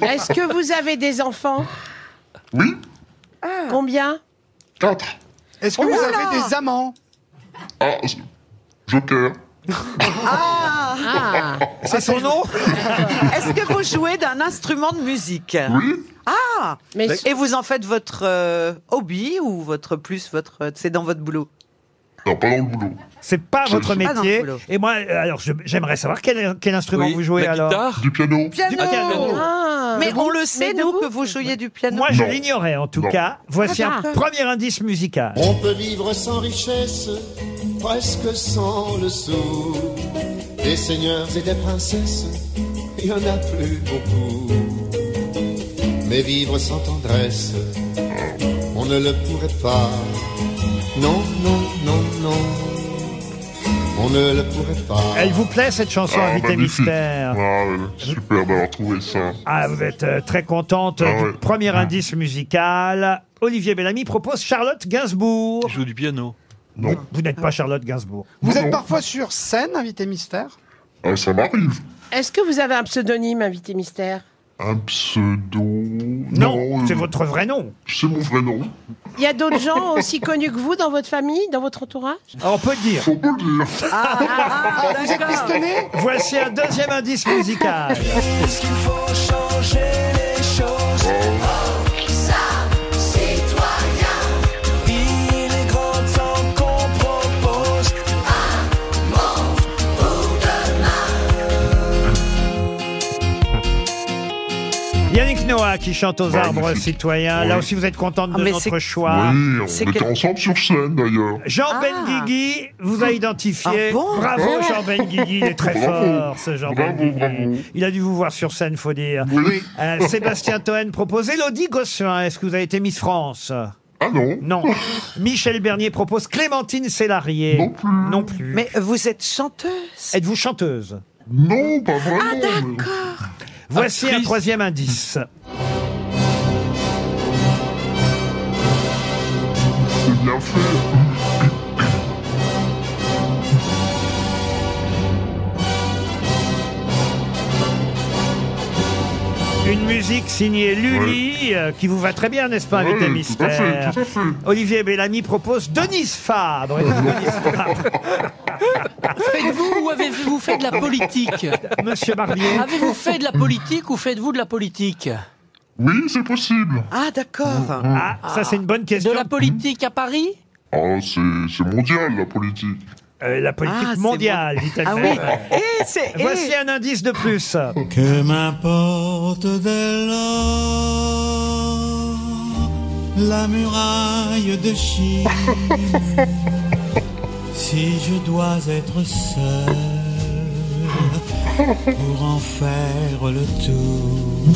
[SPEAKER 6] Est-ce que vous avez des enfants Ah.
[SPEAKER 18] Oui.
[SPEAKER 6] Combien
[SPEAKER 18] Quatre.
[SPEAKER 4] Est-ce que
[SPEAKER 6] Oh
[SPEAKER 4] vous
[SPEAKER 6] là
[SPEAKER 4] avez
[SPEAKER 6] là
[SPEAKER 4] des amants
[SPEAKER 18] Ah, je- Joker.
[SPEAKER 10] Ah,
[SPEAKER 2] C'est son nom
[SPEAKER 10] Est-ce que vous jouez d'un instrument de musique
[SPEAKER 18] Oui.
[SPEAKER 10] Ah
[SPEAKER 6] Mais-
[SPEAKER 10] Et vous en faites votre euh, hobby ou votre plus votre euh, c'est dans votre boulot
[SPEAKER 18] Non, pas dans le boulot.
[SPEAKER 2] C'est pas
[SPEAKER 18] Je-
[SPEAKER 2] votre
[SPEAKER 18] je- Ah, non,
[SPEAKER 2] métier.
[SPEAKER 18] boulot.
[SPEAKER 2] Et moi, euh, alors, je- j'aimerais savoir quel, quel instrument
[SPEAKER 7] Oui,
[SPEAKER 2] vous jouez
[SPEAKER 7] la
[SPEAKER 2] alors
[SPEAKER 7] guitare
[SPEAKER 18] Du piano.
[SPEAKER 10] Piano,
[SPEAKER 6] Ah.
[SPEAKER 10] Mais
[SPEAKER 6] Debout
[SPEAKER 10] on le sait
[SPEAKER 6] Mais
[SPEAKER 10] nous
[SPEAKER 6] debout
[SPEAKER 10] que vous jouiez du piano.
[SPEAKER 2] Moi, je l'ignorais en tout
[SPEAKER 18] Non. Oh.
[SPEAKER 2] cas. Voici
[SPEAKER 10] Ah,
[SPEAKER 2] un
[SPEAKER 10] bah.
[SPEAKER 2] premier indice musical.
[SPEAKER 20] On peut vivre sans richesse, presque sans le sou. Des seigneurs et des princesses, il y en a plus beaucoup. Mais vivre sans tendresse, on ne le pourrait pas. Non, non, non, non, on ne le pourrait pas.
[SPEAKER 2] Elle vous plaît cette chanson,
[SPEAKER 18] Ah,
[SPEAKER 2] invité
[SPEAKER 18] magnifique.
[SPEAKER 2] mystère
[SPEAKER 18] Ah, euh, super d'avoir trouvé ça.
[SPEAKER 2] Ah, vous êtes euh, très contente
[SPEAKER 18] Ah
[SPEAKER 2] du premier indice musical. Olivier Bellamy propose Charlotte Gainsbourg.
[SPEAKER 7] joue du piano.
[SPEAKER 2] Vous, vous n'êtes pas Charlotte Gainsbourg.
[SPEAKER 4] Vous êtes parfois sur scène, invité mystère
[SPEAKER 18] Ah, ça m'arrive.
[SPEAKER 6] Est-ce que vous avez un pseudonyme, invité mystère
[SPEAKER 18] Un pseudo. Non,
[SPEAKER 2] c'est
[SPEAKER 18] euh,
[SPEAKER 2] votre vrai nom.
[SPEAKER 18] C'est mon vrai nom.
[SPEAKER 6] Il y a d'autres gens aussi connus que vous dans votre famille, dans votre entourage
[SPEAKER 2] On peut dire.
[SPEAKER 18] Faut pas le dire.
[SPEAKER 6] Ah,
[SPEAKER 4] Vous êtes pistonné
[SPEAKER 2] Voici un deuxième indice musical.
[SPEAKER 20] Est-ce qu'il faut changer les choses citoyen Il est grand temps qu'on propose un monde pour
[SPEAKER 2] Yannick Noah qui chante aux arbres citoyens. Là
[SPEAKER 18] Oui.
[SPEAKER 2] aussi, vous êtes contente de
[SPEAKER 10] Ah, mais
[SPEAKER 2] notre
[SPEAKER 10] c'est-
[SPEAKER 2] choix.
[SPEAKER 18] oui, on était ensemble sur scène d'ailleurs.
[SPEAKER 2] Jean
[SPEAKER 10] Ah.
[SPEAKER 2] Benguigui vous a identifié.
[SPEAKER 10] Ah bon
[SPEAKER 2] Bravo
[SPEAKER 18] Ouais.
[SPEAKER 2] Jean Benguigui, il est très
[SPEAKER 18] Eh. Bravo.
[SPEAKER 2] fort ce Jean
[SPEAKER 18] Bravo, bravo.
[SPEAKER 2] Benguigui. Il a dû vous voir sur scène, faut dire.
[SPEAKER 18] Oui.
[SPEAKER 2] Euh, Sébastien Toen propose Elodie Gossuin. Est-ce que vous avez été Miss France
[SPEAKER 18] Ah non.
[SPEAKER 2] Non. Michel Bernier propose Clémentine Sélarié.
[SPEAKER 18] Non plus.
[SPEAKER 2] Non plus.
[SPEAKER 10] Mais vous êtes chanteuse. Ah,
[SPEAKER 2] Êtes-vous chanteuse
[SPEAKER 18] Non, pas vraiment. mais-
[SPEAKER 2] Voici un troisième indice.
[SPEAKER 18] C'est bien fait.
[SPEAKER 2] Une musique signée Lully, euh, qui vous va très bien, n'est-ce pas, invité
[SPEAKER 18] Ouais,
[SPEAKER 2] mystère
[SPEAKER 18] tout à fait, tout à fait.
[SPEAKER 2] Olivier Bellamy propose Denise Fabre. Et Denise Fabre.
[SPEAKER 5] Faites-vous ou avez-vous fait de la politique
[SPEAKER 2] Monsieur Barbier.
[SPEAKER 5] Avez-vous fait de la politique ou faites-vous de la politique
[SPEAKER 18] Oui, c'est possible.
[SPEAKER 10] Ah d'accord.
[SPEAKER 2] Ah, ça c'est une bonne question.
[SPEAKER 5] De la politique à Paris
[SPEAKER 18] Ah, c'est c'est mondial la politique.
[SPEAKER 2] Euh, la politique
[SPEAKER 10] Ah, c'est
[SPEAKER 2] mondiale, dit-elle.
[SPEAKER 10] Ah oui. Et c'est eh,
[SPEAKER 2] Voici un indice de plus.
[SPEAKER 20] Que m'importe dès
[SPEAKER 3] oh,
[SPEAKER 20] lors la muraille de Chine si je dois être seul pour en faire le tour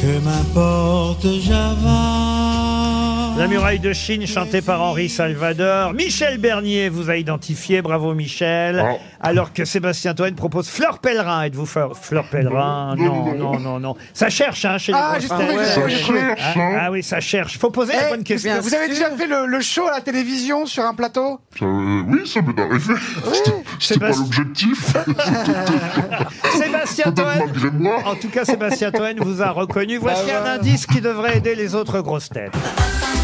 [SPEAKER 20] Que m'importe Java
[SPEAKER 2] La muraille de Chine, chantée par Henri Salvador. Michel Bernier vous a identifié, bravo Michel.
[SPEAKER 4] Oh.
[SPEAKER 2] Alors que Sébastien Toen propose Fleur Pellerin. Êtes-vous Fleur, Fleur Pellerin Non, non, non, non. Ça cherche, hein, chez les
[SPEAKER 4] Ah, j'ai
[SPEAKER 2] confrères.
[SPEAKER 4] trouvé, j'ai trouvé, j'ai trouvé.
[SPEAKER 2] Ah, ah oui, ça cherche. Faut poser la
[SPEAKER 4] Eh,
[SPEAKER 2] bonne question.
[SPEAKER 4] Vous avez déjà fait le, le show à la télévision sur un plateau
[SPEAKER 18] Ça, euh, oui, ça m'est arrivé.
[SPEAKER 2] Eh,
[SPEAKER 18] C'était- C'était pas l'objectif.
[SPEAKER 2] Sébastien Toen. En tout cas, Sébastien Toen vous a reconnu. Voici
[SPEAKER 18] Bah
[SPEAKER 2] un
[SPEAKER 18] ouais.
[SPEAKER 2] indice qui devrait aider les autres grosses têtes.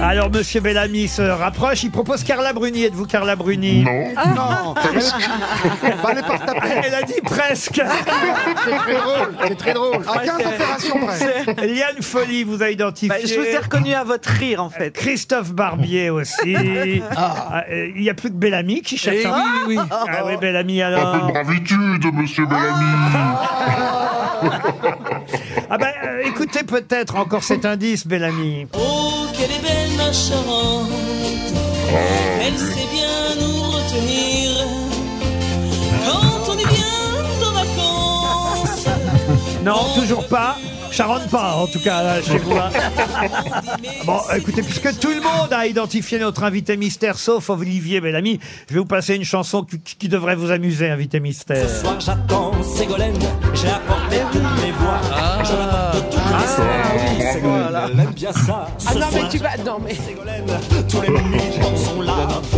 [SPEAKER 2] Alors, Monsieur Bellamy se rapproche. Il propose Carla Bruni. Êtes-vous Carla Bruni Ah. Non.
[SPEAKER 4] Non.
[SPEAKER 2] elle, a dit presque. Ah,
[SPEAKER 4] C'est très drôle, c'est très drôle. À 15 opérations près.
[SPEAKER 2] Liane Folly vous a identifié.
[SPEAKER 9] Bah, je vous ai reconnu
[SPEAKER 2] à votre rire, en fait. Christophe Barbier aussi. Ah, euh, Il n'y a plus que Bellamy qui cherche.
[SPEAKER 18] Eh
[SPEAKER 2] un-
[SPEAKER 18] oui, oui.
[SPEAKER 2] Ah oui, Bellamy
[SPEAKER 18] Un peu de
[SPEAKER 2] alors.
[SPEAKER 18] bravitude, monsieur Bellamy.
[SPEAKER 2] Ah ben, euh, écoutez peut-être encore cet indice, Bellamy.
[SPEAKER 3] Oh, quelle est belle ma Charente
[SPEAKER 18] Ah.
[SPEAKER 3] Elle sait bien nous retenir Quand on est bien en vacances
[SPEAKER 2] Non, toujours pas. Charonne pas, en tout cas, là, chez vous. hein. Bon, écoutez, puisque tout le monde a identifié notre invité mystère, sauf Olivier Bellamy, je vais vous passer une chanson qui, qui devrait vous amuser, invité mystère.
[SPEAKER 3] Ce soir j'attends Ségolène J'ai apporté tous mes voix J'en apporte toutes les scènes Ségolène, elle aime bien ça
[SPEAKER 6] Ah
[SPEAKER 3] Ce
[SPEAKER 6] non, mais
[SPEAKER 3] soir,
[SPEAKER 6] tu vas. Non, mais.
[SPEAKER 3] Tous les menus sont là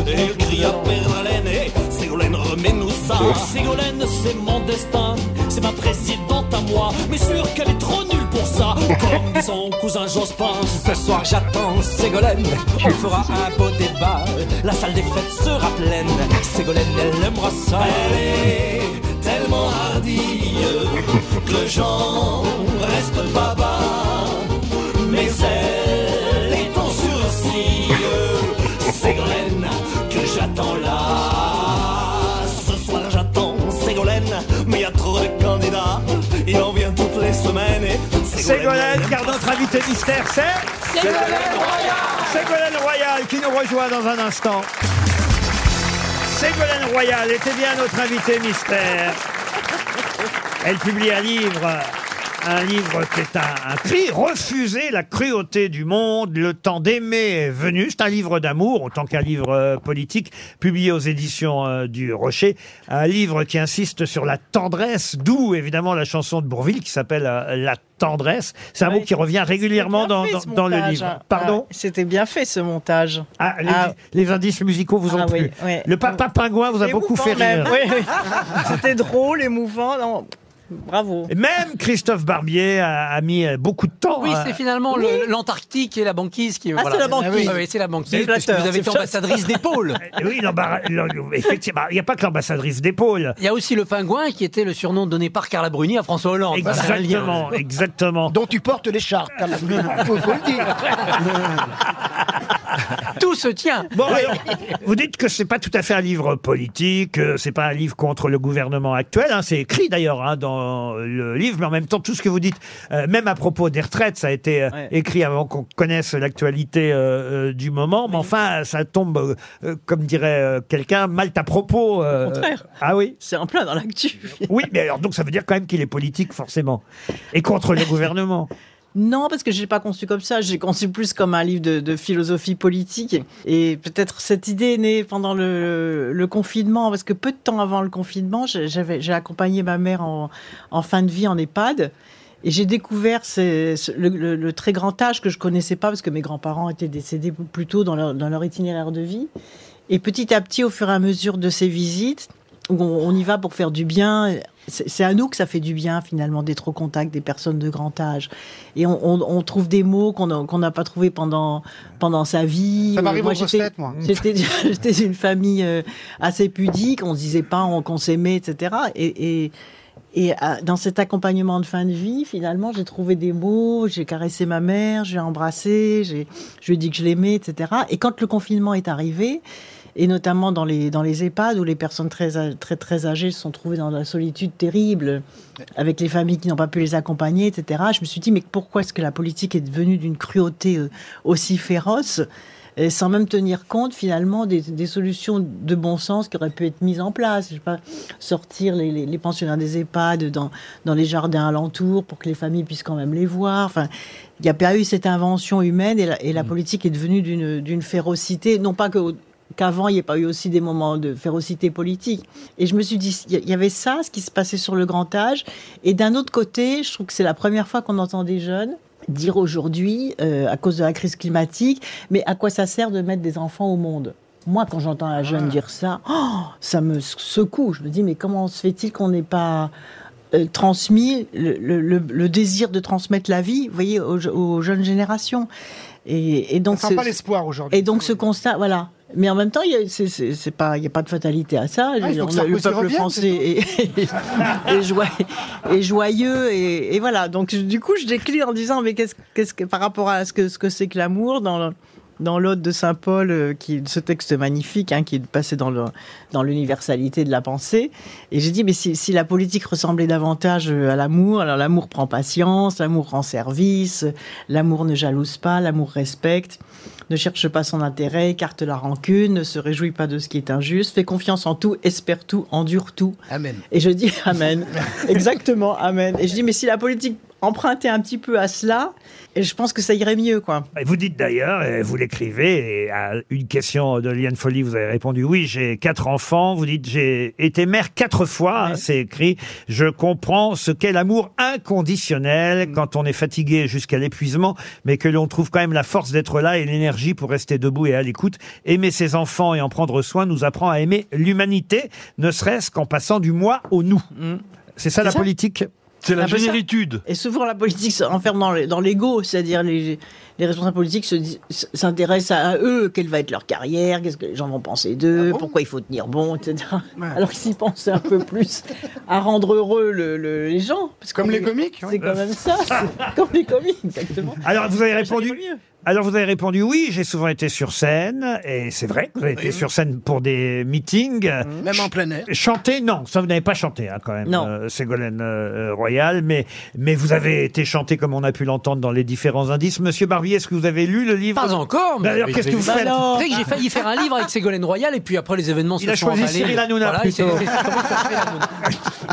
[SPEAKER 3] Et elle crie à perdre haleine Et Ségolène remets-nous ça Ségolène c'est mon destin C'est ma présidente à moi Mais sûr qu'elle est trop nulle pour ça Comme son cousin Jospin Ce soir j'attends Ségolène On fera un beau débat La salle des fêtes sera pleine Ségolène elle aimera ça Elle est tellement hardie Que j'en reste pas bas mais elle est ton sourcil, Ségolène, que j'attends là. Ce soir j'attends Ségolène, mais y a trop de candidats, il en vient toutes les semaines. Et
[SPEAKER 2] Ségolène, car notre invité mystère, c'est
[SPEAKER 3] Ségolène
[SPEAKER 2] Royal Ségolène Royal qui nous rejoint dans un instant. Ségolène Royal était bien notre invité mystère. Elle publie un livre, un livre qui est un, un cri, refuser la cruauté du monde, le temps d'aimer est venu. C'est un livre d'amour, autant qu'un livre euh, politique, publié aux éditions euh, du Rocher. Un livre qui insiste sur la tendresse, d'où évidemment la chanson de Bourville qui s'appelle euh, La tendresse. C'est un mot qui revient régulièrement dans, dans, dans le
[SPEAKER 9] montage,
[SPEAKER 2] livre.
[SPEAKER 9] hein.
[SPEAKER 2] Pardon
[SPEAKER 9] Ah, C'était bien fait ce montage.
[SPEAKER 2] Ah, les, les indices musicaux vous ont
[SPEAKER 9] Ah oui,
[SPEAKER 2] plu.
[SPEAKER 9] ouais.
[SPEAKER 2] Le papa pingouin vous a beaucoup fait rire.
[SPEAKER 9] C'était drôle, émouvant. non, Bravo.
[SPEAKER 2] Et Même Christophe Barbier a, a mis euh, beaucoup de temps.
[SPEAKER 5] Oui,
[SPEAKER 2] à-
[SPEAKER 5] c'est finalement le- l'Antarctique et la banquise qui.
[SPEAKER 2] Ah, c'est la banquise.
[SPEAKER 5] Ah oui, c'est la
[SPEAKER 2] C'est
[SPEAKER 5] banquise. parce que
[SPEAKER 2] flatteur,
[SPEAKER 5] vous avez été
[SPEAKER 2] c'est flatteur. Eh
[SPEAKER 5] ambassadrice d'épaule.
[SPEAKER 2] Oui, l'embarras- l'en- effectivement, il n'y a pas que l'ambassadrice d'épaule.
[SPEAKER 5] Il y a aussi le pingouin qui était le surnom donné par Carla Bruni à François Hollande.
[SPEAKER 2] Exactement, exactement.
[SPEAKER 5] Dont tu portes l'écharpe, Carla Bruni. Tout se tient.
[SPEAKER 2] Bon, alors, vous dites que c'est pas tout à fait un livre politique, euh, c'est pas un livre contre le gouvernement actuel. hein, c'est écrit d'ailleurs hein, dans le livre, mais en même temps, tout ce que vous dites, euh, même à propos des retraites, ça a été euh,
[SPEAKER 9] Ouais.
[SPEAKER 2] écrit avant qu'on connaisse l'actualité euh, euh, du moment. Mais enfin, ça tombe, euh, euh, comme dirait euh, quelqu'un, mal à propos. euh,
[SPEAKER 9] contraire.
[SPEAKER 2] Ah oui.
[SPEAKER 9] C'est en plein dans l'actu.
[SPEAKER 2] Oui, mais alors donc ça veut dire quand même qu'il est politique forcément et contre le gouvernement.
[SPEAKER 9] Non, parce que je l'ai pas conçu comme ça. J'ai conçu plus comme un livre de, de philosophie politique. Et peut-être cette idée est née pendant le, le confinement, parce que peu de temps avant le confinement, j'ai- j'avais, j'ai accompagné ma mère en, en fin de vie en EHPAD. Et j'ai découvert ce- ce- le, le- le très grand âge que je connaissais pas, parce que mes grands-parents étaient décédés plus tôt dans leur, dans leur itinéraire de vie. Et petit à petit, au fur et à mesure de ces visites, où on, on y va pour faire du bien. C'est c'est à nous que ça fait du bien, finalement, d'être au contact des personnes de grand âge. Et on, on- on trouve des mots qu'on a- qu'on n'a pas trouvés pendant, pendant sa vie.
[SPEAKER 4] Ça m'arrive
[SPEAKER 9] Moi,
[SPEAKER 4] aux grosses
[SPEAKER 9] j'étais-
[SPEAKER 4] têtes, moi.
[SPEAKER 9] J'étais j'étais une famille euh, assez pudique, on ne disait pas on- qu'on s'aimait, etc. Et, et, et, à- dans cet accompagnement de fin de vie, finalement, j'ai trouvé des mots, j'ai caressé ma mère, j'ai embrassé, j'ai- je lui ai dit que je l'aimais, etc. Et quand le confinement est arrivé, et notamment dans les, dans les EHPAD où les personnes très, â- très, très âgées se sont trouvées dans la solitude terrible, avec les familles qui n'ont pas pu les accompagner, etc. Je me suis dit, mais pourquoi est-ce que la politique est devenue d'une cruauté euh, aussi féroce et sans même tenir compte finalement des, des solutions de bon sens qui auraient pu être mises en place. Je sais pas, sortir les, les- les pensionnaires des EHPAD dans, dans les jardins alentours pour que les familles puissent quand même les voir. Enfin, il n'y a pas eu cette invention humaine et la, et la politique est devenue d'une d'une férocité, non pas que qu'avant, il n'y ait pas eu aussi des moments de férocité politique. Et je me suis dit, il y- il y avait ça, ce qui se passait sur le grand âge. Et d'un autre côté, je trouve que c'est la première fois qu'on entend des jeunes dire aujourd'hui, euh, à cause de la crise climatique, mais à quoi ça sert de mettre des enfants au monde moi, quand j'entends un jeune
[SPEAKER 4] Ah.
[SPEAKER 9] dire ça, oh, ça me secoue. Je me dis, mais comment se fait-il qu'on n'ait pas euh, transmis le, le- le- le désir de transmettre la vie, vous voyez, aux, je- aux jeunes générations et, et donc
[SPEAKER 4] Ça sent pas l'espoir aujourd'hui.
[SPEAKER 9] Et donc ce constat, voilà. Mais en même temps, il n'y a, c'est- c'est- c'est pas- il y a pas de fatalité à ça.
[SPEAKER 4] Ah, il faut
[SPEAKER 9] On
[SPEAKER 4] que
[SPEAKER 9] a-
[SPEAKER 4] Sarkozy
[SPEAKER 9] le peuple
[SPEAKER 4] revienne,
[SPEAKER 9] français est, est joy- est joyeux et, et voilà. Donc je- du coup, je décline en disant mais qu'est-ce qu'est-ce que par rapport à ce que ce que c'est que l'amour dans le- dans l'ode de Saint Paul, euh, qui est ce texte magnifique, hein, qui est passé dans le dans l'universalité de la pensée. Et j'ai dit mais si, si la politique ressemblait davantage euh, à l'amour, alors l'amour prend patience, l'amour rend service, l'amour ne jalouse pas, l'amour respecte ne cherche pas son intérêt, écarte la rancune, ne se réjouit pas de ce qui est injuste, fait confiance en tout, espère tout, endure tout.
[SPEAKER 8] Amen.
[SPEAKER 9] Et je dis Amen. Exactement, Amen. Et je dis, mais si la politique empruntait un petit peu à cela, je pense que ça irait mieux, quoi.
[SPEAKER 2] Et vous dites d'ailleurs, et vous l'écrivez, et à une question de Liane Folly, vous avez répondu oui, j'ai quatre enfants. Vous dites j'ai été mère quatre fois, hein, c'est écrit. Je comprends ce qu'est l'amour inconditionnel quand on est fatigué jusqu'à l'épuisement, mais que l'on trouve quand même la force d'être là et l'énergie pour rester debout et à l'écoute. Aimer ses enfants et en prendre soin nous apprend à aimer l'humanité, ne serait-ce qu'en passant du moi au nous. C'est ça la
[SPEAKER 9] ça
[SPEAKER 2] politique C'est
[SPEAKER 9] Un peu ça. Et souvent, la politique s'enferme dans le- dans l'ego, c'est-à-dire les, les responsables politiques se dis- s'intéressent à eux, quelle va être leur carrière, qu'est-ce que les gens vont penser
[SPEAKER 4] Ah
[SPEAKER 9] d'eux, pourquoi il faut tenir bon, etc. Alors qu'ils s'y pensaient un peu plus à rendre heureux le- le- les gens. Parce
[SPEAKER 4] Comme
[SPEAKER 9] qu'on
[SPEAKER 4] les
[SPEAKER 9] est-
[SPEAKER 4] comiques,
[SPEAKER 9] C'est quand même ça, c'est comme les comiques, exactement.
[SPEAKER 2] Alors vous avez répondu. Alors vous avez répondu oui, j'ai souvent été sur scène et c'est vrai, que vous avez été sur scène pour des meetings.
[SPEAKER 8] Mmh. Même en plein air.
[SPEAKER 2] Chanter, non, ça vous n'avez pas chanté hein, quand même, euh, Ségolène euh, euh, Royal, mais mais vous avez été chanté comme on a pu l'entendre dans les différents indices. Monsieur Barbier, est-ce que vous avez lu le livre
[SPEAKER 5] Pas encore. mais-
[SPEAKER 2] D'ailleurs, qu'est-ce que vous
[SPEAKER 5] Bah
[SPEAKER 2] faites
[SPEAKER 5] non. Vous savez que J'ai failli faire un livre avec Ségolène Royal et puis après les événements
[SPEAKER 2] Il
[SPEAKER 5] se
[SPEAKER 2] a
[SPEAKER 5] sont
[SPEAKER 2] choisi
[SPEAKER 5] emballés.
[SPEAKER 2] Cyril Hanouna
[SPEAKER 5] Voilà, il s'est-
[SPEAKER 2] plutôt.
[SPEAKER 5] c'est comment ça s'appelle, Hanouna.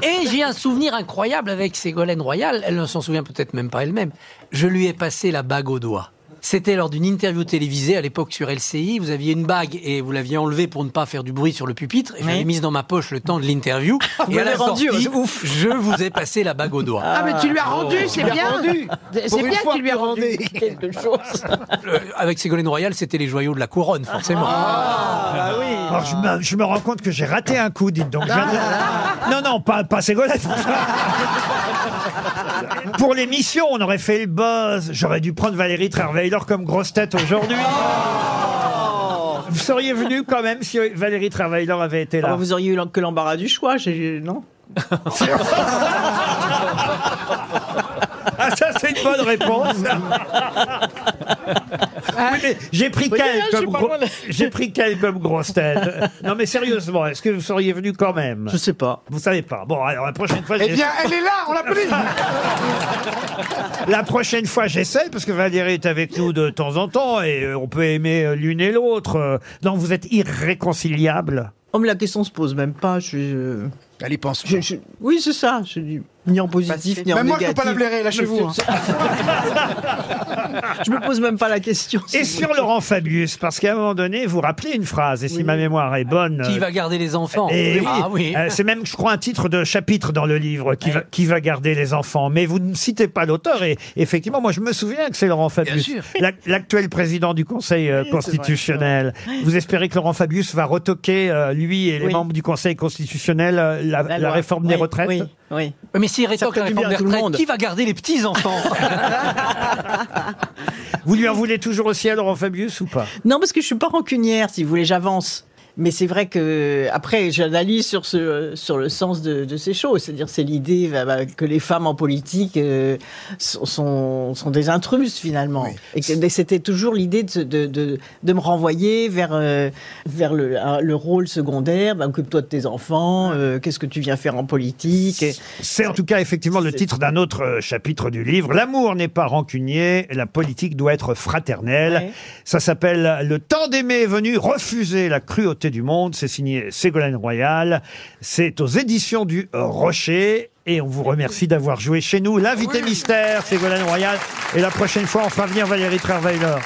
[SPEAKER 5] Et j'ai un souvenir incroyable avec Ségolène Royal. Elle ne s'en souvient peut-être même pas elle-même. Je lui ai passé la bague au doigt. C'était lors d'une interview télévisée à l'époque sur LCI. Vous aviez une bague et vous l'aviez enlevée pour ne pas faire du bruit sur le pupitre. Et je l'avais
[SPEAKER 9] Oui.
[SPEAKER 5] mise dans ma poche le temps de l'interview.
[SPEAKER 9] Vous
[SPEAKER 5] et à
[SPEAKER 9] l'avez
[SPEAKER 5] la
[SPEAKER 9] rendue,
[SPEAKER 5] sortie,
[SPEAKER 9] c'est ouf.
[SPEAKER 5] je vous ai passé la bague au doigt.
[SPEAKER 6] Ah, mais tu lui as rendu, c'est
[SPEAKER 8] lui as
[SPEAKER 6] bien.
[SPEAKER 8] rendu. Pour
[SPEAKER 6] C'est
[SPEAKER 8] une
[SPEAKER 6] bien
[SPEAKER 8] fois
[SPEAKER 6] que tu lui as rendu quelque chose.
[SPEAKER 5] Euh, avec Ségolène Royal, c'était les joyaux de la couronne, forcément. Ah.
[SPEAKER 2] Alors, je, me, je me rends compte que j'ai raté un coup, dites donc. Je viens de- Non, non, pas, pas Ségolène. Pour l'émission, on aurait fait le buzz. J'aurais dû prendre Valérie Trierweiler comme grosse tête aujourd'hui.
[SPEAKER 9] Oh.
[SPEAKER 2] Vous seriez venu quand même si Valérie Trierweiler avait été là.
[SPEAKER 9] Alors, Ah bah vous auriez eu que l'embarras du choix, j'ai- non
[SPEAKER 2] Ah, ça, c'est une bonne réponse. Oui, mais j'ai pris
[SPEAKER 3] Oui,
[SPEAKER 2] quelle
[SPEAKER 3] je suis
[SPEAKER 2] comme,
[SPEAKER 3] pas
[SPEAKER 2] gro-
[SPEAKER 3] loin de-
[SPEAKER 2] j'ai pris quelle comme grosse tête Non, mais sérieusement, est-ce que vous seriez venu quand même Je
[SPEAKER 9] sais pas.
[SPEAKER 2] Vous savez pas. Bon, alors la prochaine fois,
[SPEAKER 3] Eh
[SPEAKER 2] j'ai-
[SPEAKER 3] bien, elle est là, on l'applaudit
[SPEAKER 2] La prochaine fois, j'essaie, parce que Valérie est avec nous de temps en temps, et euh, on peut aimer euh, l'une et l'autre. Euh, Non, vous êtes irréconciliables.
[SPEAKER 9] Oh, mais la question se pose même pas. Je, euh, je...
[SPEAKER 8] Elle y pense.
[SPEAKER 9] Oui, c'est ça. Je dis ni en positif, ni en négatif.
[SPEAKER 4] Même moi, je peux pas la blairer, là, chez vous. hein.
[SPEAKER 9] je me pose même pas la question.
[SPEAKER 2] Et sur Laurent Fabius, parce qu'à un moment donné, vous rappelez une phrase, et si ma mémoire est bonne.
[SPEAKER 5] Qui
[SPEAKER 2] euh,
[SPEAKER 5] va garder les enfants
[SPEAKER 2] Et
[SPEAKER 5] Ah
[SPEAKER 2] oui,
[SPEAKER 5] oui.
[SPEAKER 2] euh, c'est même, je crois, un titre de chapitre dans le livre qui, va, qui va garder les enfants. Mais vous ne citez pas l'auteur. Et effectivement, moi, je me souviens que c'est Laurent Fabius,
[SPEAKER 3] sûr.
[SPEAKER 2] l'ac- l'actuel président du Conseil
[SPEAKER 3] Oui,
[SPEAKER 2] euh,
[SPEAKER 3] c'est vrai,
[SPEAKER 2] constitutionnel. Vous espérez que Laurent Fabius va retoquer, euh, lui et les
[SPEAKER 5] Oui.
[SPEAKER 2] membres du Conseil constitutionnel, euh, la, la
[SPEAKER 5] loi.
[SPEAKER 2] réforme des
[SPEAKER 5] Oui,
[SPEAKER 2] retraites
[SPEAKER 5] oui,
[SPEAKER 9] oui.
[SPEAKER 5] Mais s'il rétorque
[SPEAKER 2] fait
[SPEAKER 5] la
[SPEAKER 2] du
[SPEAKER 5] réforme
[SPEAKER 2] bien
[SPEAKER 5] des
[SPEAKER 2] à tout le monde.
[SPEAKER 5] retraites, qui va garder les petits-enfants
[SPEAKER 2] Vous lui en voulez toujours aussi à Laurent Fabius ou pas
[SPEAKER 9] Non, parce que je suis pas rancunière, si vous voulez, j'avance. Mais c'est vrai que après, j'analyse sur ce euh, sur le sens de, de ces choses, c'est-à-dire c'est l'idée bah, bah, que les femmes en politique euh, sont, sont sont des intruses finalement, et que c'était toujours l'idée de, se- de, de de me renvoyer vers euh, vers le un- le rôle secondaire, bah, occupe-toi de tes enfants, euh, qu'est-ce que tu viens faire en politique. Et-
[SPEAKER 2] C'est en tout cas effectivement le titre d'un autre euh, chapitre du livre. L'amour n'est pas rancunier, la politique doit être fraternelle. Ça s'appelle Le temps d'aimer est venu, refuser la cruauté du monde. C'est signé Ségolène Royal. C'est aux éditions du Rocher. Et on vous remercie d'avoir joué chez nous l'invité mystère, Ségolène Royal. Et la prochaine fois, on fera venir Valérie Trierweiler.